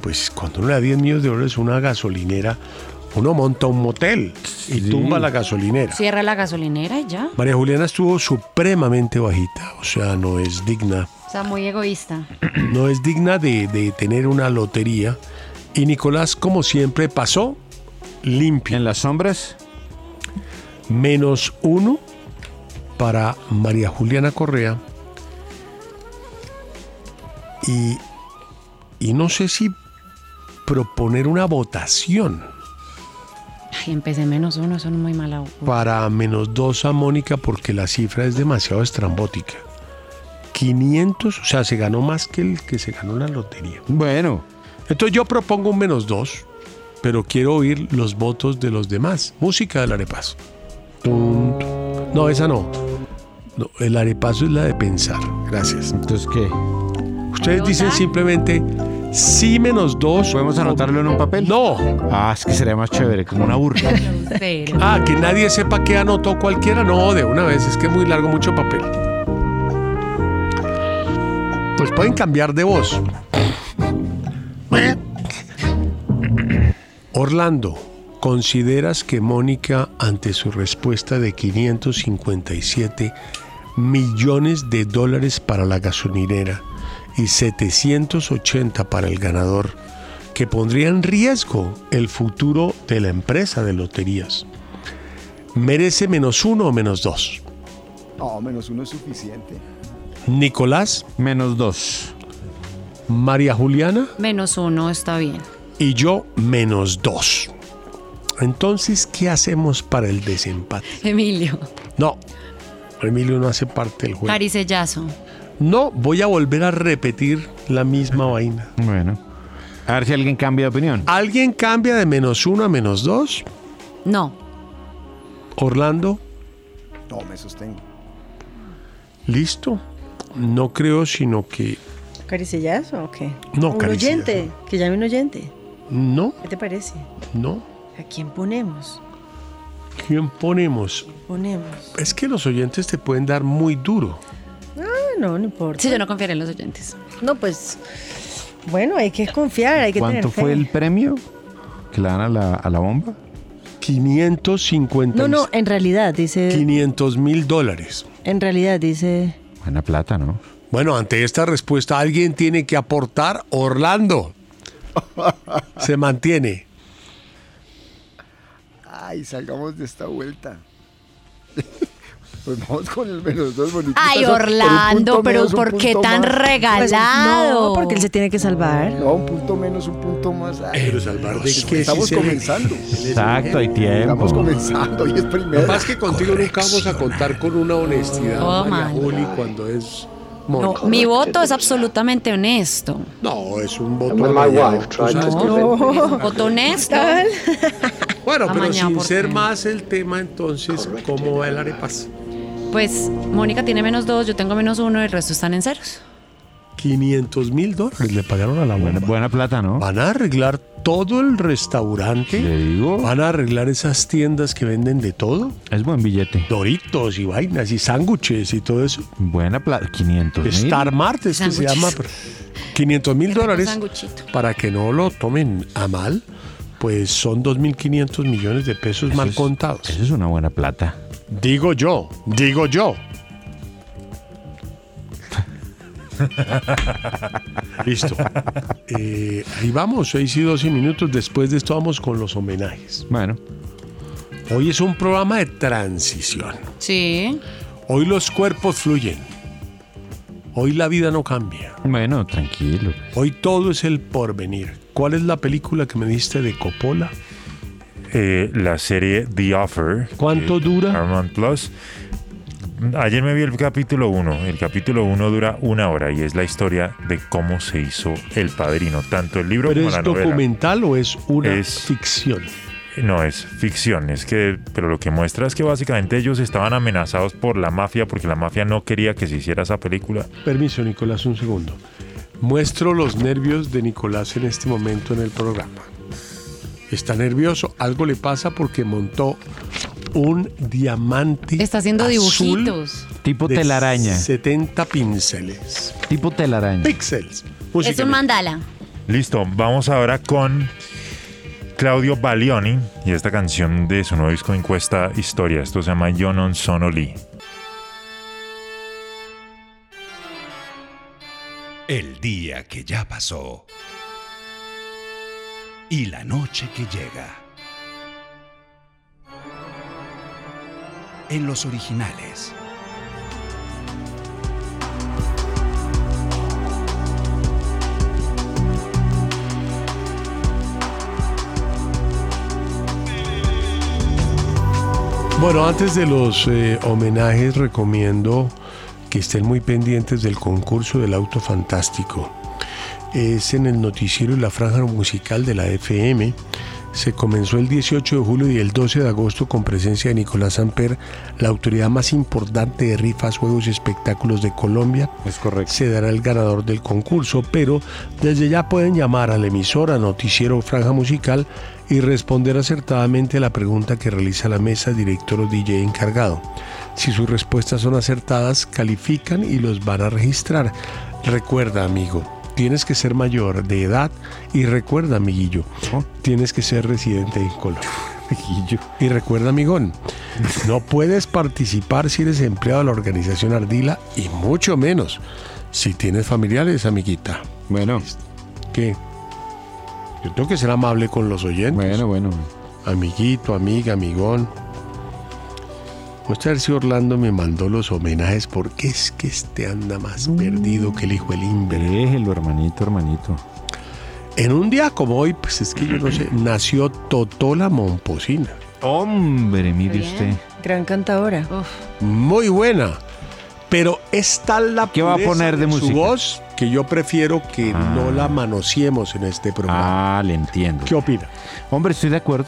S5: Pues cuando uno le da 10 millones de dólares a una gasolinera, uno monta un motel y tumba la gasolinera.
S7: Cierra la gasolinera y ya.
S5: María Juliana estuvo supremamente bajita, o sea, no es digna.
S7: O sea, muy egoísta.
S5: No es digna de, de tener una lotería. Y Nicolás, como siempre, pasó limpio.
S6: ¿En las sombras?
S5: Menos uno para María Juliana Correa. Y, y no sé si proponer una votación
S7: Ay, empecé menos uno, eso no es muy mala.
S5: para menos dos a Mónica porque la cifra es demasiado estrambótica. 500, o sea, se ganó más que el que se ganó la lotería.
S6: Bueno.
S5: Entonces yo propongo un menos dos, pero quiero oír los votos de los demás. Música del arepaso. Tun, tun. No, esa no. No, el arepaso es la de pensar. Gracias.
S6: Entonces, ¿qué?
S5: Ustedes dicen simplemente sí menos dos.
S6: ¿Podemos anotarlo en un papel?
S5: No.
S6: Ah, es que sería más chévere, como una burla.
S5: Ah, que nadie sepa qué anotó cualquiera. No, de una vez, es que es muy largo, mucho papel. Pues pueden cambiar de voz. Orlando, ¿consideras que Mónica, ante su respuesta de 557 millones de dólares para la gasolinera y 780 para el ganador, que pondría en riesgo el futuro de la empresa de loterías, merece menos uno o menos dos?
S17: No, menos uno es suficiente.
S5: Nicolás.
S6: Menos dos.
S5: María Juliana.
S7: Menos uno está bien.
S5: y yo menos 2. Entonces, ¿qué hacemos para el desempate?
S7: Emilio,
S5: No, Emilio no hace parte del juego.
S7: caricellazo.
S5: No, voy a volver a repetir la misma vaina.
S6: Bueno. A ver si alguien cambia de opinión.
S5: ¿Alguien cambia de menos 1 a menos 2?
S7: No.
S5: Orlando,
S17: No, me sostengo.
S5: listo. No creo, sino que
S8: ¿Caricellazo o qué?
S5: No,
S8: Un
S5: caricellazo.
S8: oyente, que llame un oyente.
S5: no,
S8: ¿Qué te parece?
S5: no.
S8: ¿A quién ponemos?
S5: ¿Quién ponemos?
S8: Ponemos.
S5: Es que los oyentes te pueden dar muy duro.
S8: Ah, no, no importa.
S7: Sí, yo no confiaré en los oyentes.
S8: No, pues. Bueno, hay que confiar, hay que tener
S6: ¿Cuánto
S8: fe.
S6: fue el premio que le dan a la, a la bomba?
S5: 550
S8: No, no, en realidad dice.
S5: 500 mil dólares.
S8: En realidad dice.
S6: Buena plata, ¿no?
S5: Bueno, ante esta respuesta alguien tiene que aportar. Orlando se mantiene.
S17: Ay, salgamos de esta vuelta. Pues vamos con el menos dos, Moniquita.
S7: Ay,
S17: Eso, por un
S7: Orlando,
S17: punto
S7: pero
S17: menos, un
S7: ¿por qué
S17: punto
S7: tan
S17: más. Pues,
S7: regalado?
S8: pues, No, porque él se tiene que salvar.
S17: No, un punto menos, un punto más. Ay, pues,
S5: Pero salvar de qué,
S17: estamos
S5: si se-
S17: comenzando.
S6: Exacto, hay
S17: Estamos
S6: tiempo.
S17: comenzando y es primero.
S5: Lo que pasa es que contigo nunca vamos a contar con una honestidad,
S7: Oh,
S5: María
S7: man.
S5: Juli, cuando es
S7: No, mi voto es absolutamente honesto.
S5: No, es un voto.
S20: when my
S5: amañado,
S20: wife
S5: tú
S20: tried to
S5: sabes.
S7: No, es un voto honesto.
S5: Bueno, pero
S7: Amañado,
S5: sin
S7: ¿por
S5: ser
S7: qué?
S5: más el tema, entonces, ¿cómo va el arepas?
S7: Pues Mónica tiene menos dos, yo tengo menos uno, el resto están en ceros.
S5: 500 mil dólares Pues le pagaron a la buena,
S6: buena plata, ¿no?
S5: Van a arreglar todo el restaurante. Van a arreglar esas tiendas que venden de todo.
S6: Es buen billete.
S5: Doritos y vainas y sándwiches y todo eso.
S6: Buena plata, 500 mil.
S5: Star Mart es que se
S6: Sándwiches.
S5: llama. pero 500 mil
S7: rico
S5: dólares.
S7: sanguchito.
S5: Para que no lo tomen a mal, pues son 2.500 millones de pesos mal contados. Eso
S6: es una buena plata.
S5: Digo yo, digo yo. Listo. Eh, ahí vamos, 6 y 12 minutos. Después de esto vamos con los homenajes.
S6: Bueno.
S5: Hoy es un programa de transición.
S7: Sí.
S5: Hoy los cuerpos fluyen. Hoy la vida no cambia.
S6: Bueno, tranquilo.
S5: Hoy todo es el porvenir. ¿Cuál es la película que me diste de Coppola?
S9: eh, la serie The Offer. ¿Cuánto dura? Paramount Plus. Ayer me vi el capítulo 1. El capítulo 1 dura una hora y es la historia de cómo se hizo El Padrino, tanto el libro
S5: ¿Pero
S9: como la
S5: es
S9: novela.
S5: documental o es una
S9: Es-
S5: ficción?
S9: No, es ficción, es que, pero lo que muestra es que básicamente ellos estaban amenazados por la mafia porque la mafia no quería que se hiciera esa película.
S5: Permiso, Nicolás, un segundo. Muestro los nervios de Nicolás en este momento en el programa. Está nervioso, algo le pasa porque montó un diamante. Está
S7: haciendo
S5: azul
S7: dibujitos.
S6: Tipo telaraña.
S5: 70 pinceles.
S6: Tipo telaraña.
S5: Píxeles.
S7: Es un mandala.
S9: Listo, vamos ahora con Claudio Baglioni y esta canción de su nuevo disco Encuesta Historia. Esto se llama Yo non sono lì.
S3: El día que ya pasó. Y la noche que llega. En los originales.
S5: Bueno, antes de los eh, homenajes recomiendo que estén muy pendientes del concurso del auto fantástico. Es en el noticiero y la franja musical de la FM. Se comenzó el 18 de julio y el 12 de agosto con presencia de Nicolás Samper, la autoridad más importante de rifas, juegos y espectáculos de Colombia.
S6: Es correcto.
S5: Se dará el ganador del concurso, pero desde ya pueden llamar a la emisora Noticiero Franja Musical y responder acertadamente a la pregunta que realiza la mesa director o DJ encargado. Si sus respuestas son acertadas, califican y los van a registrar. Recuerda, amigo, tienes que ser mayor de edad y recuerda, amiguillo, tienes que ser residente en Colombia. Y recuerda, amigón, no puedes participar si eres empleado de la organización Ardila y mucho menos si tienes familiares, amiguita.
S6: Bueno.
S5: ¿Qué? Yo tengo que ser amable con los oyentes. Bueno,
S6: bueno.
S5: Amiguito, amiga, amigón. Vamos a ver si Orlando me mandó los homenajes porque es que este anda más perdido que el hijo del Inver.
S6: Mm. Déjelo, hermanito, hermanito.
S5: En un día como hoy, pues es que yo no sé, nació Totola Momposina.
S6: Hombre,
S5: Oh,
S6: mire
S8: Bien. Gran cantadora.
S5: Muy buena. Pero es tal la
S6: ¿Qué va a
S5: pureza
S6: poner de
S5: su
S6: música?
S5: voz que yo prefiero que no la manoseemos en este programa.
S6: Ah, le entiendo.
S5: ¿Qué opina?
S6: Hombre, estoy de acuerdo.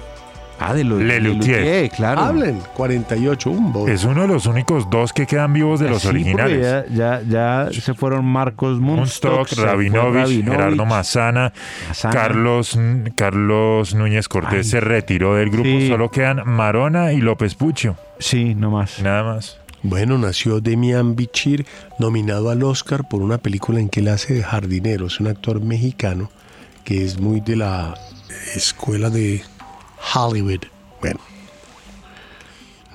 S6: Ah, de los
S9: Le Luthier.
S6: claro.
S5: Hablen, 48, un voto.
S9: Es uno de los únicos dos que quedan vivos de los
S6: Sí, porque
S9: originales.
S6: Ya, ya, ya se fueron Marcos Munstock,
S9: Munstock,
S6: se fue
S9: Rabinovich,
S6: Rabinovich.
S9: Gerardo Mazana, Carlos, Carlos Núñez Cortés
S6: Ay.
S9: se retiró del grupo. Solo quedan Marona y López Pucho.
S6: Sí, no más.
S9: Nada más.
S5: Bueno, nació Demian Bichir, nominado al Oscar por una película en que él hace de jardinero. Es un actor mexicano que es muy de la escuela de Hollywood. Bueno,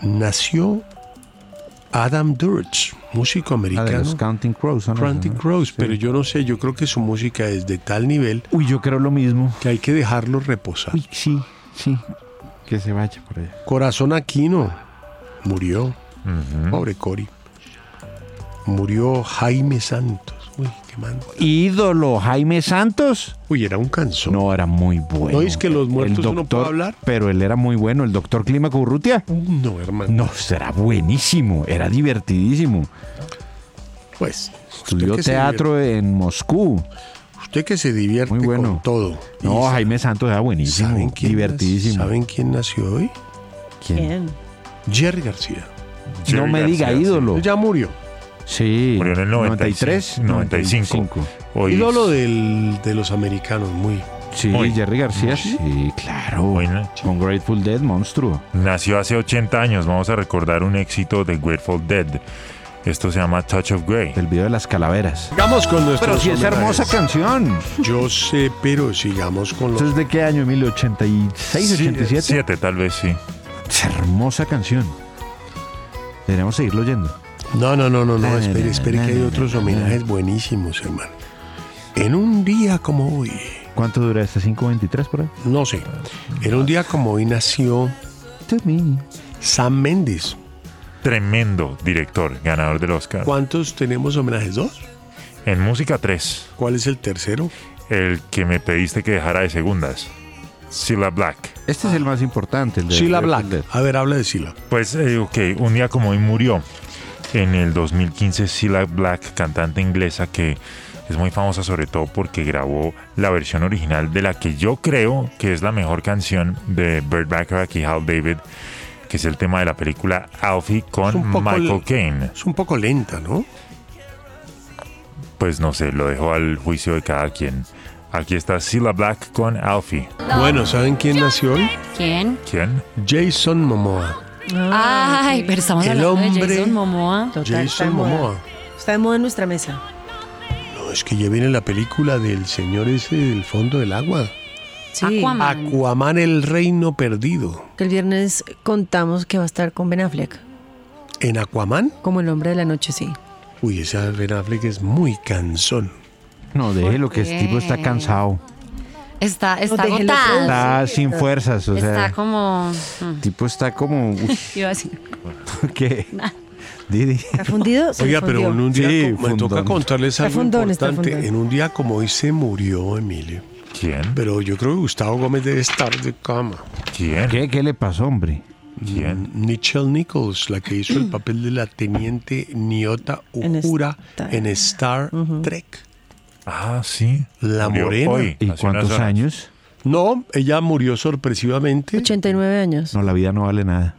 S5: nació Adam Duritz, músico americano.
S6: Ah, los Counting Crows, ¿no?
S5: Counting Crows, pero yo no sé, yo creo que su música es de tal nivel.
S6: Uy, yo creo lo mismo.
S5: Que hay que dejarlo reposar.
S6: Uy, sí, sí. Que se vaya por allá.
S5: Corazón Aquino murió. Pobre Cori. Murió Jaime Santos. Uy, qué man.
S6: Ídolo, Jaime Santos.
S5: Uy, era un canso.
S6: No, era muy bueno.
S5: ¿No es que los muertos
S6: El
S5: uno
S6: doctor,
S5: puede hablar?
S6: Pero él era muy bueno, el doctor Clímaco Urrutia.
S5: No, hermano.
S6: No, será buenísimo, era divertidísimo.
S5: Pues.
S6: Estudió
S5: que se
S6: teatro en Moscú.
S5: Usted que se divierte con todo.
S6: No, Jaime Santos era buenísimo,
S5: ¿Saben quién
S6: divertidísimo.
S5: ¿Saben quién nació hoy?
S6: ¿Quién?
S5: Jerry García.
S6: no me diga ídolo.
S5: Ya murió.
S6: Sí.
S9: Murió en el 93, 95. Hoy,
S5: Ídolo del- de los americanos, muy.
S6: Sí,
S9: Muy.
S6: Jerry García, sí, claro. Con Grateful Dead, monstruo.
S9: Nació hace 80 años. Vamos a recordar un éxito de Grateful Dead. Esto se llama Touch of Grey.
S6: El video de las calaveras.
S5: Sigamos con nuestros
S6: Pero si es
S5: homenajes.
S6: hermosa canción.
S5: Yo sé, pero sigamos con los.
S6: ¿Entonces de qué año? ¿1086, 87?
S9: 7, tal vez sí.
S6: Es hermosa canción. Deberíamos seguirlo oyendo.
S5: No, no, no, no, no, espere, espere que hay otros homenajes buenísimos, hermano. En un día como hoy,
S6: ¿Cuánto dura este 523 por ahí?
S5: no sé, en un día como hoy nació Sam Mendes.
S9: Tremendo director, ganador del Oscar.
S5: ¿Cuántos tenemos homenajes? ¿Dos?
S9: En música 3.
S5: ¿Cuál es el tercero?
S9: El que me pediste que dejara de segundas. Silla Black.
S6: Este es el más importante. El de
S5: Sheila
S6: Grateful
S5: Black.
S6: Dead.
S5: A ver, habla de Sheila.
S9: Pues, eh, ok, un día como hoy murió en el 2015 Cilla Black, cantante inglesa que es muy famosa sobre todo porque grabó la versión original de la que yo creo que es la mejor canción de Burt Bacharach y Hal David, que es el tema de la película Alfie con
S5: un poco
S9: Michael
S5: le-
S9: Caine.
S5: Es un poco lenta, ¿no?
S9: Pues no sé, lo dejo al juicio de cada quien. Aquí está Cilla Black con Alfie.
S5: Bueno, ¿saben quién nació hoy?
S7: ¿Quién?
S9: ¿Quién?
S5: Jason Momoa.
S7: Ay, pero estamos
S5: El
S7: hablando de
S5: hombre-
S7: Jason Momoa.
S5: Jason Momoa.
S8: Está de moda en nuestra mesa.
S5: No, es que ya viene la película del señor ese del fondo del agua.
S8: Sí. Aquaman.
S5: Aquaman, el reino perdido.
S8: Que el viernes contamos que va a estar con Ben Affleck,
S5: ¿En Aquaman?
S8: como el hombre de la noche, sí.
S5: Uy, esa Ben Affleck es muy cansón.
S6: No, déjelo que este tipo está cansado.
S7: Está, está
S8: No, déjelo
S7: agotada.
S6: Está sin fuerzas, o
S7: Está
S6: sea.
S7: como. mm.
S6: El tipo está como. Uf,
S7: Iba a decir,
S6: ¿Qué? Didi.
S8: ¿Está fundido? Se
S5: Oiga, pero
S8: fundió.
S5: en un día
S6: Sí,
S5: como- me toca
S6: fundón.
S5: contarles
S8: Está
S5: algo
S8: fundón, está
S5: importante.
S8: fundón.
S5: En un día como hoy se murió Emilio.
S9: ¿Quién?
S5: Pero yo creo que Gustavo Gómez debe estar de cama.
S9: ¿Quién?
S6: ¿Qué, qué le pasó, hombre?
S9: ¿Quién?
S5: Nichelle Nichols, la que hizo el papel de la teniente Niota Uhura en Star Trek.
S9: Ah, sí.
S5: La
S9: Murió
S5: morena.
S9: hoy,
S6: ¿Y
S9: hace
S6: cuántos
S9: unas horas.
S6: años?
S5: No, ella murió sorpresivamente.
S8: 89 años.
S6: No, la vida no vale nada.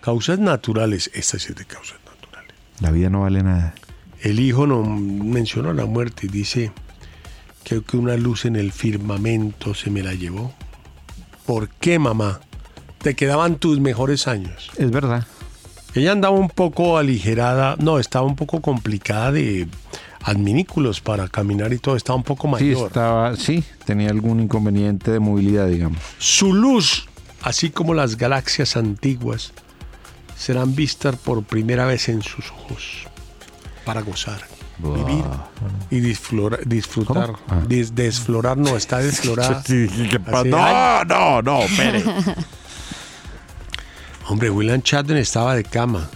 S5: Causas naturales. Esta sí es de causas naturales.
S6: La vida no vale nada.
S5: El hijo no menciona la muerte y dice, creo que una luz en el firmamento se me la llevó. ¿Por qué, mamá? Te quedaban tus mejores años.
S6: Es verdad.
S5: Ella andaba un poco aligerada, no, estaba un poco complicada de adminículos para caminar y todo, estaba un poco
S6: Sí,
S5: mayor.
S6: estaba, sí, tenía algún inconveniente de movilidad, digamos.
S5: Su luz, así como las galaxias antiguas, serán vistas por primera vez en sus ojos para gozar, vivir y disflora- disfrutar. Des- desflorar no, está desflorada.
S6: Ah. Sí, sí, que pa-
S5: Hace
S6: no,
S5: años.
S6: no, no, espere.
S5: Hombre, William Chadden estaba de cama.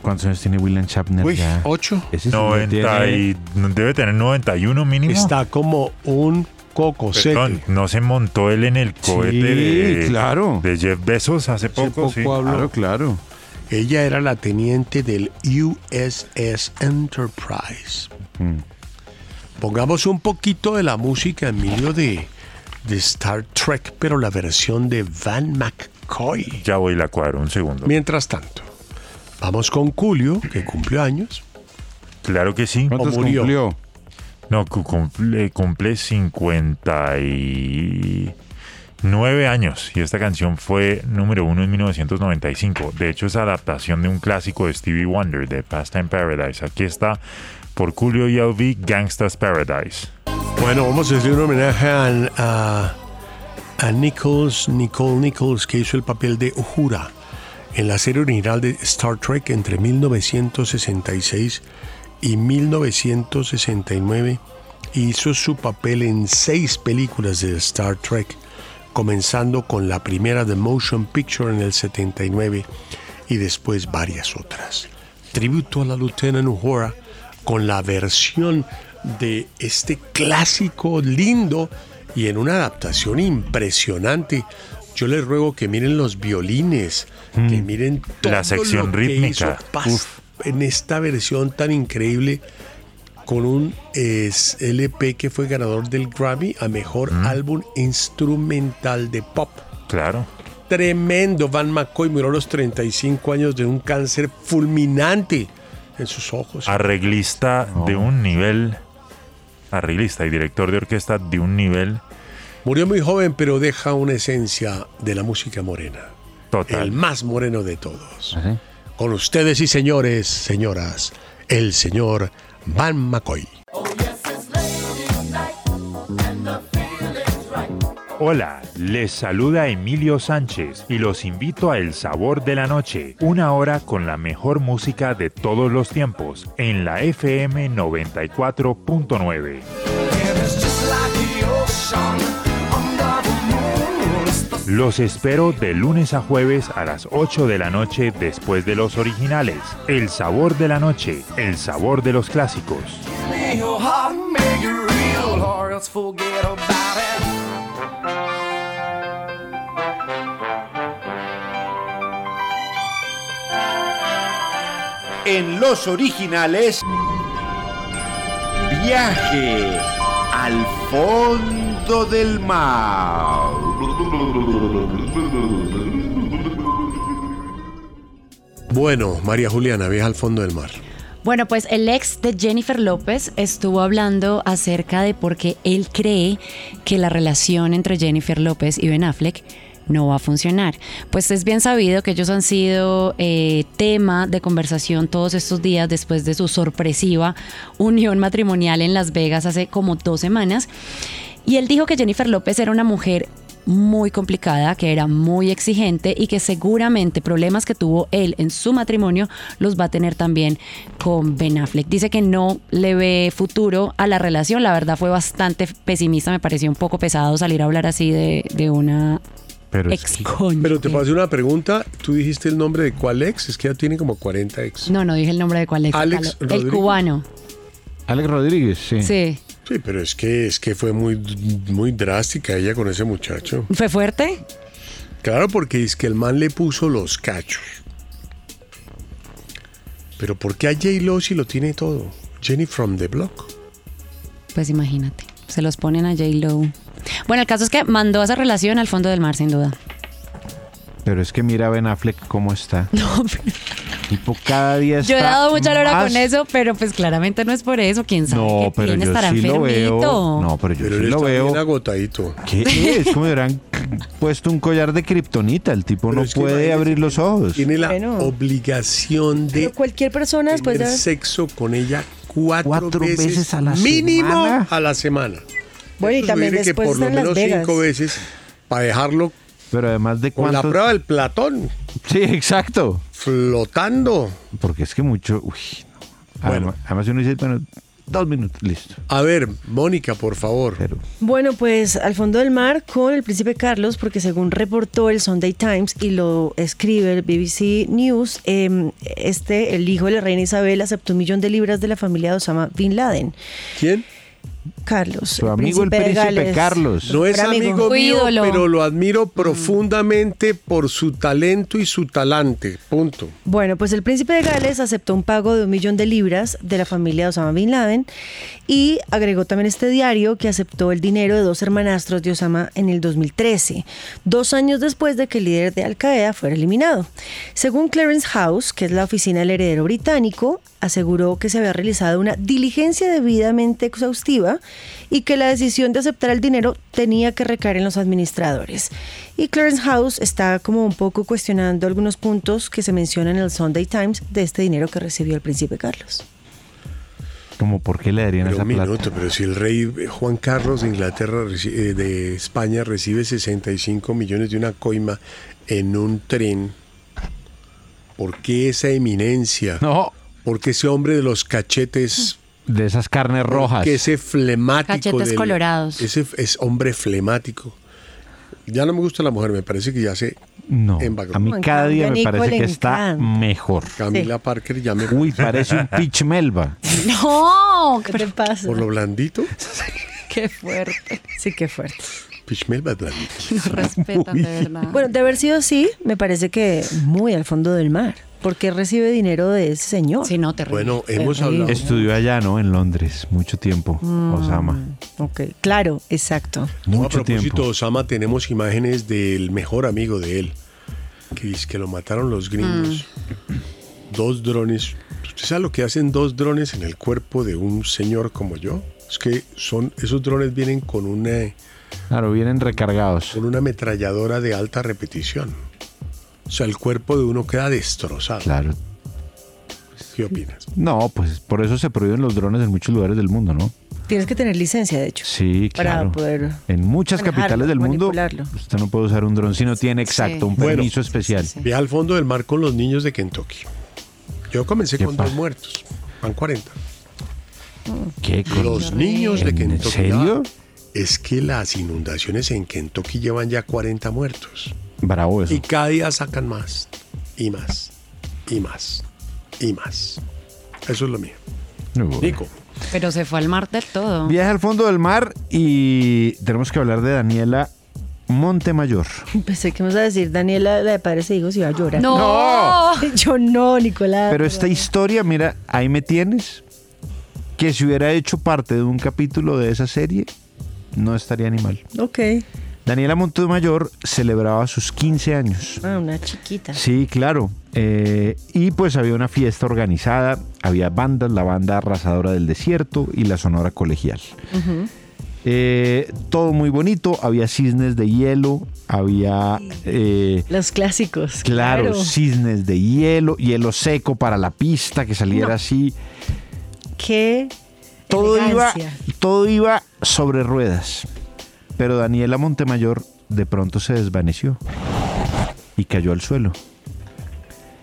S6: ¿Cuántos años tiene William Shatner?
S5: Uy,
S6: ya?
S5: ocho.
S6: Ese señor
S9: 90
S6: tiene-
S9: y- debe tener 91 mínimo.
S5: Está como un coco seco.
S9: Perdón, no se montó él en el cohete de,
S6: claro.
S9: de Jeff Bezos hace poco. sí.
S6: Claro, claro.
S5: Ella era la teniente del USS
S6: Mm.
S5: Enterprise. Pongamos un poquito de la música, Emilio, de de Star Trek, pero la versión de Van McCoy.
S9: Ya voy la cuadro, un segundo.
S5: Mientras tanto, vamos con Julio, que cumplió años.
S9: Claro que sí.
S5: ¿Cuántos O murió. cumplió?
S9: No, cu- cumple, cumple 59 años y esta canción fue número uno en 1995. De hecho, es adaptación de un clásico de Stevie Wonder, de Pastime Paradise. Aquí está por Julio y LV, Gangsta's Paradise.
S5: Bueno, vamos a hacerle un homenaje a, a- a Nichols, Nicole Nichols, que hizo el papel de Uhura en la serie original de Star Trek entre 1966 y 1969. y Hizo su papel en seis películas de Star Trek, comenzando con la primera de Motion Picture en el 79 y después varias otras. Tributo a la Lieutenant Uhura con la versión de este clásico lindo y en una adaptación impresionante. Yo les ruego que miren los violines, que miren todo
S9: Mm, La sección
S5: lo que
S9: rítmica.
S5: hizo Paz en esta versión tan increíble con un es, LP que fue ganador del Grammy a mejor álbum instrumental de pop.
S9: Claro.
S5: Tremendo, Van McCoy murió a los 35 años de un cáncer fulminante en sus ojos.
S9: arreglista de un nivel, arreglista y director de orquesta de un nivel
S5: Murió muy joven, pero deja una esencia de la música morena.
S9: Total.
S5: El más moreno de todos. Con ustedes y señores, señoras, el señor Van McCoy.
S9: Hola, les saluda Emilio Sánchez y los invito a El Sabor de la Noche, una hora con la mejor música de todos los tiempos en la FM 94.9. Los espero de lunes a jueves a las 8 de la noche después de los originales. El Sabor de la Noche, el sabor de los clásicos.
S4: Make your heart make it real, or else forget about it.
S12: En los originales, viaje al fondo del mar.
S5: Bueno, María Juliana, viaja al fondo del mar.
S7: Bueno, pues el ex de Jennifer López estuvo hablando acerca de por qué él cree que la relación entre Jennifer López y Ben Affleck no va a funcionar. Pues es bien sabido que ellos han sido eh, tema de conversación todos estos días después de su sorpresiva unión matrimonial en Las Vegas hace como dos semanas. Y él dijo que Jennifer López era una mujer muy complicada, que era muy exigente y que seguramente problemas que tuvo él en su matrimonio los va a tener también con Ben Affleck. Dice que no le ve futuro a la relación, la verdad fue bastante pesimista, me pareció un poco pesado salir a hablar así de, de una... ex cónyuge.
S5: Pero te puedo hacer una pregunta. Tú dijiste el nombre de cuál ex. Es que ya tiene como 40 ex.
S7: No, no dije el nombre de cuál es.
S5: Alex
S7: el
S5: Rodríguez.
S7: cubano.
S5: Alex Rodríguez, sí.
S7: Sí.
S5: Sí, pero es que, es que fue muy, muy drástica ella con ese muchacho.
S7: ¿Fue fuerte?
S5: Claro, porque es que el man le puso los cachos. Pero ¿por qué a J-Lo si lo tiene todo? Jenny from the Block.
S7: Pues imagínate, se los ponen a J-Lo. Bueno, el caso es que mandó a esa relación al fondo del mar, sin duda.
S6: Pero es que mira a Ben Affleck cómo está. No, Tipo, cada día está
S7: Yo he dado mucha lora
S6: más-
S7: con eso, pero pues claramente no es por eso. ¿Quién sabe
S6: No,
S7: qué
S6: pero
S7: tiene?
S6: yo
S7: Estará
S6: sí lo
S7: enfermito.
S6: veo. No, pero yo
S5: Pero
S6: sí
S5: él
S6: lo
S5: está
S6: veo.
S5: bien agotadito.
S6: ¿Qué es? Como le habrán puesto un collar de kriptonita. El tipo no
S5: es que
S6: puede
S5: imagínese
S6: abrir los ojos.
S5: Tiene la obligación de
S8: Pero cualquier persona después de
S5: tener
S8: haber-
S5: sexo con ella cuatro,
S8: Cuatro
S5: veces,
S8: veces a la
S5: mínimo
S8: semana.
S5: a la semana.
S8: Bueno, y
S5: Eso
S8: también
S5: sugiere que
S8: después
S5: por lo
S8: están Las
S5: menos
S8: Vegas.
S5: cinco veces para dejarlo.
S6: Pero además de
S5: con la
S6: cuántos-
S5: prueba del Platón.
S6: Sí, exacto.
S5: Flotando.
S6: Porque es que mucho. Uy, no. Además, además uno dice, bueno, dos minutos, listo.
S5: A ver, Mónica, por favor.
S8: Bueno, pues al fondo del mar con el príncipe Carlos, porque según reportó el Sunday Times y lo escribe el BBC News, eh, este, el hijo de la reina Isabel, aceptó un millón de libras de la familia de Osama Bin Laden.
S5: ¿Quién?
S8: Carlos.
S6: Su amigo el príncipe Carlos.
S5: No es
S8: Pero amigo.
S5: amigo
S8: Tu
S5: mío,
S8: ídolo. Mm.
S5: pero lo admiro profundamente por su talento y su talante. Punto.
S8: Bueno, pues el príncipe de Gales aceptó un pago de un millón de libras de la familia de Osama Bin Laden y agregó también este diario que aceptó el dinero de dos hermanastros de Osama en el 2013, dos años después de que el líder de Al Qaeda fuera eliminado. Según Clarence House, que es la oficina del heredero británico, aseguró que se había realizado una diligencia debidamente exhaustiva y que la decisión de aceptar el dinero tenía que recaer en los administradores. Y Clarence House está como un poco cuestionando algunos puntos que se mencionan en el Sunday Times de este dinero que recibió el príncipe Carlos.
S6: Como por qué le darían
S5: Pero
S6: esa
S5: un
S6: plata.
S5: minuto, pero si el rey eh, Juan Carlos de Inglaterra, reci- eh, de España, recibe 65 millones de una coima en un tren, ¿por qué esa eminencia?
S6: No.
S5: ¿Por qué ese hombre de los cachetes
S6: De esas carnes rojas.
S5: Que ese flemático.
S7: Cachetes colorados.
S5: Ese f- es hombre flemático. Ya no me gusta la mujer, me parece que ya se
S6: No.
S5: embagró.
S6: A mí cada día me parece que está mejor.
S5: Camila Parker ya me.
S6: Uy, parece un pitch melba.
S7: No, ¿qué te pasa?
S5: Por lo blandito.
S7: Qué fuerte.
S8: Sí, qué fuerte.
S5: Pichmel va blandito.
S7: Respetan, de verdad.
S8: Bueno, de haber sido así, me parece que muy al fondo del mar. porque recibe dinero de ese señor? Sí,
S7: no, te
S5: Bueno, hemos hablado.
S6: Estudió allá, ¿no? En Londres, mucho tiempo,
S8: Mm.
S6: Osama.
S8: Ok, claro, exacto.
S5: No, a
S6: Mucho
S5: propósito,
S6: tiempo.
S5: Osama, tenemos imágenes del mejor amigo de él, que dice que lo mataron los gringos. Dos drones. ¿Usted sabe lo que hacen dos drones en el cuerpo de un señor como yo? Es que son esos drones vienen con una,
S6: Claro, vienen recargados.
S5: con una ametralladora de alta repetición. O sea, el cuerpo de uno queda destrozado.
S6: Claro.
S5: ¿Qué opinas?
S6: No, pues por eso se prohíben los drones en muchos lugares del mundo, ¿no?
S8: Tienes que tener licencia, de hecho.
S6: Sí,
S8: Para
S6: claro.
S8: poder
S6: en muchas
S8: manejarlo,
S6: capitales del mundo,
S8: manipularlo.
S6: usted no puede usar un dron si no tiene exacto un
S5: Bueno.
S6: permiso especial.
S5: Ve al fondo del mar con los niños de Kentucky. Yo comencé
S6: ¿Qué
S5: con dos
S6: pasa?
S5: muertos. Van 40.
S6: ¿Qué cosa?
S5: Los niños de
S6: ¿En
S5: Kentucky.
S6: serio?
S5: Es que las inundaciones en Kentucky llevan ya 40 muertos.
S6: Bravo Oh, eso.
S5: Y cada día sacan más. Y más. Y más. Y más. Eso es lo mío. Nico.
S7: Pero se fue al mar del todo.
S6: Viaje al fondo del mar y tenemos que hablar de Daniela Montemayor.
S8: Pensé que me ibas a decir, Daniela, la de padres e hijos, iba a llorar.
S7: ¡No! ¡No!
S8: Yo no, Nicolás.
S6: Pero este esta historia, mira, ahí me tienes. Que si hubiera hecho parte de un capítulo de esa serie, no estaría ni mal.
S8: Ok.
S6: Daniela Montemayor celebraba sus 15 años.
S8: Ah, una chiquita.
S6: Sí, claro. Eh, y pues había una fiesta organizada, había bandas, la banda arrasadora del desierto y la sonora colegial. Eh, todo muy bonito, había cisnes de hielo, había... eh,
S8: Los clásicos.
S6: claro, cisnes de hielo, hielo seco para la pista que saliera
S8: No.
S6: así.
S8: Qué
S6: Todo iba,
S8: elegancia.
S6: todo iba sobre ruedas. Pero Daniela Montemayor de pronto se desvaneció y cayó al suelo.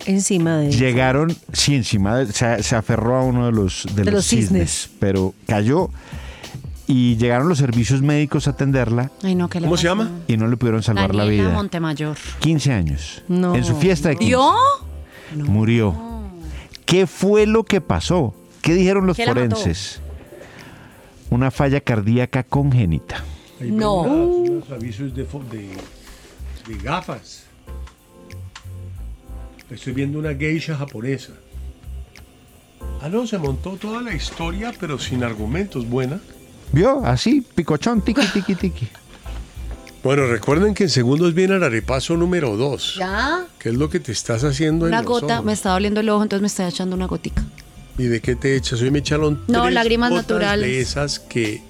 S8: Encima de...
S6: Llegaron, sí, encima, de- se, se aferró a uno de los, de
S8: De
S6: los
S8: los
S6: cisnes,
S8: cisnes.
S6: pero cayó y llegaron los servicios médicos a atenderla
S7: Ay, no, ¿qué le pasa?
S6: y no le pudieron salvar
S7: Daniela
S6: la vida.
S7: Montemayor.
S6: 15 años.
S7: No.
S6: En su fiesta de 15.
S7: ¿Yo?
S6: Murió. ¿Qué fue lo que pasó? ¿Qué dijeron los
S7: ¿Qué la mató?
S6: forenses? Una falla cardíaca congénita.
S7: No.
S5: Los avisos de, fo- de, de gafas. Estoy viendo una geisha japonesa. Ah, no, se montó toda la historia, pero sin argumentos. Buena.
S6: ¿Vio? Así, picochón, tiqui, tiqui, tiqui.
S5: Bueno, recuerden que en segundos viene el arepaso número 2.
S7: Ya.
S5: ¿Qué es lo que te estás haciendo en
S7: Una
S5: los
S7: gota,
S5: ojos?
S7: me está doliendo el ojo, entonces me está echando una gotica.
S5: ¿Y de qué te echas? Hoy me echaron
S7: No,
S5: tres
S7: lágrimas
S5: gotas
S7: naturales.
S5: de esas que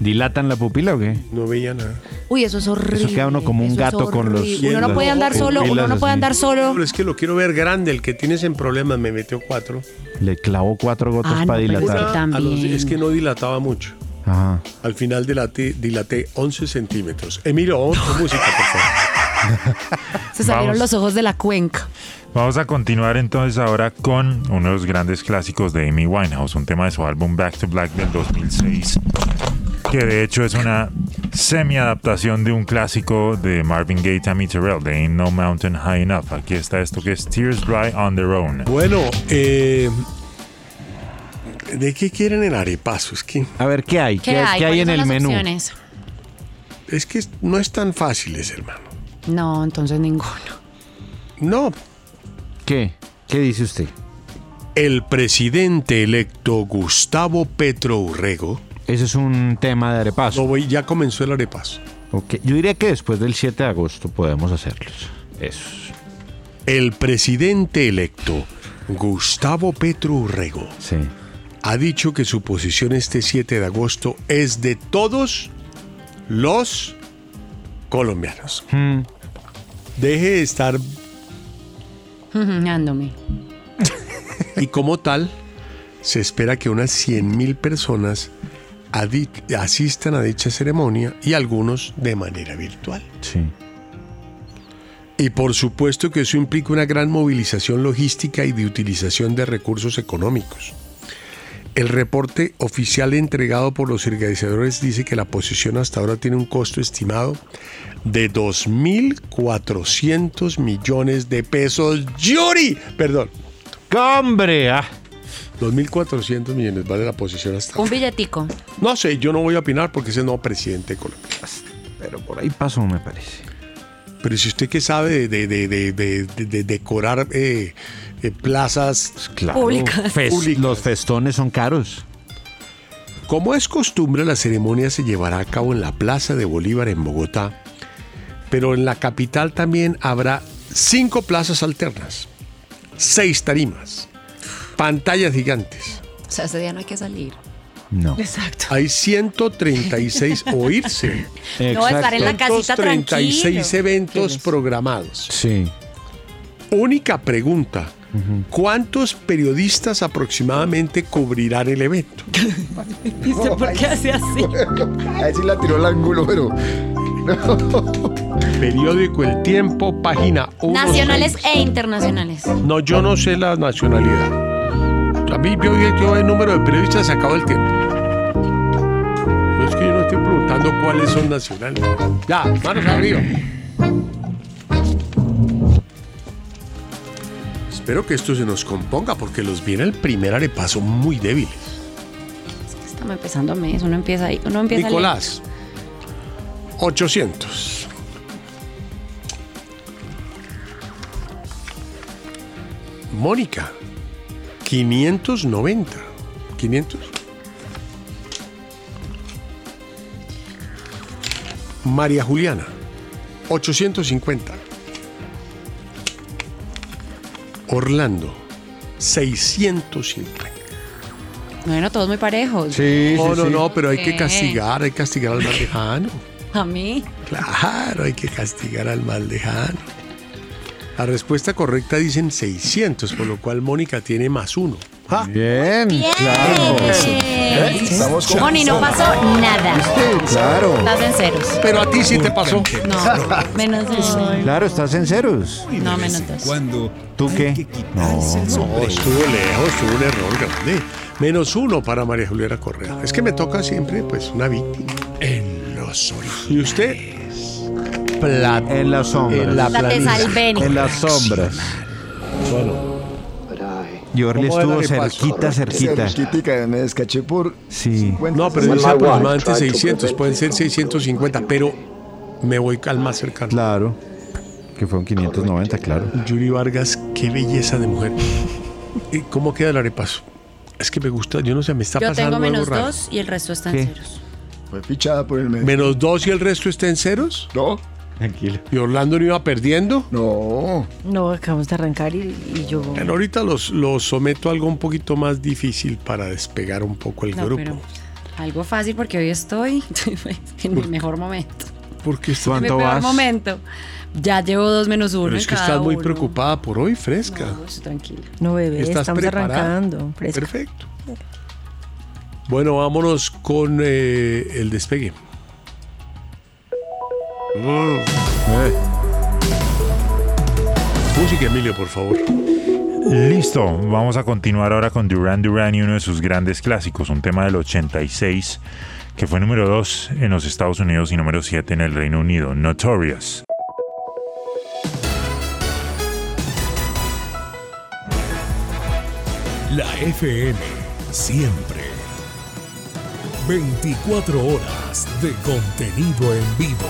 S6: ¿Dilatan la pupila o qué?
S5: no veía nada.
S7: Uy, eso es horrible.
S6: Eso queda uno como un
S7: Eso es
S6: gato con los-
S7: horrible. Uno
S6: las
S7: no puede andar solo, uno
S6: pupilas
S7: no puede
S6: así.
S7: andar solo.
S5: Pero es que lo quiero ver grande. El que tienes en problemas me metió cuatro.
S6: Le clavó cuatro gotas
S7: Ah, no,
S6: para
S7: pero es que
S6: dilatar.
S5: A los-
S7: También.
S5: es que no dilataba mucho.
S6: Ajá.
S5: Al final dilaté, dilaté 11 centímetros. Emilio, pon música, por favor.
S7: Se salieron
S9: Vamos.
S7: los ojos de la cuenca.
S9: Vamos a continuar entonces ahora con uno de los grandes clásicos de Amy Winehouse, un tema de su álbum Back to Black del 2006, que de hecho es una semi-adaptación de un clásico de Marvin Gaye, Tammy Terrell, de Ain't No Mountain High Enough. Aquí está esto que es Tears Dry on Their Own.
S5: Bueno, eh, ¿De qué quieren el arepazo? Es que...
S6: A ver, ¿qué hay?
S7: ¿Qué, hay? ¿Cuáles son las opciones?
S5: Es que no es tan fácil, ese, hermano.
S7: No, entonces ninguno.
S5: No.
S6: ¿Qué? ¿Qué dice usted?
S5: El presidente electo Gustavo Petro Urrego.
S6: Ese es un tema de arepaso.
S5: No voy, ya comenzó el arepaso.
S6: Ok, Yo diría que después del 7 de agosto podemos hacerlos. Eso.
S5: El presidente electo Gustavo Petro Urrego.
S6: Sí.
S5: Ha dicho que su posición este 7 de agosto es de todos los colombianos.
S6: Hmm.
S5: Deje de estar
S7: Ándome.
S5: y como tal, se espera que unas 100.000 personas adi- asistan a dicha ceremonia y algunos de manera virtual.
S6: Sí.
S5: Y por supuesto que eso implica una gran movilización logística y de utilización de recursos económicos. El reporte oficial entregado por los organizadores dice que la posición hasta ahora tiene un costo estimado de 2.400 millones de pesos. ¡Yuri! Perdón.
S6: ¡Hombre!
S5: 2.400 millones vale la posición hasta
S7: Un
S5: ahora.
S7: billetico.
S5: No sé, yo no voy a opinar porque ese no presidente de Colombia.
S6: Pero por ahí pasó, me parece.
S5: Pero si usted que sabe de, de- de- de- de- de decorar eh, eh, plazas
S6: Pues Claro. Fes- Los festones son caros.
S5: Como es costumbre, la ceremonia se llevará a cabo en la Plaza de Bolívar en Bogotá, pero en la capital también habrá cinco plazas alternas, seis tarimas, pantallas gigantes.
S7: O sea, ese día no hay que salir.
S6: No.
S7: Exacto.
S5: Hay 136 oírse.
S7: No, estar en la casita
S5: 136
S7: tranquilo.
S5: eventos programados.
S6: Sí.
S5: Única pregunta. ¿Cuántos periodistas aproximadamente cubrirán el evento?
S7: por qué hace así?
S17: A ver si la tiró al ángulo, pero.
S5: Periódico El Tiempo, página 1.
S7: Nacionales e internacionales.
S5: No, yo no sé la nacionalidad. A mí yo, yo el número de periodistas se acabó el tiempo. No es que yo no estoy preguntando cuáles son nacionales. Ya, manos arriba. Espero que esto se nos componga porque los viene el primer arepaso muy débiles.
S7: Estamos empezando a mes, uno empieza ahí, uno empieza
S5: Nicolás, 800. Mónica, 590. 500. María Juliana, 850. Orlando, 650.
S7: lento. Bueno, todos muy parejos.
S5: no, no, no, pero hay que
S7: Ok.
S5: castigar, hay que castigar al más lejano.
S7: A mí.
S5: Claro, hay que castigar al más lejano. La respuesta correcta dicen 600, por lo cual Mónica tiene más uno. Ah. ¡Ja!
S17: Bien, claro.
S7: Eh,
S17: Estamos con-
S7: Moni, no pasó nada.
S17: Claro.
S7: Estás en ceros.
S5: Pero a ti sí te pasó.
S7: No, menos dos.
S6: Claro, estás en ceros.
S7: No, menos dos.
S17: Cuando
S6: ¿Tú qué? No.
S5: No, estuvo lejos, tuvo un error grande. Menos uno para María Juliana Correa. Es que me toca siempre, pues, una víctima. En los orígenes. Y usted, plata.
S6: En las sombras.
S5: En la
S7: La
S5: planicie.
S7: tesalbénica.
S6: En las sombras.
S5: Bueno,
S6: Jordi
S5: ¿Cómo
S6: estuvo
S5: era que pasó?
S6: cerquita, cerquita.
S17: Cerquitica, me descaché por
S6: Sí.
S17: 50.
S5: no, pero
S17: Sí.
S5: dice aproximadamente
S17: pues,
S5: 600, pueden
S17: eh,
S5: ser 650, pero me voy al más cercano.
S6: Claro. Que fue un 590, claro.
S5: Yuri Vargas, qué belleza de mujer. ¿Y cómo queda el arepaso? Es que me gusta, yo no sé, me está
S7: Yo
S5: pasando
S7: tengo
S5: algo
S7: menos
S5: raro.
S7: dos y el resto está
S6: ¿Qué?
S7: en ceros.
S17: Fue fichada por el medio.
S5: Menos dos y el resto está en ceros.
S17: No,
S6: Tranquilo.
S5: Y Orlando no iba perdiendo.
S17: no.
S8: No, acabamos de arrancar y, y yo.
S5: Pero ahorita los, los someto a algo un poquito más difícil para despegar un poco el
S7: No,
S5: grupo.
S7: pero algo fácil porque hoy estoy en mi mejor momento.
S5: Porque está-
S7: En mi
S6: ¿Cuánto
S7: peor
S6: vas?
S7: momento. Ya llevo dos menos uno.
S5: pero
S7: en
S5: es que
S7: cada
S5: estás muy
S7: uno.
S5: preocupada por hoy, fresca.
S7: No, estoy tranquila.
S8: No, bebé,
S5: ¿Estás
S8: estamos
S5: preparada?
S8: arrancando. fresca.
S5: Perfecto. Bueno, vámonos con eh, el despegue. Mm. Música, Emilio, por favor.
S9: Listo, vamos a continuar ahora con Duran Duran y uno de sus grandes clásicos, un tema del 86 que fue número 2 en los Estados Unidos y número 7 en el Reino Unido, Notorious.
S18: La FM siempre. 24 horas de contenido en vivo.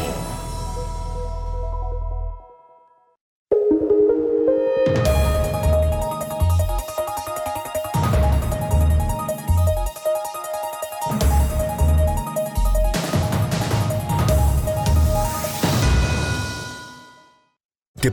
S20: ¿Te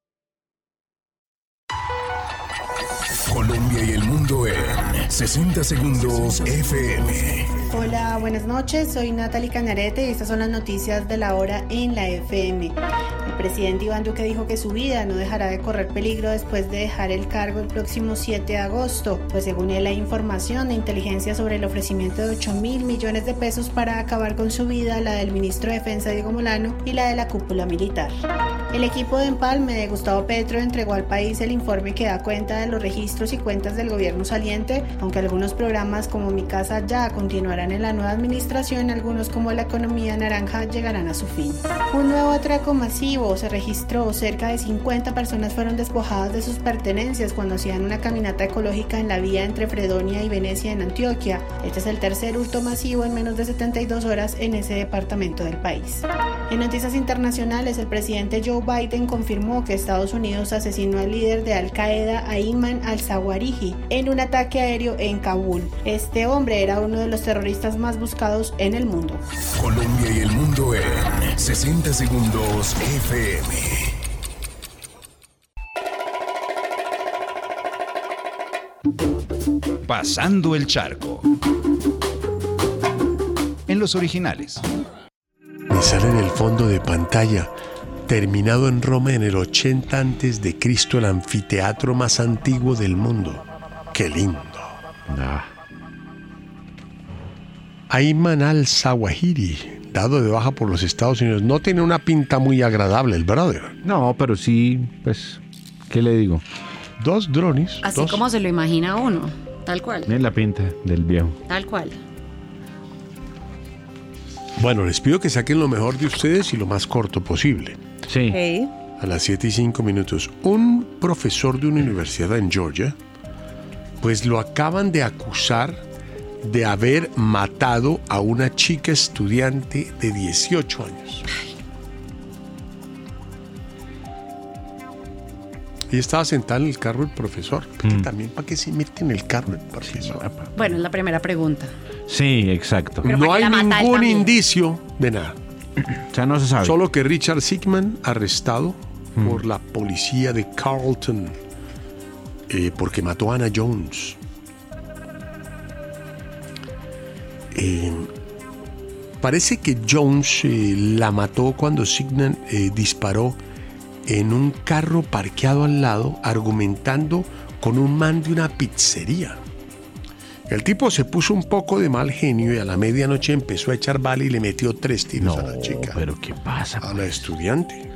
S18: Colombia y el mundo en 60 segundos FM.
S13: Hola, buenas noches. Soy Natalie Canarete y estas son las noticias de la hora en la FM. El presidente Iván Duque dijo que su vida no dejará de correr peligro después de dejar el cargo el próximo 7 de agosto, pues según él hay información de inteligencia sobre el ofrecimiento de 8 mil millones de pesos para acabar con su vida, la del ministro de Defensa Diego Molano y la de la cúpula militar. El equipo de empalme de Gustavo Petro entregó al país el informe que da cuenta de los registros y cuentas del gobierno saliente, aunque algunos programas como Mi Casa Ya continuarán en la nueva administración, algunos como la economía naranja llegarán a su fin. Un nuevo atraco masivo se registró, cerca de 50 personas fueron despojadas de sus pertenencias cuando hacían una caminata ecológica en la vía entre Fredonia y Venecia en Antioquia. Este es el tercer hurto masivo en menos de 72 horas en ese departamento del país. En noticias internacionales, el presidente Joe Biden confirmó que Estados Unidos asesinó al líder de Al Qaeda, Ayman al-Zawahiri, en un ataque aéreo en Kabul. Este hombre era uno de los terroristas más buscados en el mundo.
S18: Colombia y el mundo en 60 segundos FM.
S10: Pasando el charco. En los originales.
S5: Me sale en el fondo de pantalla. Terminado en Roma en el 80 antes de Cristo, el anfiteatro más antiguo del mundo. Qué lindo.
S6: Ah.
S5: Ayman al-Zawahiri, dado de baja por los Estados Unidos, no tiene una pinta muy agradable el brother.
S6: No, pero sí, pues, ¿qué le digo?
S5: Dos drones.
S7: Así como se lo imagina uno, tal cual,
S6: Miren la pinta del viejo.
S7: tal cual.
S5: Bueno, les pido que saquen lo mejor de ustedes y lo más corto posible.
S6: Sí.
S5: A las 7 y 5 minutos. Un profesor de una universidad en Georgia, pues lo acaban de acusar de haber matado a una chica estudiante de 18 años. Y estaba sentada en el carro el profesor. porque También para que se mete en el carro el profesor.
S7: Bueno, es la primera pregunta.
S6: Sí, exacto.
S7: Pero
S5: No
S7: ¿para qué
S5: hay
S7: la mata él
S5: ningún
S7: también?
S5: indicio de nada.
S6: O sea, no se sabe. Mm.
S5: Solo que Richard Sigman, arrestado por la policía de Carlton, eh, porque mató a Anna Jones. Eh, parece que Jones eh, la mató cuando Sigman eh, disparó en un carro parqueado al lado, argumentando con un man de una pizzería. El tipo se puso un poco de mal genio y a la medianoche empezó a echar bala y le metió tres tiros a la chica.
S6: Pero ¿qué pasa? pues?
S5: A la estudiante.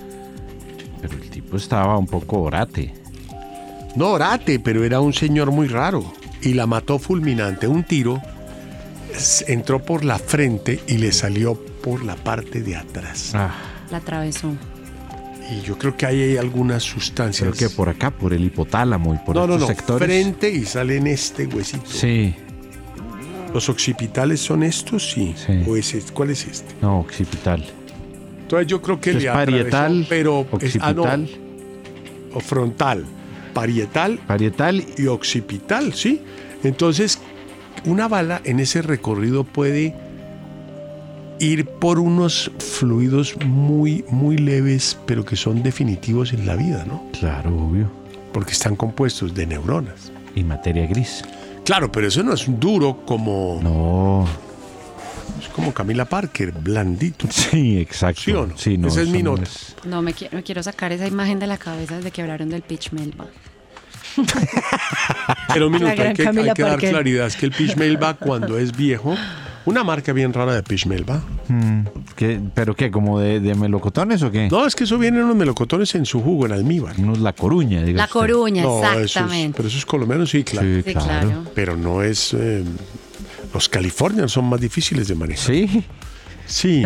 S6: Pero el tipo estaba un poco orate.
S5: No, orate, pero era un señor muy raro. Y la mató fulminante. Un tiro s- entró por la frente y le salió por la parte de atrás.
S6: Ah,
S7: La atravesó.
S5: Y yo creo que ahí hay algunas sustancias.
S6: Creo que por acá, por el hipotálamo y por
S5: no, no,
S6: estos
S5: no.
S6: sectores.
S5: Frente y sale en este huesito.
S6: Sí,
S5: ¿Los occipitales son estos? Sí. ¿O es este? ¿Cuál es este?
S6: no, occipital.
S5: Entonces yo creo que
S6: Es
S5: le atravesó,
S6: parietal,
S5: pero es- ah, no.
S6: occipital.
S5: o frontal, parietal,
S6: parietal
S5: y occipital, ¿sí? Entonces, una bala en ese recorrido puede ir por unos fluidos muy muy leves, pero que son definitivos en la vida, ¿no?
S6: Claro, obvio.
S5: Porque están compuestos de neuronas.
S6: Y materia gris.
S5: Claro, pero eso no es duro como
S6: No.
S5: es como Camila Parker, blandito.
S6: Sí, exacto.
S5: ¿Sí o no?
S6: Sí, no,
S5: Esa es
S6: eso
S5: mi
S6: no
S5: nota.
S6: es-
S7: No, me quiero, quiero sacar esa imagen de la cabeza desde que hablaron del pitch melba.
S5: Pero un
S7: La
S5: minuto, hay
S7: gran
S5: que, hay
S7: Camila
S5: que dar
S7: Parker.
S5: claridad. Es que el pitch melba cuando es viejo Una marca bien rara de Pishmelba.
S6: Mm, ¿qué- ¿Pero qué? ¿Como de, de melocotones o qué?
S5: No, es que eso viene en unos melocotones en su jugo, en almíbar.
S6: No es La Coruña, diga
S7: La
S6: usted.
S7: Coruña,
S5: eso es-
S7: exactamente.
S5: pero eso es colombiano, sí, claro.
S7: Sí, Sí, claro. claro.
S5: Pero no es. eh, los californianos son más difíciles de manejar.
S6: Sí.
S5: Sí.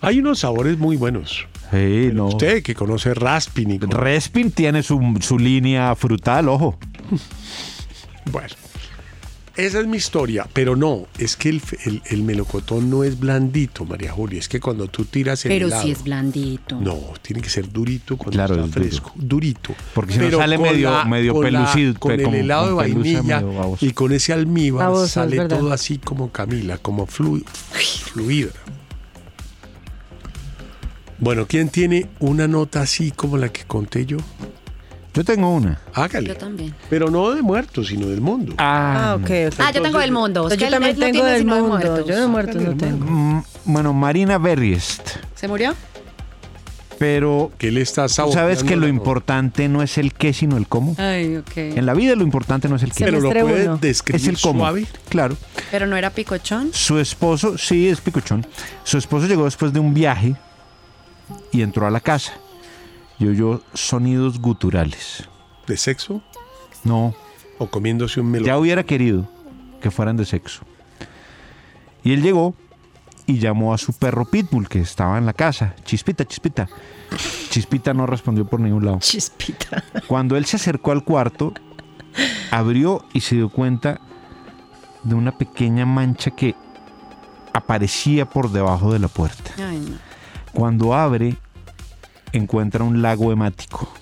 S5: Hay unos sabores muy buenos.
S6: Sí, no.
S5: Usted que conoce Raspin y.
S6: Respin tiene su, su línea frutal, ojo.
S5: Bueno. Esa es mi historia, pero no, es que el, el- el melocotón no es blandito, María Julia. Es que cuando tú tiras el
S7: Pero
S5: helado-
S7: sí es blandito.
S5: No, tiene que ser durito cuando
S6: Claro,
S5: está
S6: es duro.
S5: fresco, durito.
S6: Porque si no
S5: Pero
S6: sale
S5: con
S6: medio- medio
S5: con
S6: pelucido,
S5: con
S6: pe-
S5: el
S6: como-
S5: helado de
S6: con pelusa
S5: vainilla
S6: medio babosa.
S5: y con ese almíbar
S6: Babosa, es
S5: sale
S6: verdad.
S5: todo así como Camila, como flu- fluida. Bueno, ¿quién tiene una nota así como la que conté yo?
S6: Yo tengo una.
S5: Hágale.
S7: Yo también.
S5: Pero no de muertos, sino del mundo.
S6: Ah,
S7: Ah, yo tengo del mundo. Es que
S8: Yo
S7: él-
S8: también
S7: él no
S8: tengo
S7: tiene
S8: del
S7: sino de
S8: mundo.
S7: muertos.
S8: Yo de muertos no tengo.
S6: Mm, Bueno, Marina Berriest.
S7: ¿Se murió?
S6: Pero.
S5: Que le está
S6: Sabes que
S5: saboteando
S6: lo
S5: la-
S6: importante no es el qué, sino el cómo.
S7: Ay, ok.
S6: En la vida lo importante no es el qué.
S7: Pero lo Ah. Semestre puede uno.
S5: describir
S6: Es el cómo.
S5: suave.
S6: Claro.
S7: Pero no era picochón.
S6: Su esposo, sí, es picochón. Su esposo llegó después de un viaje y entró a la casa y oyó sonidos guturales.
S5: ¿De sexo?
S6: No.
S5: ¿O comiéndose un melón?
S6: Ya hubiera querido que fueran de sexo. Y él llegó y llamó a su perro Pitbull que estaba en la casa. Chispita, chispita. Chispita no respondió por ningún lado.
S8: Chispita.
S6: Cuando él se acercó al cuarto, abrió y se dio cuenta de una pequeña mancha que aparecía por debajo de la puerta.
S7: Ay, no.
S6: Cuando abre, encuentra un lago hemático.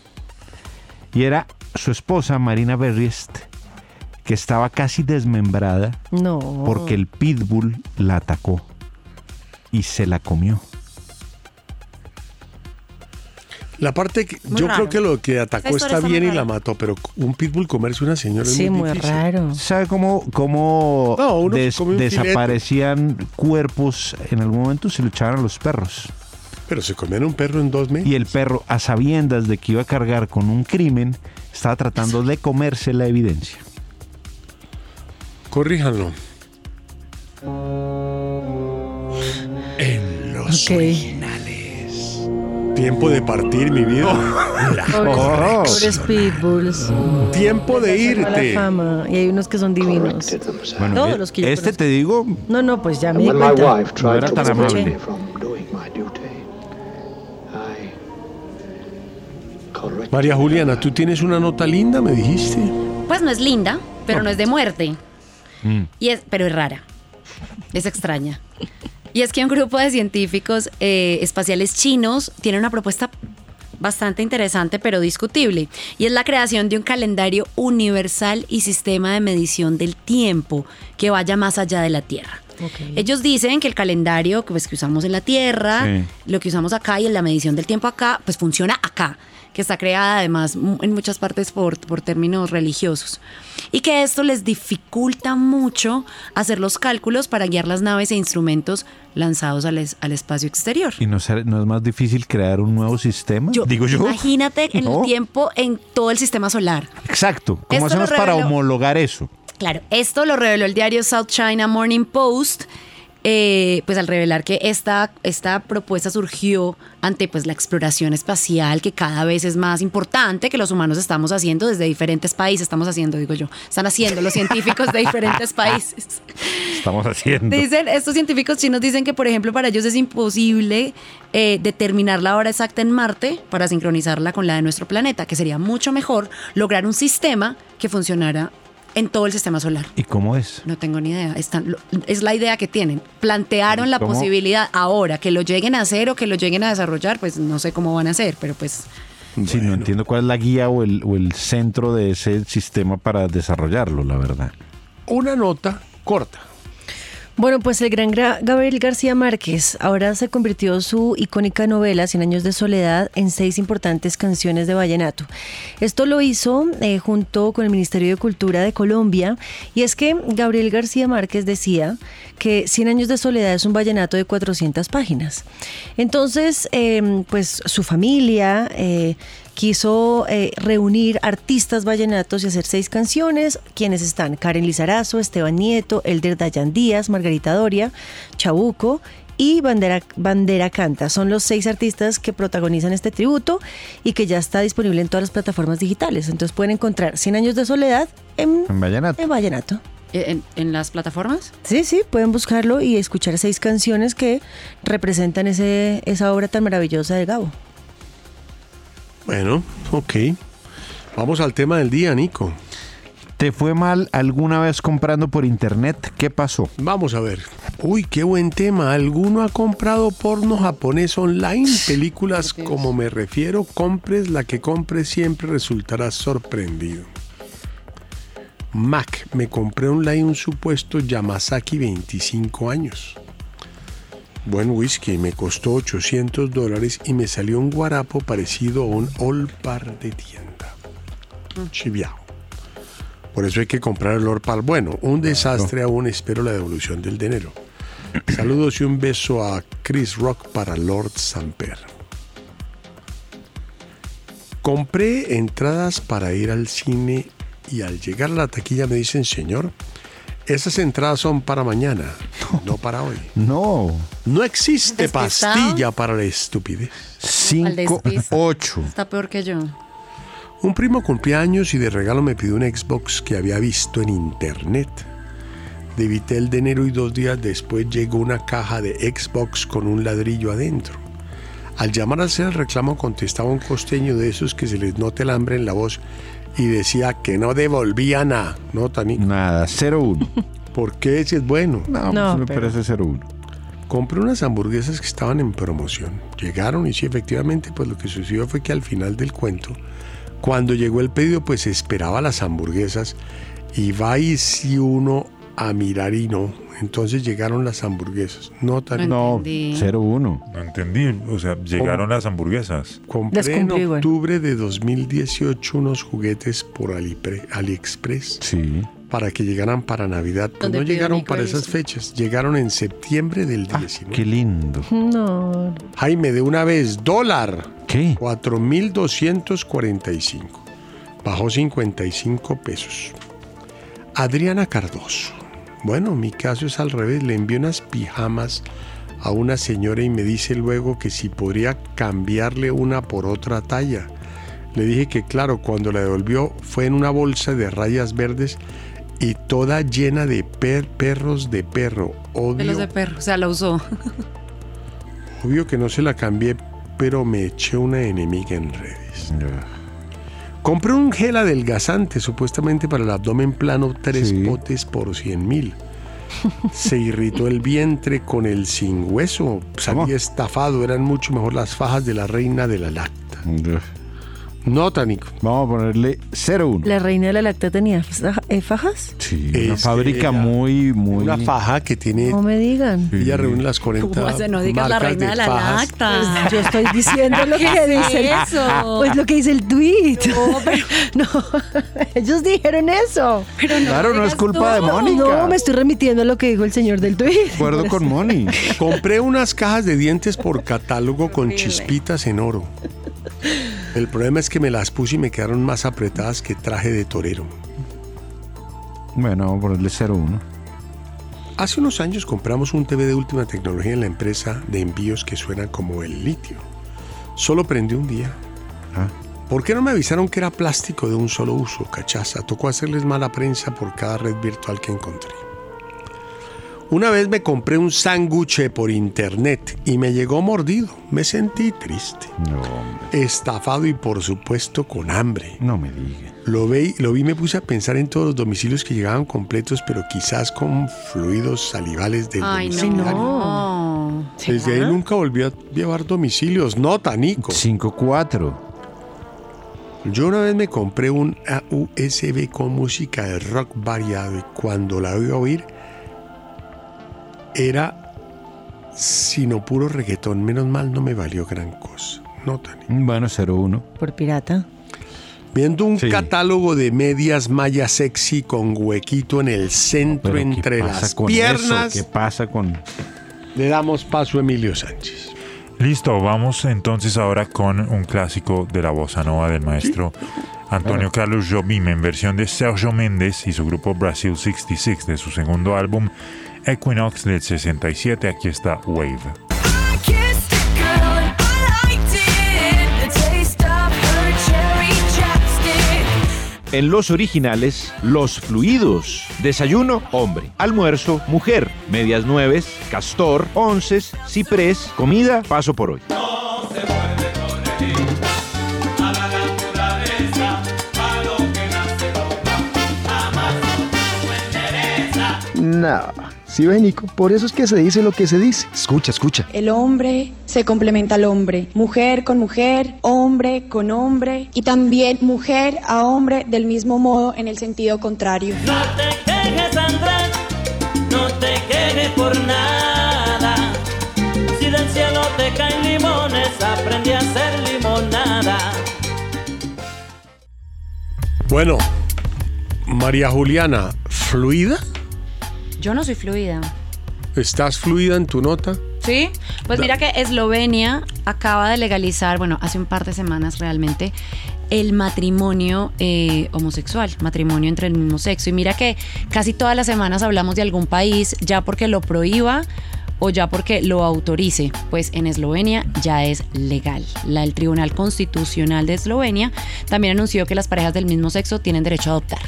S6: Y era su esposa, Marina Berriest, que estaba casi desmembrada
S8: No.
S6: porque el pitbull la atacó y se la comió.
S5: La parte que
S6: Muy
S5: yo creo
S6: raro.
S5: que lo que
S6: Esa
S5: atacó
S6: historia
S5: está
S6: está muy
S5: bien y
S6: rara.
S5: la mató, pero un pitbull comerse una señora es muy, difícil.
S8: raro.
S6: ¿Sabe cómo, cómo
S5: No, uno se come un filete.
S6: desaparecían cuerpos en algún momento? Se lo echaban a los perros.
S5: Pero se comían un perro en dos meses.
S6: Y el perro, a sabiendas de que iba a cargar con un crimen, estaba tratando de comerse la evidencia.
S5: Corríjanlo.
S3: En los originales.
S5: Tiempo de partir, mi vida. La
S8: Pobres pitbulls.
S5: Tiempo de irte.
S8: La fama. Y hay unos que son divinos.
S6: Bueno,
S8: Todos
S6: eh,
S8: los que yo
S6: este
S8: conozco.
S6: te digo,
S8: No, no, pues ya me di
S6: When my
S8: cuenta.
S6: wife tried No era to tan prevent amable. me
S5: María Juliana, tú tienes una nota linda, me dijiste.
S7: Pues no es linda, pero no es de muerte.
S5: Mm.
S7: Y es, pero es rara. Es extraña. Y es que un grupo de científicos eh, espaciales chinos tiene una propuesta bastante interesante pero discutible. Y es la creación de un calendario universal y sistema de medición del tiempo que vaya más allá de la Tierra. Ellos dicen que el calendario pues, que usamos en la Tierra,
S14: Sí.
S7: lo que usamos acá y en la medición del tiempo acá, pues funciona acá, que está creada además mu- en muchas partes por, por términos religiosos. Y que esto les dificulta mucho hacer los cálculos para guiar las naves e instrumentos lanzados al, es- al espacio exterior.
S6: ¿y no, ser- no es más difícil crear un nuevo sistema? digo yo.
S7: Imagínate en
S6: No.
S7: el tiempo en todo el sistema solar.
S6: Exacto. ¿Cómo
S7: Esto
S6: hacemos
S7: lo
S6: para
S7: reveló-
S6: homologar eso?
S7: Claro, esto lo reveló el diario South China Morning Post, eh, pues al revelar que esta, esta propuesta surgió ante pues la exploración espacial que cada vez es más importante que los humanos estamos haciendo desde diferentes países, estamos haciendo, digo yo, están haciendo los científicos de diferentes países.
S6: Estamos haciendo.
S7: Dicen, estos científicos chinos dicen que, por ejemplo, para ellos es imposible eh, determinar la hora exacta en Marte para sincronizarla con la de nuestro planeta, que sería mucho mejor lograr un sistema que funcionara en todo el sistema solar.
S6: ¿Y cómo es?
S7: No tengo ni idea. Están- lo- es la idea que tienen. Plantearon la
S6: ¿Cómo?
S7: posibilidad ahora que lo lleguen a hacer o que lo lleguen a desarrollar, pues no sé cómo van a hacer, pero pues
S6: Sí, no entiendo cuál es la guía o el, o el centro de ese sistema para desarrollarlo, la verdad.
S5: Una nota corta.
S8: Bueno, pues el gran Gra- Gabriel García Márquez ahora se convirtió su icónica novela Cien años de soledad en seis importantes canciones de vallenato. Esto lo hizo eh, junto con el Ministerio de Cultura de Colombia y es que Gabriel García Márquez decía que Cien años de soledad es un vallenato de 400 páginas. Entonces, eh, pues su em, familia... eh, quiso eh, reunir artistas vallenatos y hacer seis canciones, quienes están Karen Lizarazo, Esteban Nieto, Elder Dayan Díaz, Margarita Doria, Chabuco y Bandera, Bandera Canta. Son los seis artistas que protagonizan este tributo y que ya está disponible en todas las plataformas digitales. Entonces pueden encontrar 100 años de soledad en,
S6: en Vallenato.
S8: En Vallenato.
S7: ¿E-, ¿En, en las plataformas?
S8: Sí, sí, pueden buscarlo y escuchar seis canciones que representan ese, esa obra tan maravillosa de Gabo.
S5: Bueno, ok. Vamos al tema del día, Nico.
S6: ¿Te fue mal alguna vez comprando por internet? ¿Qué pasó?
S5: Vamos a ver. Uy, qué buen tema. ¿Alguno ha comprado porno japonés online? Películas como me refiero, compres la que compres siempre resultarás sorprendido. Mac, me compré online un supuesto Yamazaki 25 años. Buen whisky, me costó 800 dólares y me salió un guarapo parecido a un All Par de tienda. Mm. Chiviao. Por eso hay que comprar el Orpal. Bueno, un desastre aún, espero la devolución del dinero. Saludos y un beso a Chris Rock para Lord Samper. Compré entradas para ir al cine y al llegar a la taquilla me dicen, señor, esas entradas son para mañana, no, para hoy.
S6: No.
S5: No existe
S7: Despistado.
S5: pastilla para la estupidez.
S7: Al
S5: 5,
S7: despiste.
S6: 8.
S7: Está peor que yo.
S5: Un primo cumplía años y de regalo me pidió un Xbox que había visto en internet. Debité el de enero y dos días después llegó una caja de Xbox con un ladrillo adentro. Al llamar a hacer el reclamo contestaba un costeño de esos que se les nota el hambre en la voz y decía que no devolvía nada. No, Tanico.
S6: Nada, 0-1.
S5: ¿Por qué si es bueno?
S6: No, No, pues me pero- parece
S5: 0-1. Compré unas hamburguesas que estaban en promoción. Llegaron y sí, efectivamente, pues lo que sucedió fue que al final del cuento, cuando llegó el pedido, pues esperaba las hamburguesas y va y si uno a mirar y no. Entonces llegaron las hamburguesas. No tan
S6: No, 0-1.
S9: No entendí. O sea, llegaron las hamburguesas.
S5: Compré en octubre de 2018 unos juguetes por Alipre- AliExpress para que llegaran para Navidad. Pues
S8: ¿Dónde
S5: no
S8: pidió
S5: llegaron
S8: Nico
S5: para
S8: eso?
S5: esas fechas, llegaron en septiembre del 19.
S6: Ah, Qué lindo.
S8: No.
S5: Jaime, de una vez, dólar.
S6: ¿Qué?
S5: 4.245. Bajó 55 pesos. Adriana Cardoso. Bueno, mi caso es al revés. Le envié unas pijamas a una señora y me dice luego que si podría cambiarle una por otra talla. Le dije que claro, cuando la devolvió fue en una bolsa de rayas verdes y toda llena de per- perros de perro. Odio
S7: Pelos de perro, o sea, la usó.
S5: Obvio que no se la cambié, pero me eché una enemiga en redes. Compré un gel adelgazante, supuestamente para el abdomen plano, tres botes por 100 mil. Se irritó el vientre con el sin hueso. Salí estafado, eran mucho mejor las fajas de la reina de la lacta. Nota, Nico.
S6: Vamos a ponerle 0-1.
S8: La reina de la lacta tenía faja- eh, fajas.
S6: Sí, una
S5: Es
S6: fábrica
S5: ella.
S6: muy, muy.
S5: Este, Una faja que tiene.
S8: No me digan.
S5: Ella reúne las 40.
S7: ¿Cómo hace? No digas la
S5: marcas
S7: reina de la
S5: fajas.
S7: lacta.
S8: Pues yo estoy diciendo lo que
S7: ¿Qué es
S8: dice el-
S7: eso?
S8: Pues lo que dice el tweet. No, ellos dijeron eso.
S6: Claro, no es culpa de Mónica.
S8: No, me estoy remitiendo a lo que dijo el señor del tweet.
S6: Moni.
S5: Compré unas cajas de dientes por catálogo con chispitas en oro. El problema es que me las puse y me quedaron más apretadas que traje de torero.
S6: Bueno, vamos a ponerle 0-1.
S5: Hace unos años compramos un TV de última tecnología en la empresa de envíos que suena como el litio. Solo prendió un día.
S6: Ah.
S5: ¿Por qué no me avisaron que era plástico de un solo uso, cachaza? Tocó hacerles mala prensa por cada red virtual que encontré. Una vez me compré un sándwich por internet y me llegó mordido. Me sentí triste. Estafado y por supuesto con hambre.
S6: No me digas.
S5: Lo vi, lo vi y me puse a pensar en todos los domicilios que llegaban completos, pero quizás con fluidos salivales del
S7: Ay,
S5: domicilio.
S7: no.
S5: Desde ahí nunca volví a llevar domicilios. No, Tanico.
S6: 5-4.
S5: Yo una vez me compré un USB con música de rock variado y cuando la oí oír era sino puro reggaetón. Menos mal no me valió gran cosa. No, Tanico.
S6: Mm, Bueno, 0-1.
S8: Por pirata.
S5: Viendo un catálogo de medias malla sexy con huequito en el centro
S6: Pero, ¿qué
S5: entre
S6: pasa
S5: las
S6: con
S5: piernas.
S6: eso? ¿Qué pasa con.?
S5: Le damos paso a Emilio Sánchez.
S9: Listo, vamos entonces ahora con un clásico de la bossa nova del maestro Antonio Carlos Jobim en versión de Sergio Méndez y su grupo Brasil 66 de su segundo álbum Equinox del 67. Aquí está Wave.
S14: En los originales, los fluidos. Desayuno, hombre. Almuerzo, mujer. Medias nueves, castor, onces, ciprés. Comida, paso por hoy.
S16: Nada. Sí, ve, Nico. Por eso es que se dice lo que se dice. Escucha, escucha.
S21: El hombre se complementa al hombre, mujer con mujer, hombre con hombre y también mujer a hombre del mismo modo en el sentido contrario.
S22: No te quejes, Andrés, no te quejes por nada. Si del cielo te caen limones, aprendí a hacer limonada.
S5: Bueno, María Juliana, ¿fluida?
S7: Yo no soy fluida.
S5: ¿Estás fluida en tu nota?
S7: ¿Sí? Pues mira que Eslovenia acaba de legalizar, bueno, hace un par de semanas realmente, el matrimonio eh, homosexual, matrimonio entre el mismo sexo. Y mira que casi todas las semanas hablamos de algún país, ya porque lo prohíba o ya porque lo autorice, pues en Eslovenia ya es legal. La, el Tribunal Constitucional de Eslovenia también anunció que las parejas del mismo sexo tienen derecho a adoptar.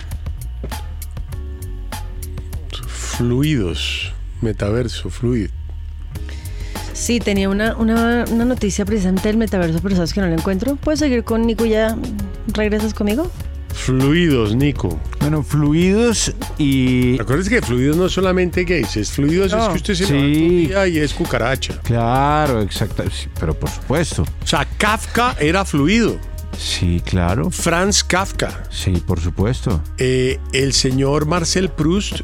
S5: Fluidos, metaverso, fluid.
S8: Sí, tenía una, una, una noticia precisamente del metaverso, pero sabes que no la encuentro. ¿Puedes seguir con Nico y ya? ¿Regresas conmigo?
S5: Fluidos, Nico.
S6: Bueno, fluidos y.
S5: Acuérdense que fluidos no es solamente gays, es fluidos es que usted se
S6: sí.
S5: levanta un día y es cucaracha.
S6: Claro, exacto. sí, pero por supuesto.
S5: O sea, Kafka era fluido.
S6: Sí, claro.
S5: Franz Kafka.
S6: Sí, por supuesto.
S5: Eh, el señor Marcel Proust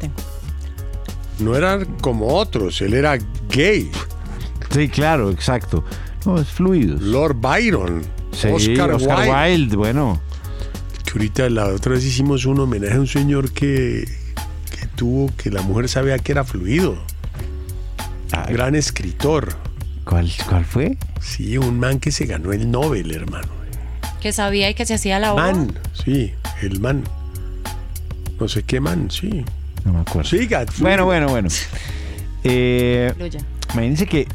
S5: no era como otros, él era gay.
S6: Sí, claro, exacto. No, es fluidos.
S5: Lord Byron,
S6: Sí,
S5: Oscar, Wilde,
S6: Wilde, bueno.
S5: que ahorita la otra vez hicimos un homenaje a un señor que, que tuvo, que la mujer sabía que era fluido. Gran escritor.
S6: ¿Cuál, ¿Cuál fue?
S5: Sí, un man que se ganó el Nobel, hermano.
S7: Que sabía y que se hacía la obra.
S5: Man, sí, el man. No sé qué man, sí.
S6: No me acuerdo.
S5: Siga.
S6: Bueno, bueno, bueno. Eh,
S7: Fluya.
S6: imagínense que.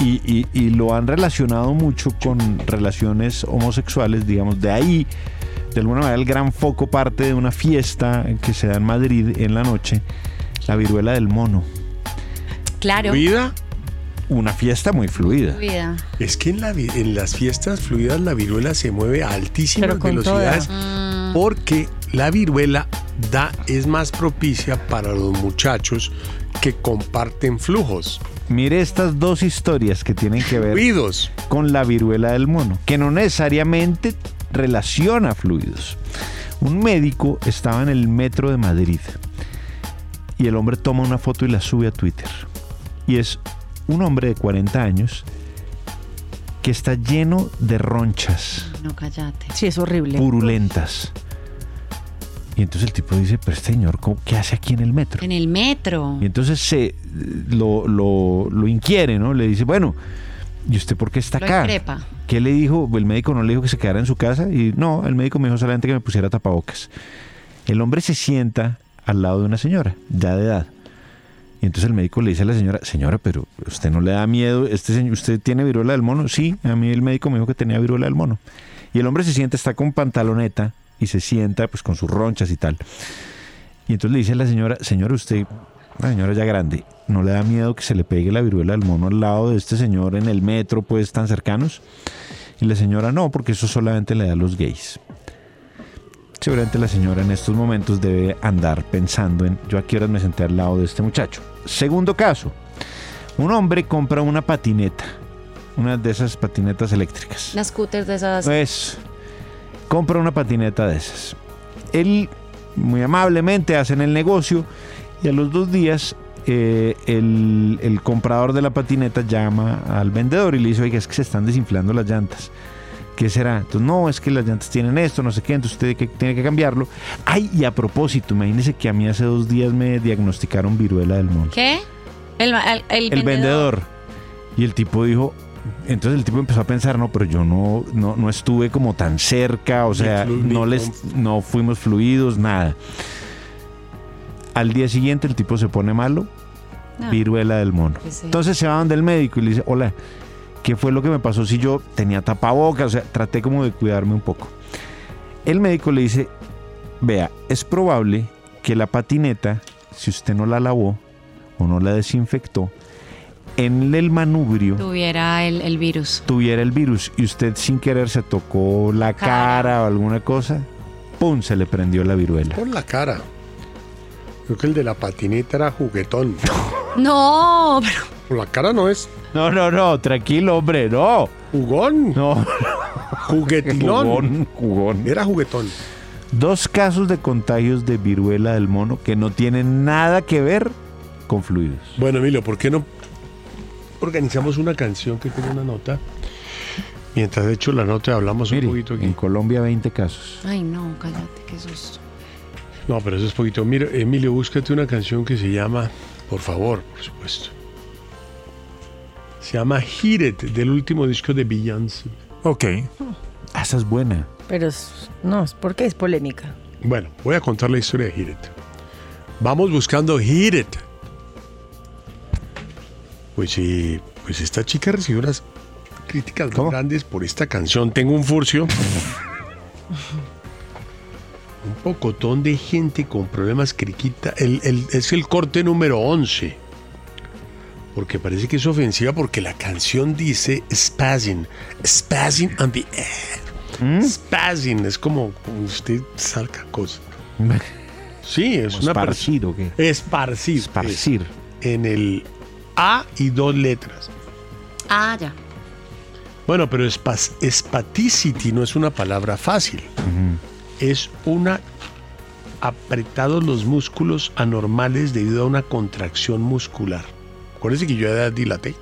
S6: Y, y- y lo han relacionado mucho con relaciones homosexuales, digamos, de ahí, de alguna manera, el gran foco parte de una fiesta que se da en Madrid en la noche, la viruela del mono.
S7: Claro.
S5: ¿Vida?
S6: Una fiesta muy fluida.
S7: Vida.
S5: Es que en, la vi- en las fiestas fluidas la viruela se mueve a altísimas
S7: Pero con
S5: velocidades
S7: toda. Mm.
S5: porque la viruela da, es más propicia para los muchachos que comparten flujos.
S6: Mire estas dos historias que tienen que ver
S5: Fluidos.
S6: con la viruela del mono, que no necesariamente relaciona fluidos. Un médico estaba en el metro de Madrid y el hombre toma una foto y la sube a Twitter. Y es un hombre de 40 años que está lleno de ronchas
S7: No, cállate.
S8: Sí, es horrible.
S6: purulentas. Y entonces el tipo dice, pero este señor, ¿cómo- ¿qué hace aquí en el metro?
S7: En el metro.
S6: Y entonces se lo, lo- lo inquiere, ¿no? Le dice, bueno, ¿y usted por qué está
S7: Lo
S6: acá?
S7: increpa.
S6: ¿Qué le dijo? El médico no le dijo que se quedara en su casa. Y no, el médico me dijo solamente que me pusiera tapabocas. El hombre se sienta al lado de una señora, ya de edad. Y entonces el médico le dice a la señora, señora, pero usted no le da miedo, este señor, ¿usted tiene viruela del mono? Sí, a mí el médico me dijo que tenía viruela del mono. Y el hombre se sienta, está con pantaloneta y se sienta pues con sus ronchas y tal. Y entonces le dice a la señora, señora, usted, la señora ya grande, ¿no le da miedo que se le pegue la viruela del mono al lado de este señor en el metro, pues tan cercanos? Y la señora, no, porque eso solamente le da a los gays. Seguramente la señora en estos momentos debe andar pensando en yo a qué horas me senté al lado de este muchacho. Segundo caso, un hombre compra una patineta, una de esas patinetas eléctricas.
S7: Las scooters de esas.
S6: Pues compra una patineta de esas. Él muy amablemente hacen el negocio y a los dos días eh, el, el comprador de la patineta llama al vendedor y le dice, oiga, es que se están desinflando las llantas. ¿Qué será? Entonces, no, es que las llantas tienen esto, no sé qué, entonces usted que- tiene que cambiarlo. Ay, y a propósito, imagínese que a mí hace dos días me diagnosticaron viruela del mono
S7: ¿Qué? El, ma- el- el
S6: el vendedor. Y el tipo dijo, Entonces el tipo empezó a pensar, no, pero yo no, no, no estuve como tan cerca, o sea,
S9: flu-
S6: no,
S9: ni
S6: les, no fuimos fluidos, nada. Al día siguiente el tipo se pone malo,
S9: Ah.
S6: viruela del mono.
S9: Pues sí.
S6: Entonces se va donde el médico y le dice, hola, ¿qué fue lo que me pasó si yo tenía tapabocas? O sea, traté como de cuidarme un poco. El médico le dice, vea, es probable que la patineta, si usted no la lavó o no la desinfectó, en el manubrio
S7: Tuviera el, el virus.
S6: tuviera el virus y usted sin querer se tocó la cara, o alguna cosa, ¡pum! se le prendió la viruela.
S5: Por la cara. Creo que el de la patineta era juguetón.
S7: No, pero
S5: Por Pues la cara no es.
S6: No, no, no, tranquilo, hombre, no.
S5: Jugón.
S6: No.
S5: Juguetilón.
S6: Jugón, jugón.
S5: Era juguetón.
S6: Dos casos de contagios de viruela del mono que no tienen nada que ver con fluidos.
S5: Bueno, Emilio, ¿por qué no organizamos una canción que tenga una nota? Mientras de hecho la nota hablamos un poquito aquí.
S6: En Colombia 20 casos.
S7: Ay, no, cállate, qué susto.
S5: No, pero eso es poquito. Mira, Emilio, búscate una canción que se llama, por favor, por supuesto. Se llama Hit It, del último disco de Beyoncé.
S9: Ok.
S6: Ah, Esa es buena.
S8: Pero es- no, es porque es polémica.
S5: Bueno, voy a contar la historia de Hit It. Vamos buscando Hit It. Pues sí, pues esta chica recibió unas críticas muy grandes por esta canción. Tengo un furcio. un pocotón de gente con problemas criquita. El- el- es el corte número 11. Porque parece que es ofensiva porque la canción dice spazzing. Spazzing on the air.
S6: Mm.
S5: Spazzing. Es como, como usted saca cosas.
S8: Pues
S5: Sí, es
S6: Como
S5: una per-
S6: esparcir, ¿o qué?
S5: Esparcir. Esparcir. En el A y dos letras.
S7: Ah, ya.
S5: Bueno, pero espas- espaticity no es una palabra fácil. Es una apretados los músculos anormales debido a una contracción muscular. Acuérdense que yo ya dilaté.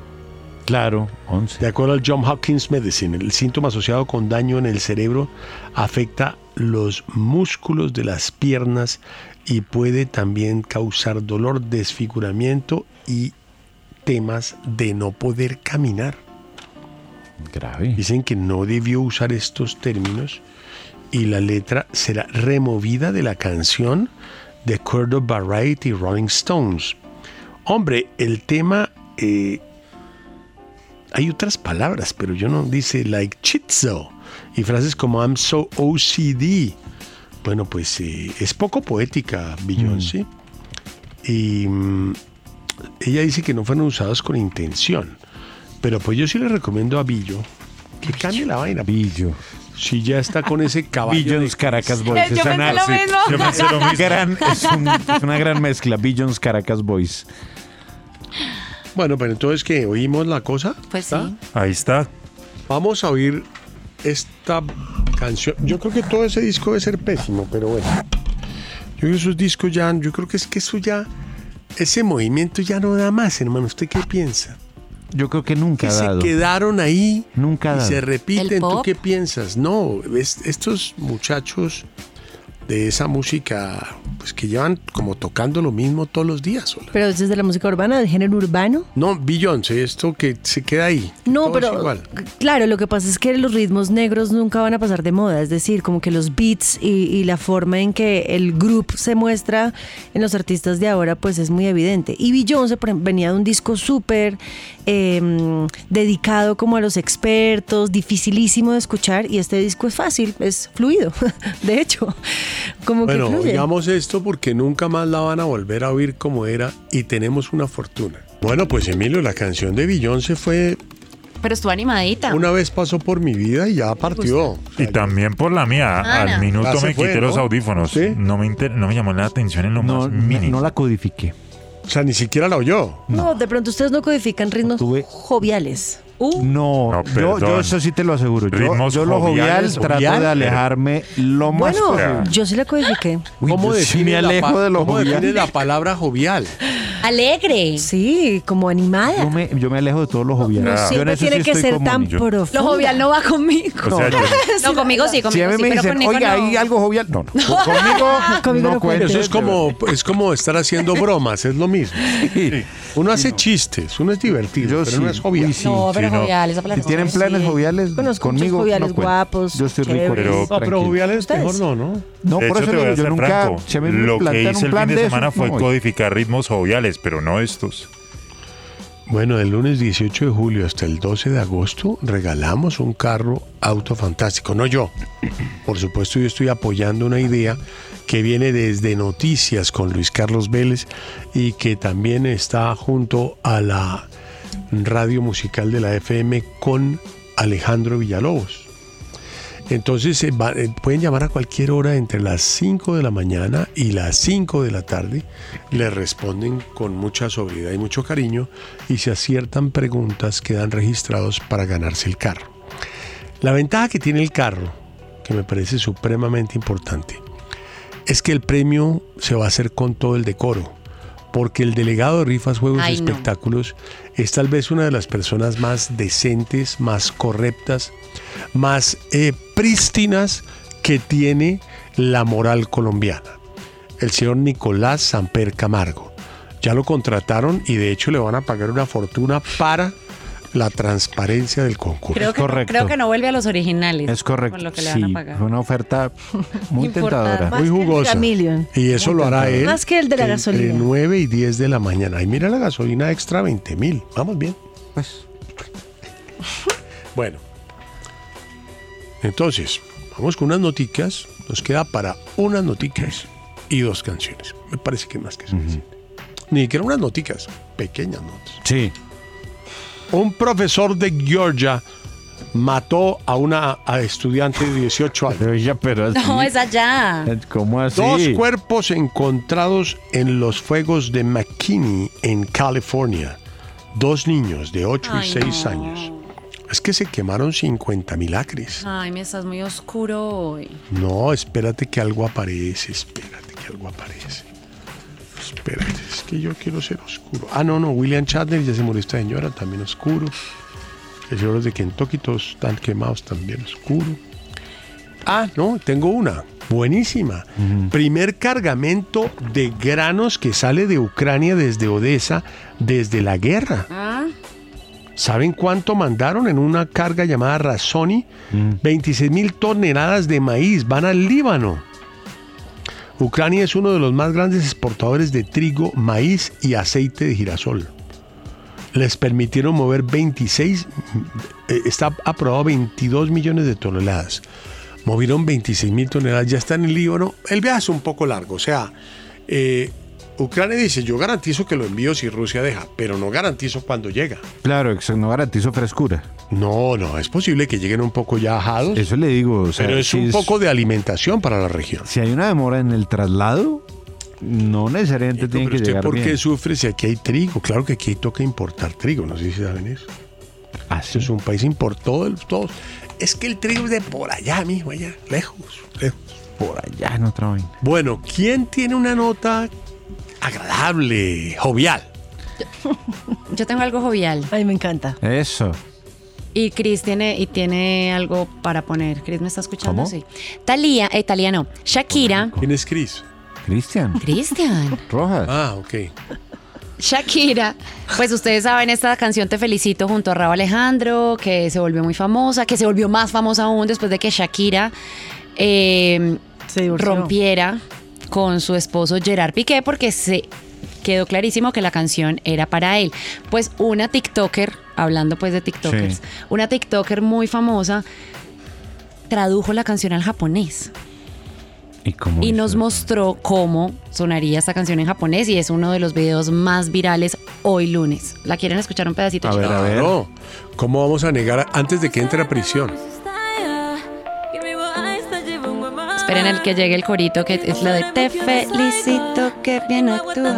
S6: Claro, 11.
S5: De acuerdo al John Hopkins Medicine, el síntoma asociado con daño en el cerebro afecta los músculos de las piernas y puede también causar dolor, desfiguramiento y temas de no poder caminar.
S6: Grave.
S5: Dicen que no debió usar estos términos y la letra será removida de la canción de acuerdo a Variety Rolling Stones. Hombre, el tema eh, hay otras palabras, pero yo no dice like chitzo y frases como I'm so OCD. Bueno, pues eh, es poco poética
S6: Mm.
S5: Beyoncé y mm, ella dice que no fueron usados con intención. Pero pues yo sí le recomiendo a Billo que cambie la vaina.
S6: Billo.
S5: Si ya está con ese caballo.
S6: Billions Caracas Boys.
S5: Yo
S6: es
S5: pensé
S6: una-
S5: lo
S6: sí,
S5: mismo.
S6: yo pensé lo mismo. Gran- es, un- es una gran mezcla. Billions Caracas Boys.
S5: Bueno, pero entonces que oímos la cosa.
S7: Pues sí.
S9: Ahí está.
S5: Vamos a oír esta canción. Yo creo que todo ese disco debe ser pésimo, pero bueno. Yo creo que esos discos ya, yo creo que es que eso ya, ese movimiento ya no da más, hermano. ¿Usted qué piensa?
S6: Yo creo que
S5: Que
S6: nunca ha
S5: se
S6: dado.
S5: quedaron ahí
S6: Nunca ha
S5: y
S6: dado.
S5: se repiten. ¿Tú
S6: pop?
S5: qué piensas? No, es- estos muchachos de esa música, pues que llevan como tocando lo mismo todos los días. Ola.
S8: Pero desde la música urbana, del género urbano.
S5: No, Beyoncé, esto que se queda ahí.
S8: No,
S5: Todo es
S8: pero
S5: igual.
S8: claro, lo que pasa es que los ritmos negros nunca van a pasar de moda, es decir, como que los beats y, y la forma en que el group se muestra en los artistas de ahora, pues es muy evidente. Y Beyoncé por ejemplo, venía de un disco súper eh, dedicado como a los expertos, dificilísimo de escuchar, y este disco es fácil, es fluido, de hecho, como
S5: Bueno,
S8: que fluye.
S5: oigamos esto porque nunca más la van a volver a oír como era y tenemos una fortuna. Bueno, pues Emilio, la canción de Beyoncé fue
S7: Pero estuvo animadita.
S5: una vez pasó por mi vida y ya partió.
S9: Y también por la mía,
S7: Ana.
S9: al minuto
S5: Ya se
S9: me
S5: fue,
S9: quité los
S5: ¿no?
S9: audífonos. No, me inter- no me llamó la atención en lo más mínimo. No
S6: la codifiqué.
S5: O sea, ni siquiera la oyó.
S8: No, de pronto ustedes no codifican ritmos
S6: Tuve-
S8: joviales. Uh.
S6: No, yo,
S9: perdón.
S6: yo eso sí te lo aseguro. Yo,
S9: Ritmos
S6: yo lo jovial
S9: joviales,
S6: trato
S9: jovial,
S6: de
S9: pero-
S6: alejarme lo más
S8: Bueno,
S6: posible.
S8: yo sí la codifiqué.
S6: Uy, yo sí me
S5: la
S6: alejo
S5: pa-
S6: de lo
S5: cómo define
S6: jovial.
S5: la palabra jovial?
S7: Alegre.
S8: Sí, como animada.
S6: Yo me, yo me alejo de todos los joviales.
S8: No pues, siempre tiene que ser tan profundo.
S7: Lo jovial no va conmigo.
S6: O sea, yo-
S7: no, conmigo sí,
S6: si a
S7: conmigo
S6: mí
S7: sí,
S6: me
S7: pero
S6: dicen,
S7: conmigo
S6: oiga,
S7: no.
S6: hay algo jovial. No, no. Conmigo, no cuente.
S5: Eso es como, es como estar haciendo bromas, es lo mismo. Uno hace chistes, uno es divertido, pero no es jovial.
S7: No, pero jovial, esa palabra
S5: Si tienen
S7: no,
S5: planes
S6: joviales,
S5: conmigo
S8: joviales
S5: no cuenta.
S8: guapos.
S6: Yo estoy
S5: Pero-
S6: rico, pero
S5: No, pero
S6: tranquilo.
S5: joviales mejor no, ¿no?
S6: No,
S9: De
S6: por
S9: hecho,
S6: eso
S9: te voy
S6: digo,
S9: a
S6: yo
S9: ser
S6: nunca.
S9: franco.
S6: si a mí me
S9: Lo que
S6: plantean
S9: hice
S6: un
S9: el fin
S6: plan
S9: de,
S6: de esos,
S9: semana fue
S6: no voy.
S9: codificar ritmos joviales, pero no estos.
S5: Bueno, del lunes 18 de julio hasta el 12 de agosto regalamos un carro auto fantástico. No yo. Por supuesto, yo estoy apoyando una idea que viene desde Noticias con Luis Carlos Vélez y que también está junto a la radio musical de la FM con Alejandro Villalobos. Entonces eh, va- eh, pueden llamar a cualquier hora entre las 5 de la mañana y las 5 de la tarde. Les responden con mucha sobriedad y mucho cariño y si aciertan preguntas quedan registrados para ganarse el carro. La ventaja que tiene el carro, que me parece supremamente importante, es que el premio se va a hacer con todo el decoro, porque el delegado de Rifas Juegos y
S7: Ay, no.
S5: Espectáculos es tal vez una de las personas más decentes, más correctas, más eh, prístinas que tiene la moral colombiana. El señor Nicolás Samper Camargo. Ya lo contrataron y de hecho le van a pagar una fortuna para la transparencia del concurso.
S7: Creo que, no, creo que no vuelve a los originales.
S5: Es correcto,
S7: Con lo que le van a
S5: sí.
S7: pagar.
S6: Fue una oferta muy
S7: Importante.
S6: tentadora.
S5: Muy jugosa. Y eso lo hará él.
S8: Más que el de la gasolina.
S5: Entre 9 y 10 de la mañana. Y mira la gasolina extra, 20 mil. Vamos bien. Pues. bueno. Entonces, vamos con unas noticas. Nos queda para unas noticas y dos canciones. Me parece que más que suficiente. Ni siquiera unas noticas. Pequeñas notas.
S6: Sí.
S5: Un profesor de Georgia mató a una a estudiante de 18 años.
S6: pues
S7: No, es allá.
S6: eh, ¿Cómo así?
S5: Dos cuerpos encontrados en los fuegos de McKinney en California. Dos niños de 8
S7: Ay,
S5: y 6 años. Es que se quemaron 50 mil acres.
S7: Ay, me estás muy oscuro hoy.
S5: No, espérate que algo aparece, espérate que algo aparece. Espérate, es que yo quiero ser oscuro. Ah, no, no, William Chandler ya se murió esta señora, también oscuro. El señor de Kentucky, todos están quemados, también oscuro. Ah, no, tengo una, buenísima. Primer cargamento de granos que sale de Ucrania desde Odessa, desde la guerra.
S7: ¿Ah?
S5: ¿Saben cuánto mandaron en una carga llamada Razoni?
S6: Mm.
S5: 26 mil toneladas de maíz van al Líbano. Ucrania es uno de los más grandes exportadores de trigo, maíz y aceite de girasol. Les permitieron mover 26, eh, está aprobado 22 millones de toneladas. Movieron 26 mil toneladas, ya está en el Líbano. El viaje es un poco largo, o sea, eh, Ucrania dice, yo garantizo que lo envío si Rusia deja, pero no garantizo cuando llega.
S6: Claro, eso no garantizo frescura.
S5: No, no, es posible que lleguen un poco ya ajados.
S6: Eso le digo. o sea,
S5: Pero es
S6: si
S5: un poco de alimentación para la región.
S6: Si hay una demora en el traslado, no necesariamente tiene
S5: Pero
S6: que
S5: usted,
S6: llegar
S5: ¿por qué
S6: bien.
S5: sufre si aquí hay trigo? Claro que aquí toca importar trigo, no sé si saben eso.
S6: Esto
S5: Es un país importado, todos. Es que el trigo es de por allá, mijo, allá, lejos, lejos.
S6: Por allá en otra vaina.
S5: Bueno, ¿quién tiene una nota agradable, jovial?
S7: Yo tengo algo jovial.
S8: Ay, me encanta.
S6: Eso.
S7: Y Chris tiene, y tiene algo para poner. Chris, ¿me está escuchando?
S6: ¿Cómo?
S7: Sí. Talía, eh, Talía no. Shakira.
S5: ¿Quién es Cris?
S6: Cristian.
S7: Cristian.
S6: Rojas.
S5: Ah, ok.
S7: Shakira, pues ustedes saben esta canción Te Felicito junto a Raúl Alejandro, que se volvió muy famosa, que se volvió más famosa aún después de que Shakira eh, rompiera con su esposo Gerard Piqué porque se quedó clarísimo que la canción era para él. Pues una TikToker, hablando pues de TikTokers,
S1: Sí.
S7: una TikToker muy famosa tradujo la canción al japonés
S6: ¿Y cómo
S7: y
S6: hizo?
S7: nos mostró cómo sonaría esta canción en japonés y es uno de los videos más virales hoy lunes. ¿La quieren escuchar un pedacito?
S5: A ver,
S7: chicos?
S5: a ver. ¿Cómo vamos a negar a- antes de que entre a prisión?
S7: Esperen el que llegue el corito que es la de Te felicito que bien actúas.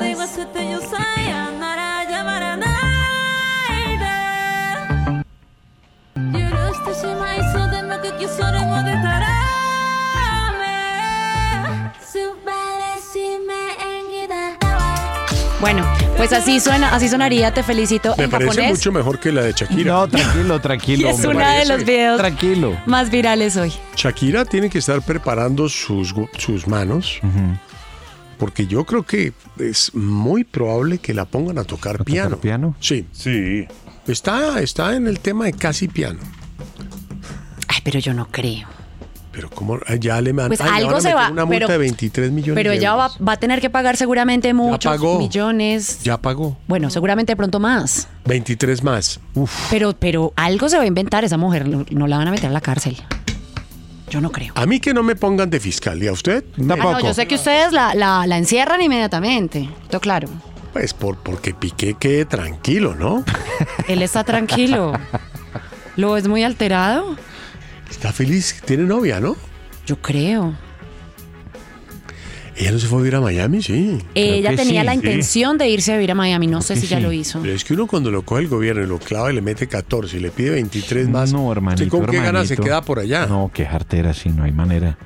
S7: Bueno, pues así suena, así sonaría, te felicito
S5: Me
S7: en
S5: parece
S7: japonés.
S5: mucho mejor que la de Shakira.
S6: No, tranquilo,
S7: Y
S6: tranquilo.
S7: es uno de los videos
S6: Tranquilo.
S7: más virales hoy.
S5: Shakira tiene que estar preparando sus, gu- sus manos. Porque yo creo que es muy probable que la pongan a tocar piano. piano? Sí.
S9: Sí.
S5: Está, está en el tema de casi piano.
S7: Ay, pero yo no creo.
S5: Pero como ya le man-
S7: Pues
S5: ay, le
S7: algo
S5: van a
S7: se
S5: meter
S7: va,
S5: Una multa
S7: pero-
S5: de 23 millones
S7: Pero
S5: de
S7: ella
S5: euros.
S7: va, va a tener que pagar seguramente muchos
S5: pagó.
S7: millones.
S5: Ya pagó.
S7: Bueno, seguramente de pronto más.
S5: 23 más. Uf.
S7: Pero, pero algo se va a inventar esa mujer. No, no la van a meter a la cárcel. Yo no creo.
S5: A mí que no me pongan de fiscal. ¿Y a usted?
S7: Ah, no, yo sé que ustedes la, la- la encierran inmediatamente. Todo claro.
S5: Pues por, porque Piqué quede tranquilo, ¿no?
S7: Él está tranquilo. Lo es muy alterado.
S5: Está feliz. Tiene novia, ¿no?
S7: Yo creo.
S5: Ella no se fue a vivir a Miami, sí.
S7: Eh, Ella tenía la intención de irse a vivir a Miami. No sé si ya lo hizo.
S5: Pero es que uno cuando lo coge el gobierno y lo clava y le mete 14 y le pide 23 más.
S6: No, hermanito.
S5: ¿usted ¿Con qué ganas se
S6: hermanito.
S5: queda por allá?
S6: No, qué jartera, sí, no hay manera.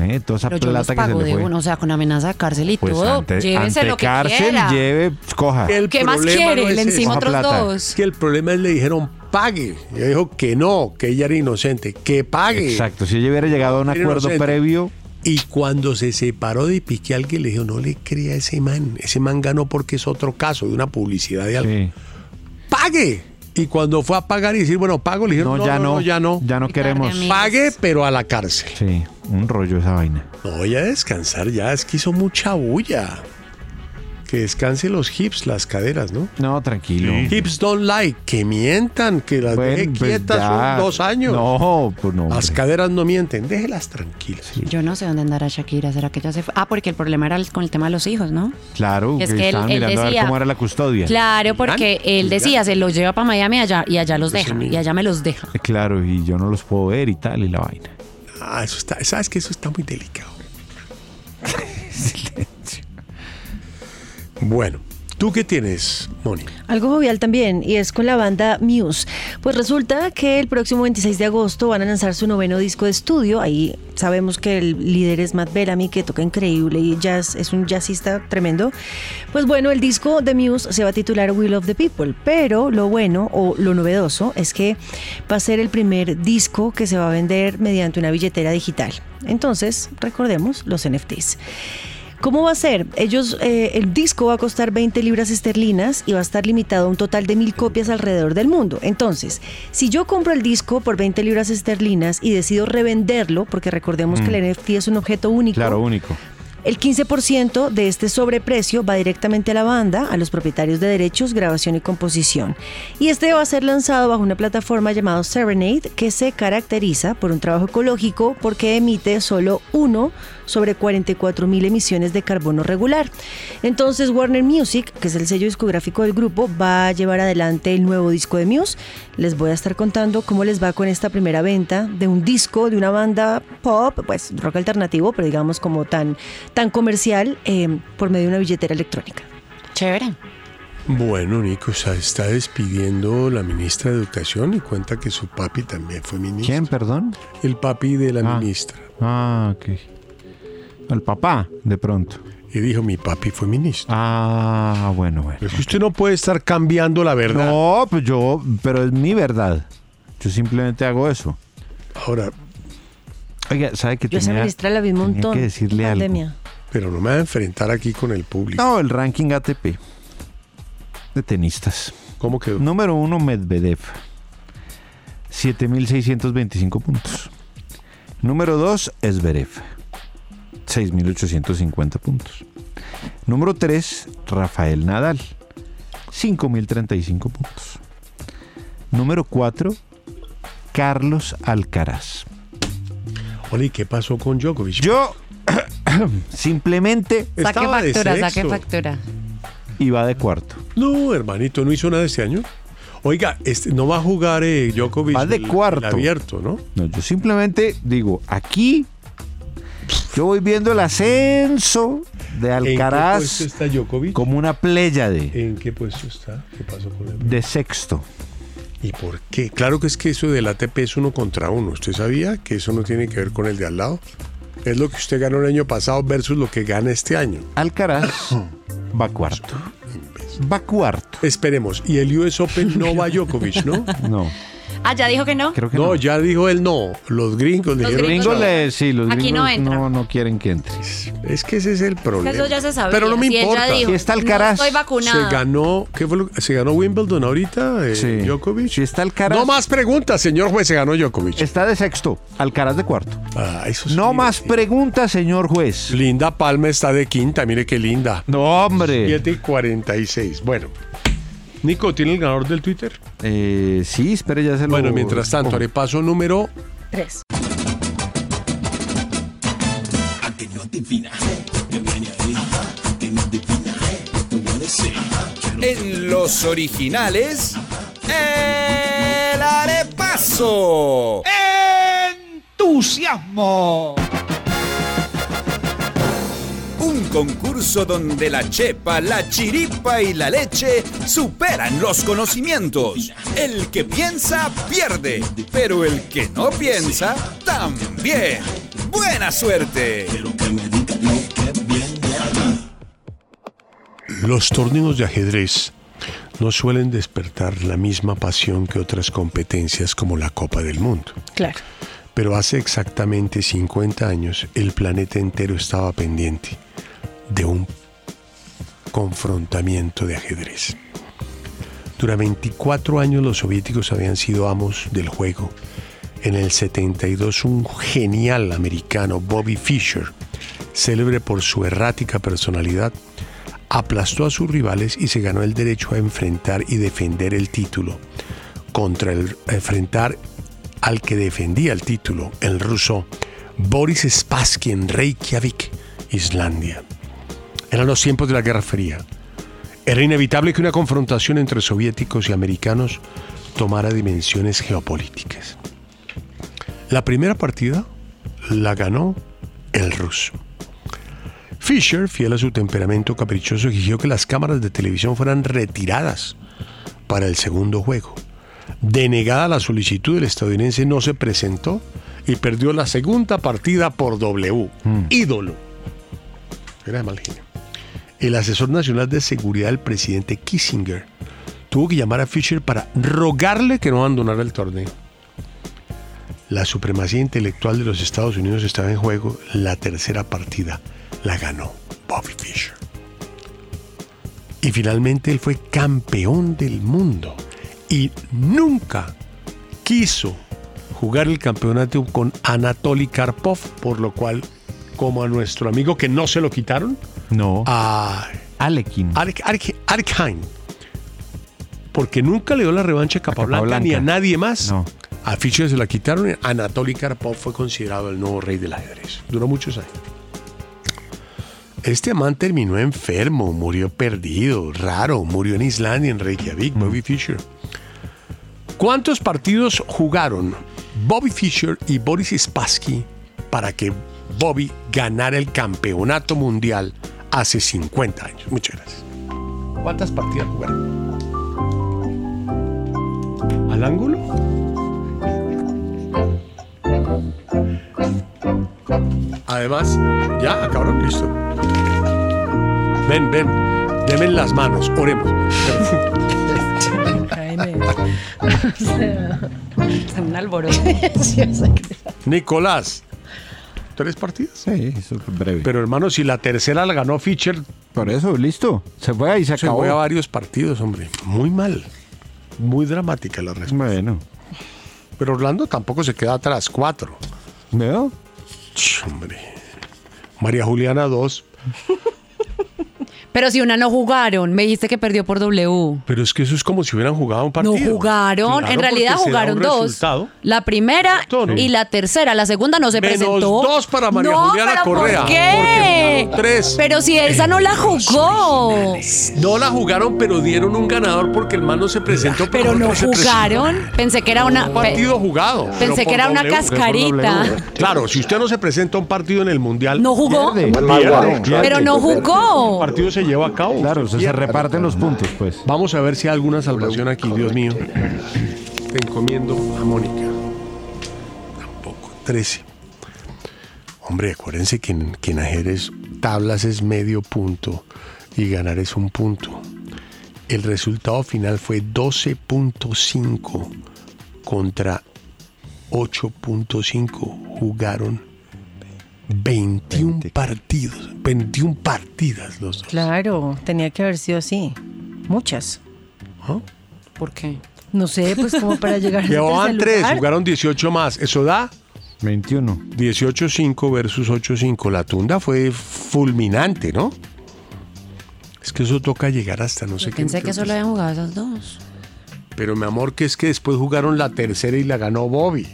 S6: Eh, Toda esa
S7: Pero yo los
S6: plata que se
S7: pago
S6: le
S7: de
S6: fue.
S7: uno, o sea, con amenaza de cárcel y
S6: Pues
S7: todo.
S6: ante,
S7: Llévese
S6: ante
S7: lo que
S6: cárcel,
S7: quiera.
S6: lleve, coja.
S7: ¿Qué más
S5: problema
S7: quiere?
S5: es
S7: Le
S5: ese.
S7: encima otros dos.
S5: Que el problema es le dijeron pague. Ella dijo que no, que ella era inocente, que pague.
S6: Exacto, si ella hubiera llegado a un
S5: Era
S6: acuerdo
S5: inocente.
S6: previo,
S5: Y cuando se separó de Piqué, alguien le dijo, no le crea a ese man. Ese man ganó porque es otro caso de una publicidad de algo. ¡Pague! Y cuando fue a pagar y decir, bueno, pago, le dijeron, no,
S6: ya
S5: no,
S6: no,
S5: no, ya no.
S6: ya no queremos.
S5: Pague, pero a la cárcel.
S6: Sí, un rollo esa vaina.
S5: No, voy a descansar ya, es que hizo mucha bulla. Que descanse los hips, las caderas, ¿no?
S6: No, tranquilo.
S5: Hips don't like, que mientan, que las
S6: Bueno,
S5: deje
S6: pues
S5: quietas
S6: ya.
S5: un- dos años.
S6: No, pues no.
S5: Las caderas no mienten, déjelas tranquilas.
S7: Yo no sé dónde andará Shakira. ¿Será que ya se fue? Ah, porque el problema era el- con el tema de los hijos, ¿no?
S6: Claro,
S7: Es
S6: que,
S7: que él-
S6: estaban
S7: él
S6: mirando a ver
S7: decía-
S6: cómo era la custodia.
S7: Claro, porque él decía, se los lleva para Miami allá y allá
S6: Pues
S7: los deja. Y allá me los deja.
S6: Eh, Claro, y yo no los puedo ver y tal, y la vaina.
S5: Ah, eso está, sabes que eso está muy delicado. Bueno, ¿tú qué tienes, Moni?
S8: Algo jovial también, y es con la banda Muse. Pues resulta que el próximo 26 de agosto van a lanzar su noveno disco de estudio. Ahí sabemos que el líder es Matt Bellamy, que toca increíble y jazz, es un jazzista tremendo. Pues bueno, el disco de Muse se va a titular Will of the People, pero lo bueno o lo novedoso es que va a ser el primer disco que se va a vender mediante una billetera digital. Entonces, recordemos los NFTs. ¿Cómo va a ser? Ellos, eh, el disco va a costar 20 libras esterlinas y va a estar limitado a un total de mil copias alrededor del mundo. Entonces, si yo compro el disco por 20 libras esterlinas y decido revenderlo, porque recordemos
S6: Mm.
S8: que el NFT es un objeto único,
S6: Claro, único.
S8: el 15% de este sobreprecio va directamente a la banda, a los propietarios de derechos, grabación y composición. Y este va a ser lanzado bajo una plataforma llamada Serenade, que se caracteriza por un trabajo ecológico porque emite solo uno sobre 44 mil emisiones de carbono regular. Entonces Warner Music, que es el sello discográfico del grupo, va a llevar adelante el nuevo disco de Muse. Les voy a estar contando cómo les va con esta primera venta de un disco de una banda pop, pues rock alternativo, pero digamos como tan, tan comercial, eh, por medio de una billetera electrónica.
S7: Chévere.
S5: Bueno, Nico, o sea, está despidiendo la ministra de Educación y cuenta que su papi también fue ministro.
S6: ¿Quién, perdón?
S5: El papi de la ministra.
S6: Ah, ok. El papá, de pronto.
S5: Y dijo, mi papi fue ministro.
S6: Ah, bueno, bueno.
S5: Es que usted no puede estar cambiando la verdad.
S6: No, pues yo, pero es mi verdad. Yo simplemente hago eso.
S5: Ahora.
S6: Oiga, ¿sabe que
S8: Yo esa
S6: tenía-
S8: ministra la vi un
S6: tenía
S8: montón
S6: que decirle
S8: en
S6: algo?
S8: pandemia.
S5: Pero no me va a enfrentar aquí con el público.
S6: No, el ranking ATP de tenistas.
S5: ¿Cómo quedó?
S6: Número uno, Medvedev. 7.625 puntos. Número dos, Esberev. 6.850 puntos. Número tres, Rafael Nadal. 5.035 puntos. Número cuatro, Carlos Alcaraz.
S5: Oye, ¿y qué pasó con Djokovic?
S6: Yo simplemente
S7: Saque
S5: Estaba de
S7: factura, saque
S5: sexto.
S7: factura.
S6: iba de cuarto.
S5: No, hermanito, no hizo nada este año. Oiga, este, no va a jugar eh, Djokovic.
S6: Va de
S5: el-
S6: cuarto.
S5: el abierto, ¿no?
S6: No, yo simplemente digo, aquí yo voy viendo el ascenso de
S5: ¿En qué
S6: Alcaraz
S5: puesto está Djokovic?
S6: como una pléyade
S5: ¿En qué puesto está? ¿Qué pasó con él?
S6: de sexto.
S5: ¿Y por qué? Claro que es que eso del ATP es uno contra uno. ¿Usted sabía que eso no tiene que ver con el de al lado? Es lo que usted ganó el año pasado versus lo que gana este año.
S6: Alcaraz Bacuarto.
S5: Bacuarto. Esperemos. Y el US Open no va a Djokovic, ¿no?
S6: No.
S7: Ah, ya dijo que no.
S6: Creo que
S5: no, ya dijo él no. Los gringos le
S7: Los
S5: dijeron
S7: gringos
S5: chao.
S7: le- sí, los Aquí gringos no entra. no-
S6: quieren que entres.
S5: Es que ese es el problema.
S7: Eso ya se sabía.
S5: Pero no me
S7: Si ella
S5: importa.
S7: dijo, "No estoy vacunada".
S5: Se ganó, ¿qué fue lo- se ganó Wimbledon ahorita, eh, Djokovic. está Alcaraz. No más preguntas, señor juez, se ganó Djokovic.
S6: Está de sexto, Alcaraz de cuarto.
S5: Ah, eso
S6: No más preguntas, señor juez.
S5: Linda Palma está de quinta, mire qué linda.
S6: No, hombre.
S5: 7 y 46. Bueno. Nico, ¿tiene el ganador del Twitter?
S6: Eh, sí, espere, ya se lo
S5: Bueno, mientras tanto, haré paso número
S7: Tres.
S10: En los originales, el arepaso. ¡Entusiasmo! Un concurso donde la chepa, la chiripa y la leche superan los conocimientos. El que piensa pierde, pero el que no piensa también. Buena suerte.
S5: Los torneos de ajedrez no suelen despertar la misma pasión que otras competencias como la Copa del Mundo.
S8: Claro.
S5: Pero hace exactamente 50 años el planeta entero estaba pendiente de un confrontamiento de ajedrez. Durante 24 años los soviéticos habían sido amos del juego. En el 72 un genial americano, Bobby Fischer, célebre por su errática personalidad, aplastó a sus rivales y se ganó el derecho a enfrentar y defender el título contra el enfrentar al que defendía el título, el ruso Boris Spassky en Reykjavik, Islandia. Eran los tiempos de la Guerra Fría. Era inevitable que una confrontación entre soviéticos y americanos tomara dimensiones geopolíticas. La primera partida la ganó el ruso. Fisher, fiel a su temperamento caprichoso, exigió que las cámaras de televisión fueran retiradas para el segundo juego. Denegada la solicitud, el estadounidense no se presentó y perdió la segunda partida por W. Ídolo. Era de mal genio. El asesor nacional de seguridad del presidente Kissinger tuvo que llamar a Fisher para rogarle que no abandonara el torneo. La supremacía intelectual de los Estados Unidos estaba en juego. La tercera partida la ganó Bobby Fischer. Y finalmente él fue campeón del mundo y nunca quiso jugar el campeonato con Anatoly Karpov, por lo cual, como a nuestro amigo que no se lo quitaron,
S6: No.
S5: a
S6: Alekin.
S5: Arkheim, porque nunca le dio la revancha a Capablanca,
S6: Capablanca.
S5: ni a nadie más.
S6: No.
S5: A Fischer se la quitaron. Anatoly Karpov fue considerado el nuevo rey del ajedrez. Duró muchos años. Este man terminó enfermo, murió perdido, raro, murió en Islandia, en Reykjavik, Bobby Fischer. ¿Cuántos partidos jugaron Bobby Fischer y Boris Spassky para que Bobby ganara el campeonato mundial hace 50 años? Muchas gracias. ¿Cuántas partidas jugaron? ¿Al ángulo? Además, ya acabaron, listo. Ven, ven, denme las manos, oremos.
S7: Está un alboroto.
S5: Nicolás, ¿tres partidas?
S6: Sí, eso es breve.
S5: Pero hermano, si la tercera la ganó Fischer.
S6: Por eso, listo. Se fue ahí, se
S5: Se
S6: acabó.
S5: fue a varios partidos, hombre. Muy mal. Muy dramática la respuesta.
S6: Bueno.
S5: Pero Orlando tampoco se queda atrás. Cuatro.
S6: ¿Veo?
S5: Ch, Hombre. María Juliana, dos.
S7: Pero si una no jugaron, me dijiste que perdió por W.
S5: Pero es que eso es como si hubieran jugado un partido.
S7: No jugaron,
S5: Claro,
S7: en realidad
S5: porque se da
S7: jugaron
S5: un
S7: dos.
S5: resultado.
S7: La primera
S5: ¿no?
S7: y la tercera, la segunda no se
S5: Menos
S7: presentó.
S5: dos para María
S7: No,
S5: Juliana
S7: pero
S5: Correa,
S7: ¿Por qué?
S5: porque jugaron tres.
S7: Pero si esa no la jugó.
S5: No la jugaron, pero dieron un ganador porque el man no se presentó.
S7: Pero no
S5: se presentó.
S7: jugaron. Pensé que era una.
S5: Un partido jugado. pero
S7: Pensé que
S5: por
S7: era una
S5: W.
S7: cascarita.
S5: Claro, si usted no se presenta a un partido en el mundial.
S7: No jugó.
S5: pierde.
S7: Pierde.
S5: Pierde.
S7: Pero no jugó.
S5: El partido se llevó a cabo.
S6: Claro, se, se reparten los puntos, pues.
S5: Vamos a ver si hay alguna salvación aquí, Dios mío. Te encomiendo a Mónica. Tampoco. 13. Hombre, acuérdense que en, que en ajedrez tablas es medio punto y ganar es un punto. El resultado final fue 12.5 contra 8.5. Jugaron 21 partidos, 21 partidas los dos.
S8: Claro, tenía que haber sido así. Muchas.
S6: ¿Ah?
S7: ¿Por qué?
S8: No sé, pues como para llegar a
S5: Llevaban 3, jugaron 18 más. ¿Eso da?
S6: 21.
S5: 18-5 versus 8-5. La tunda fue fulminante, ¿no? Es que eso toca llegar hasta no sé qué.
S7: Pensé que solo habían jugado esas dos.
S5: Pero mi amor, que es que después jugaron la tercera y la ganó Bobby.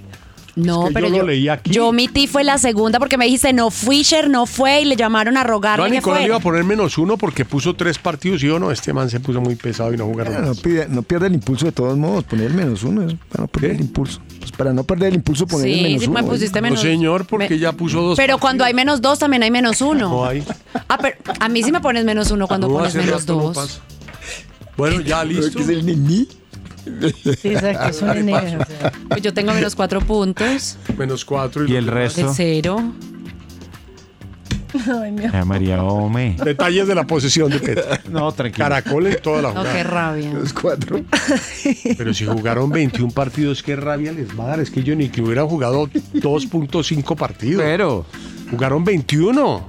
S7: No,
S5: Es que
S7: pero
S5: yo
S7: yo,
S5: lo leí aquí.
S7: yo omití fue la segunda porque me dijiste no Fisher no fue y le llamaron
S5: No,
S7: a
S5: a
S7: rogarle que
S5: Nicolás le iba
S7: fuera.
S5: a poner menos uno porque puso tres partidos y yo no, este man se puso muy pesado y no jugaron
S17: No,
S5: más.
S17: pide- no pierde el impulso de todos modos, poner el menos uno es para no perder el impulso. Pues para no perder el impulso, poner el
S7: Sí,
S17: menos
S7: sí,
S17: uno. ¿eh?
S7: me pusiste menos- me-
S5: puso
S7: Pero cuando hay menos dos también hay menos uno.
S5: No hay.
S7: Ah, pero a mí sí me pones menos uno cuando
S5: No,
S7: pones
S5: hace
S7: menos
S5: rato no
S7: dos.
S5: pasa. Bueno, ya listo.
S17: ¿Es el niní?
S7: Sí, exacto, es un
S5: Ay, paso.
S7: nene, o Pues yo tengo menos cuatro puntos
S5: Menos cuatro y, el
S7: de cero.
S8: Ay, mi amor.
S6: Ay, María Ome.
S5: Detalles de la posesión de Petra.
S6: No, tranquilo.
S5: Caracoles toda la
S7: No,
S5: jugada.
S7: qué rabia.
S17: cuatro.
S5: Pero si jugaron 21 partidos, qué rabia les va a dar. Es que yo ni que hubiera jugado 2.5 partidos. Pero. Jugaron 21.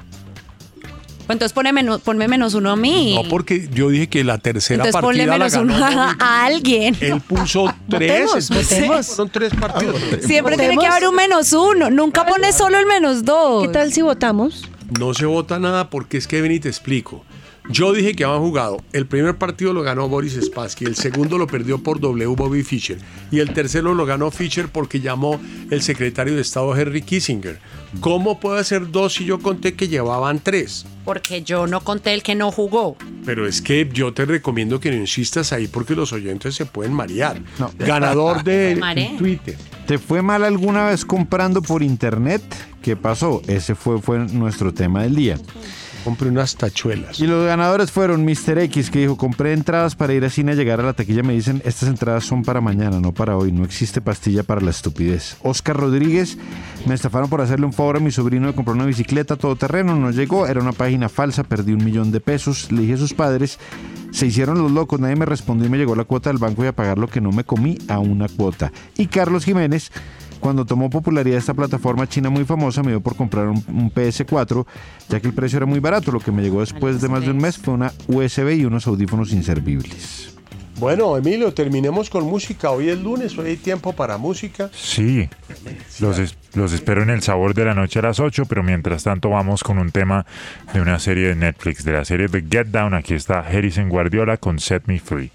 S7: Pues entonces pone menos, ponme menos uno a mí.
S5: No, porque yo dije que la tercera
S7: entonces
S5: partida
S7: ponle
S5: la
S7: menos
S5: ganó
S7: uno a,
S5: Bobby.
S7: a alguien.
S5: Él puso tres.
S7: Votemos,
S5: entonces
S7: votemos.
S5: Son tres partidos.
S7: Siempre tiene que haber un menos uno. Nunca pones solo el menos dos. ¿Qué tal
S8: si votamos?
S5: No se vota nada porque es que ven y te explico. Yo dije que habían jugado. El primer partido lo ganó Boris Spassky, el segundo lo perdió por W Bobby Fischer y el tercero lo ganó Fischer porque llamó el secretario de Estado Henry Kissinger. ¿Cómo puede hacer dos si yo conté que llevaban tres?
S7: Porque yo no conté el que no jugó.
S5: Pero es que yo te recomiendo que no insistas ahí porque los oyentes se pueden marear. Ganador de
S7: Mare.
S5: Twitter.
S6: ¿Te fue mal alguna vez comprando por internet? ¿Qué pasó? Ese fue, fue nuestro tema del día.
S5: Compré unas tachuelas.
S6: Y los ganadores fueron Mr. X, que dijo, compré entradas para ir a cine, llegar a la taquilla, me dicen, estas entradas son para mañana, no para hoy, no existe pastilla para la estupidez. Oscar Rodríguez, me estafaron por hacerle un favor a mi sobrino de comprar una bicicleta todoterreno, no llegó, era una página falsa, perdí un millón de pesos, le dije a sus padres, se hicieron los locos, nadie me respondió y me llegó la cuota del banco y a pagar lo que no me comí a una cuota. Y Carlos Jiménez... Cuando tomó popularidad esta plataforma china muy famosa, me dio por comprar un, un PS4, ya que el precio era muy barato. Lo que me llegó después de más de un mes fue una USB y unos audífonos inservibles.
S5: Bueno, Emilio, terminemos con música. Hoy es lunes, hoy hay tiempo para música.
S9: Sí, los, es- los espero en el sabor de la noche a las 8, pero mientras tanto vamos con un tema de una serie de Netflix, de la serie The Get Down. Aquí está Harrison Guardiola con Set Me Free.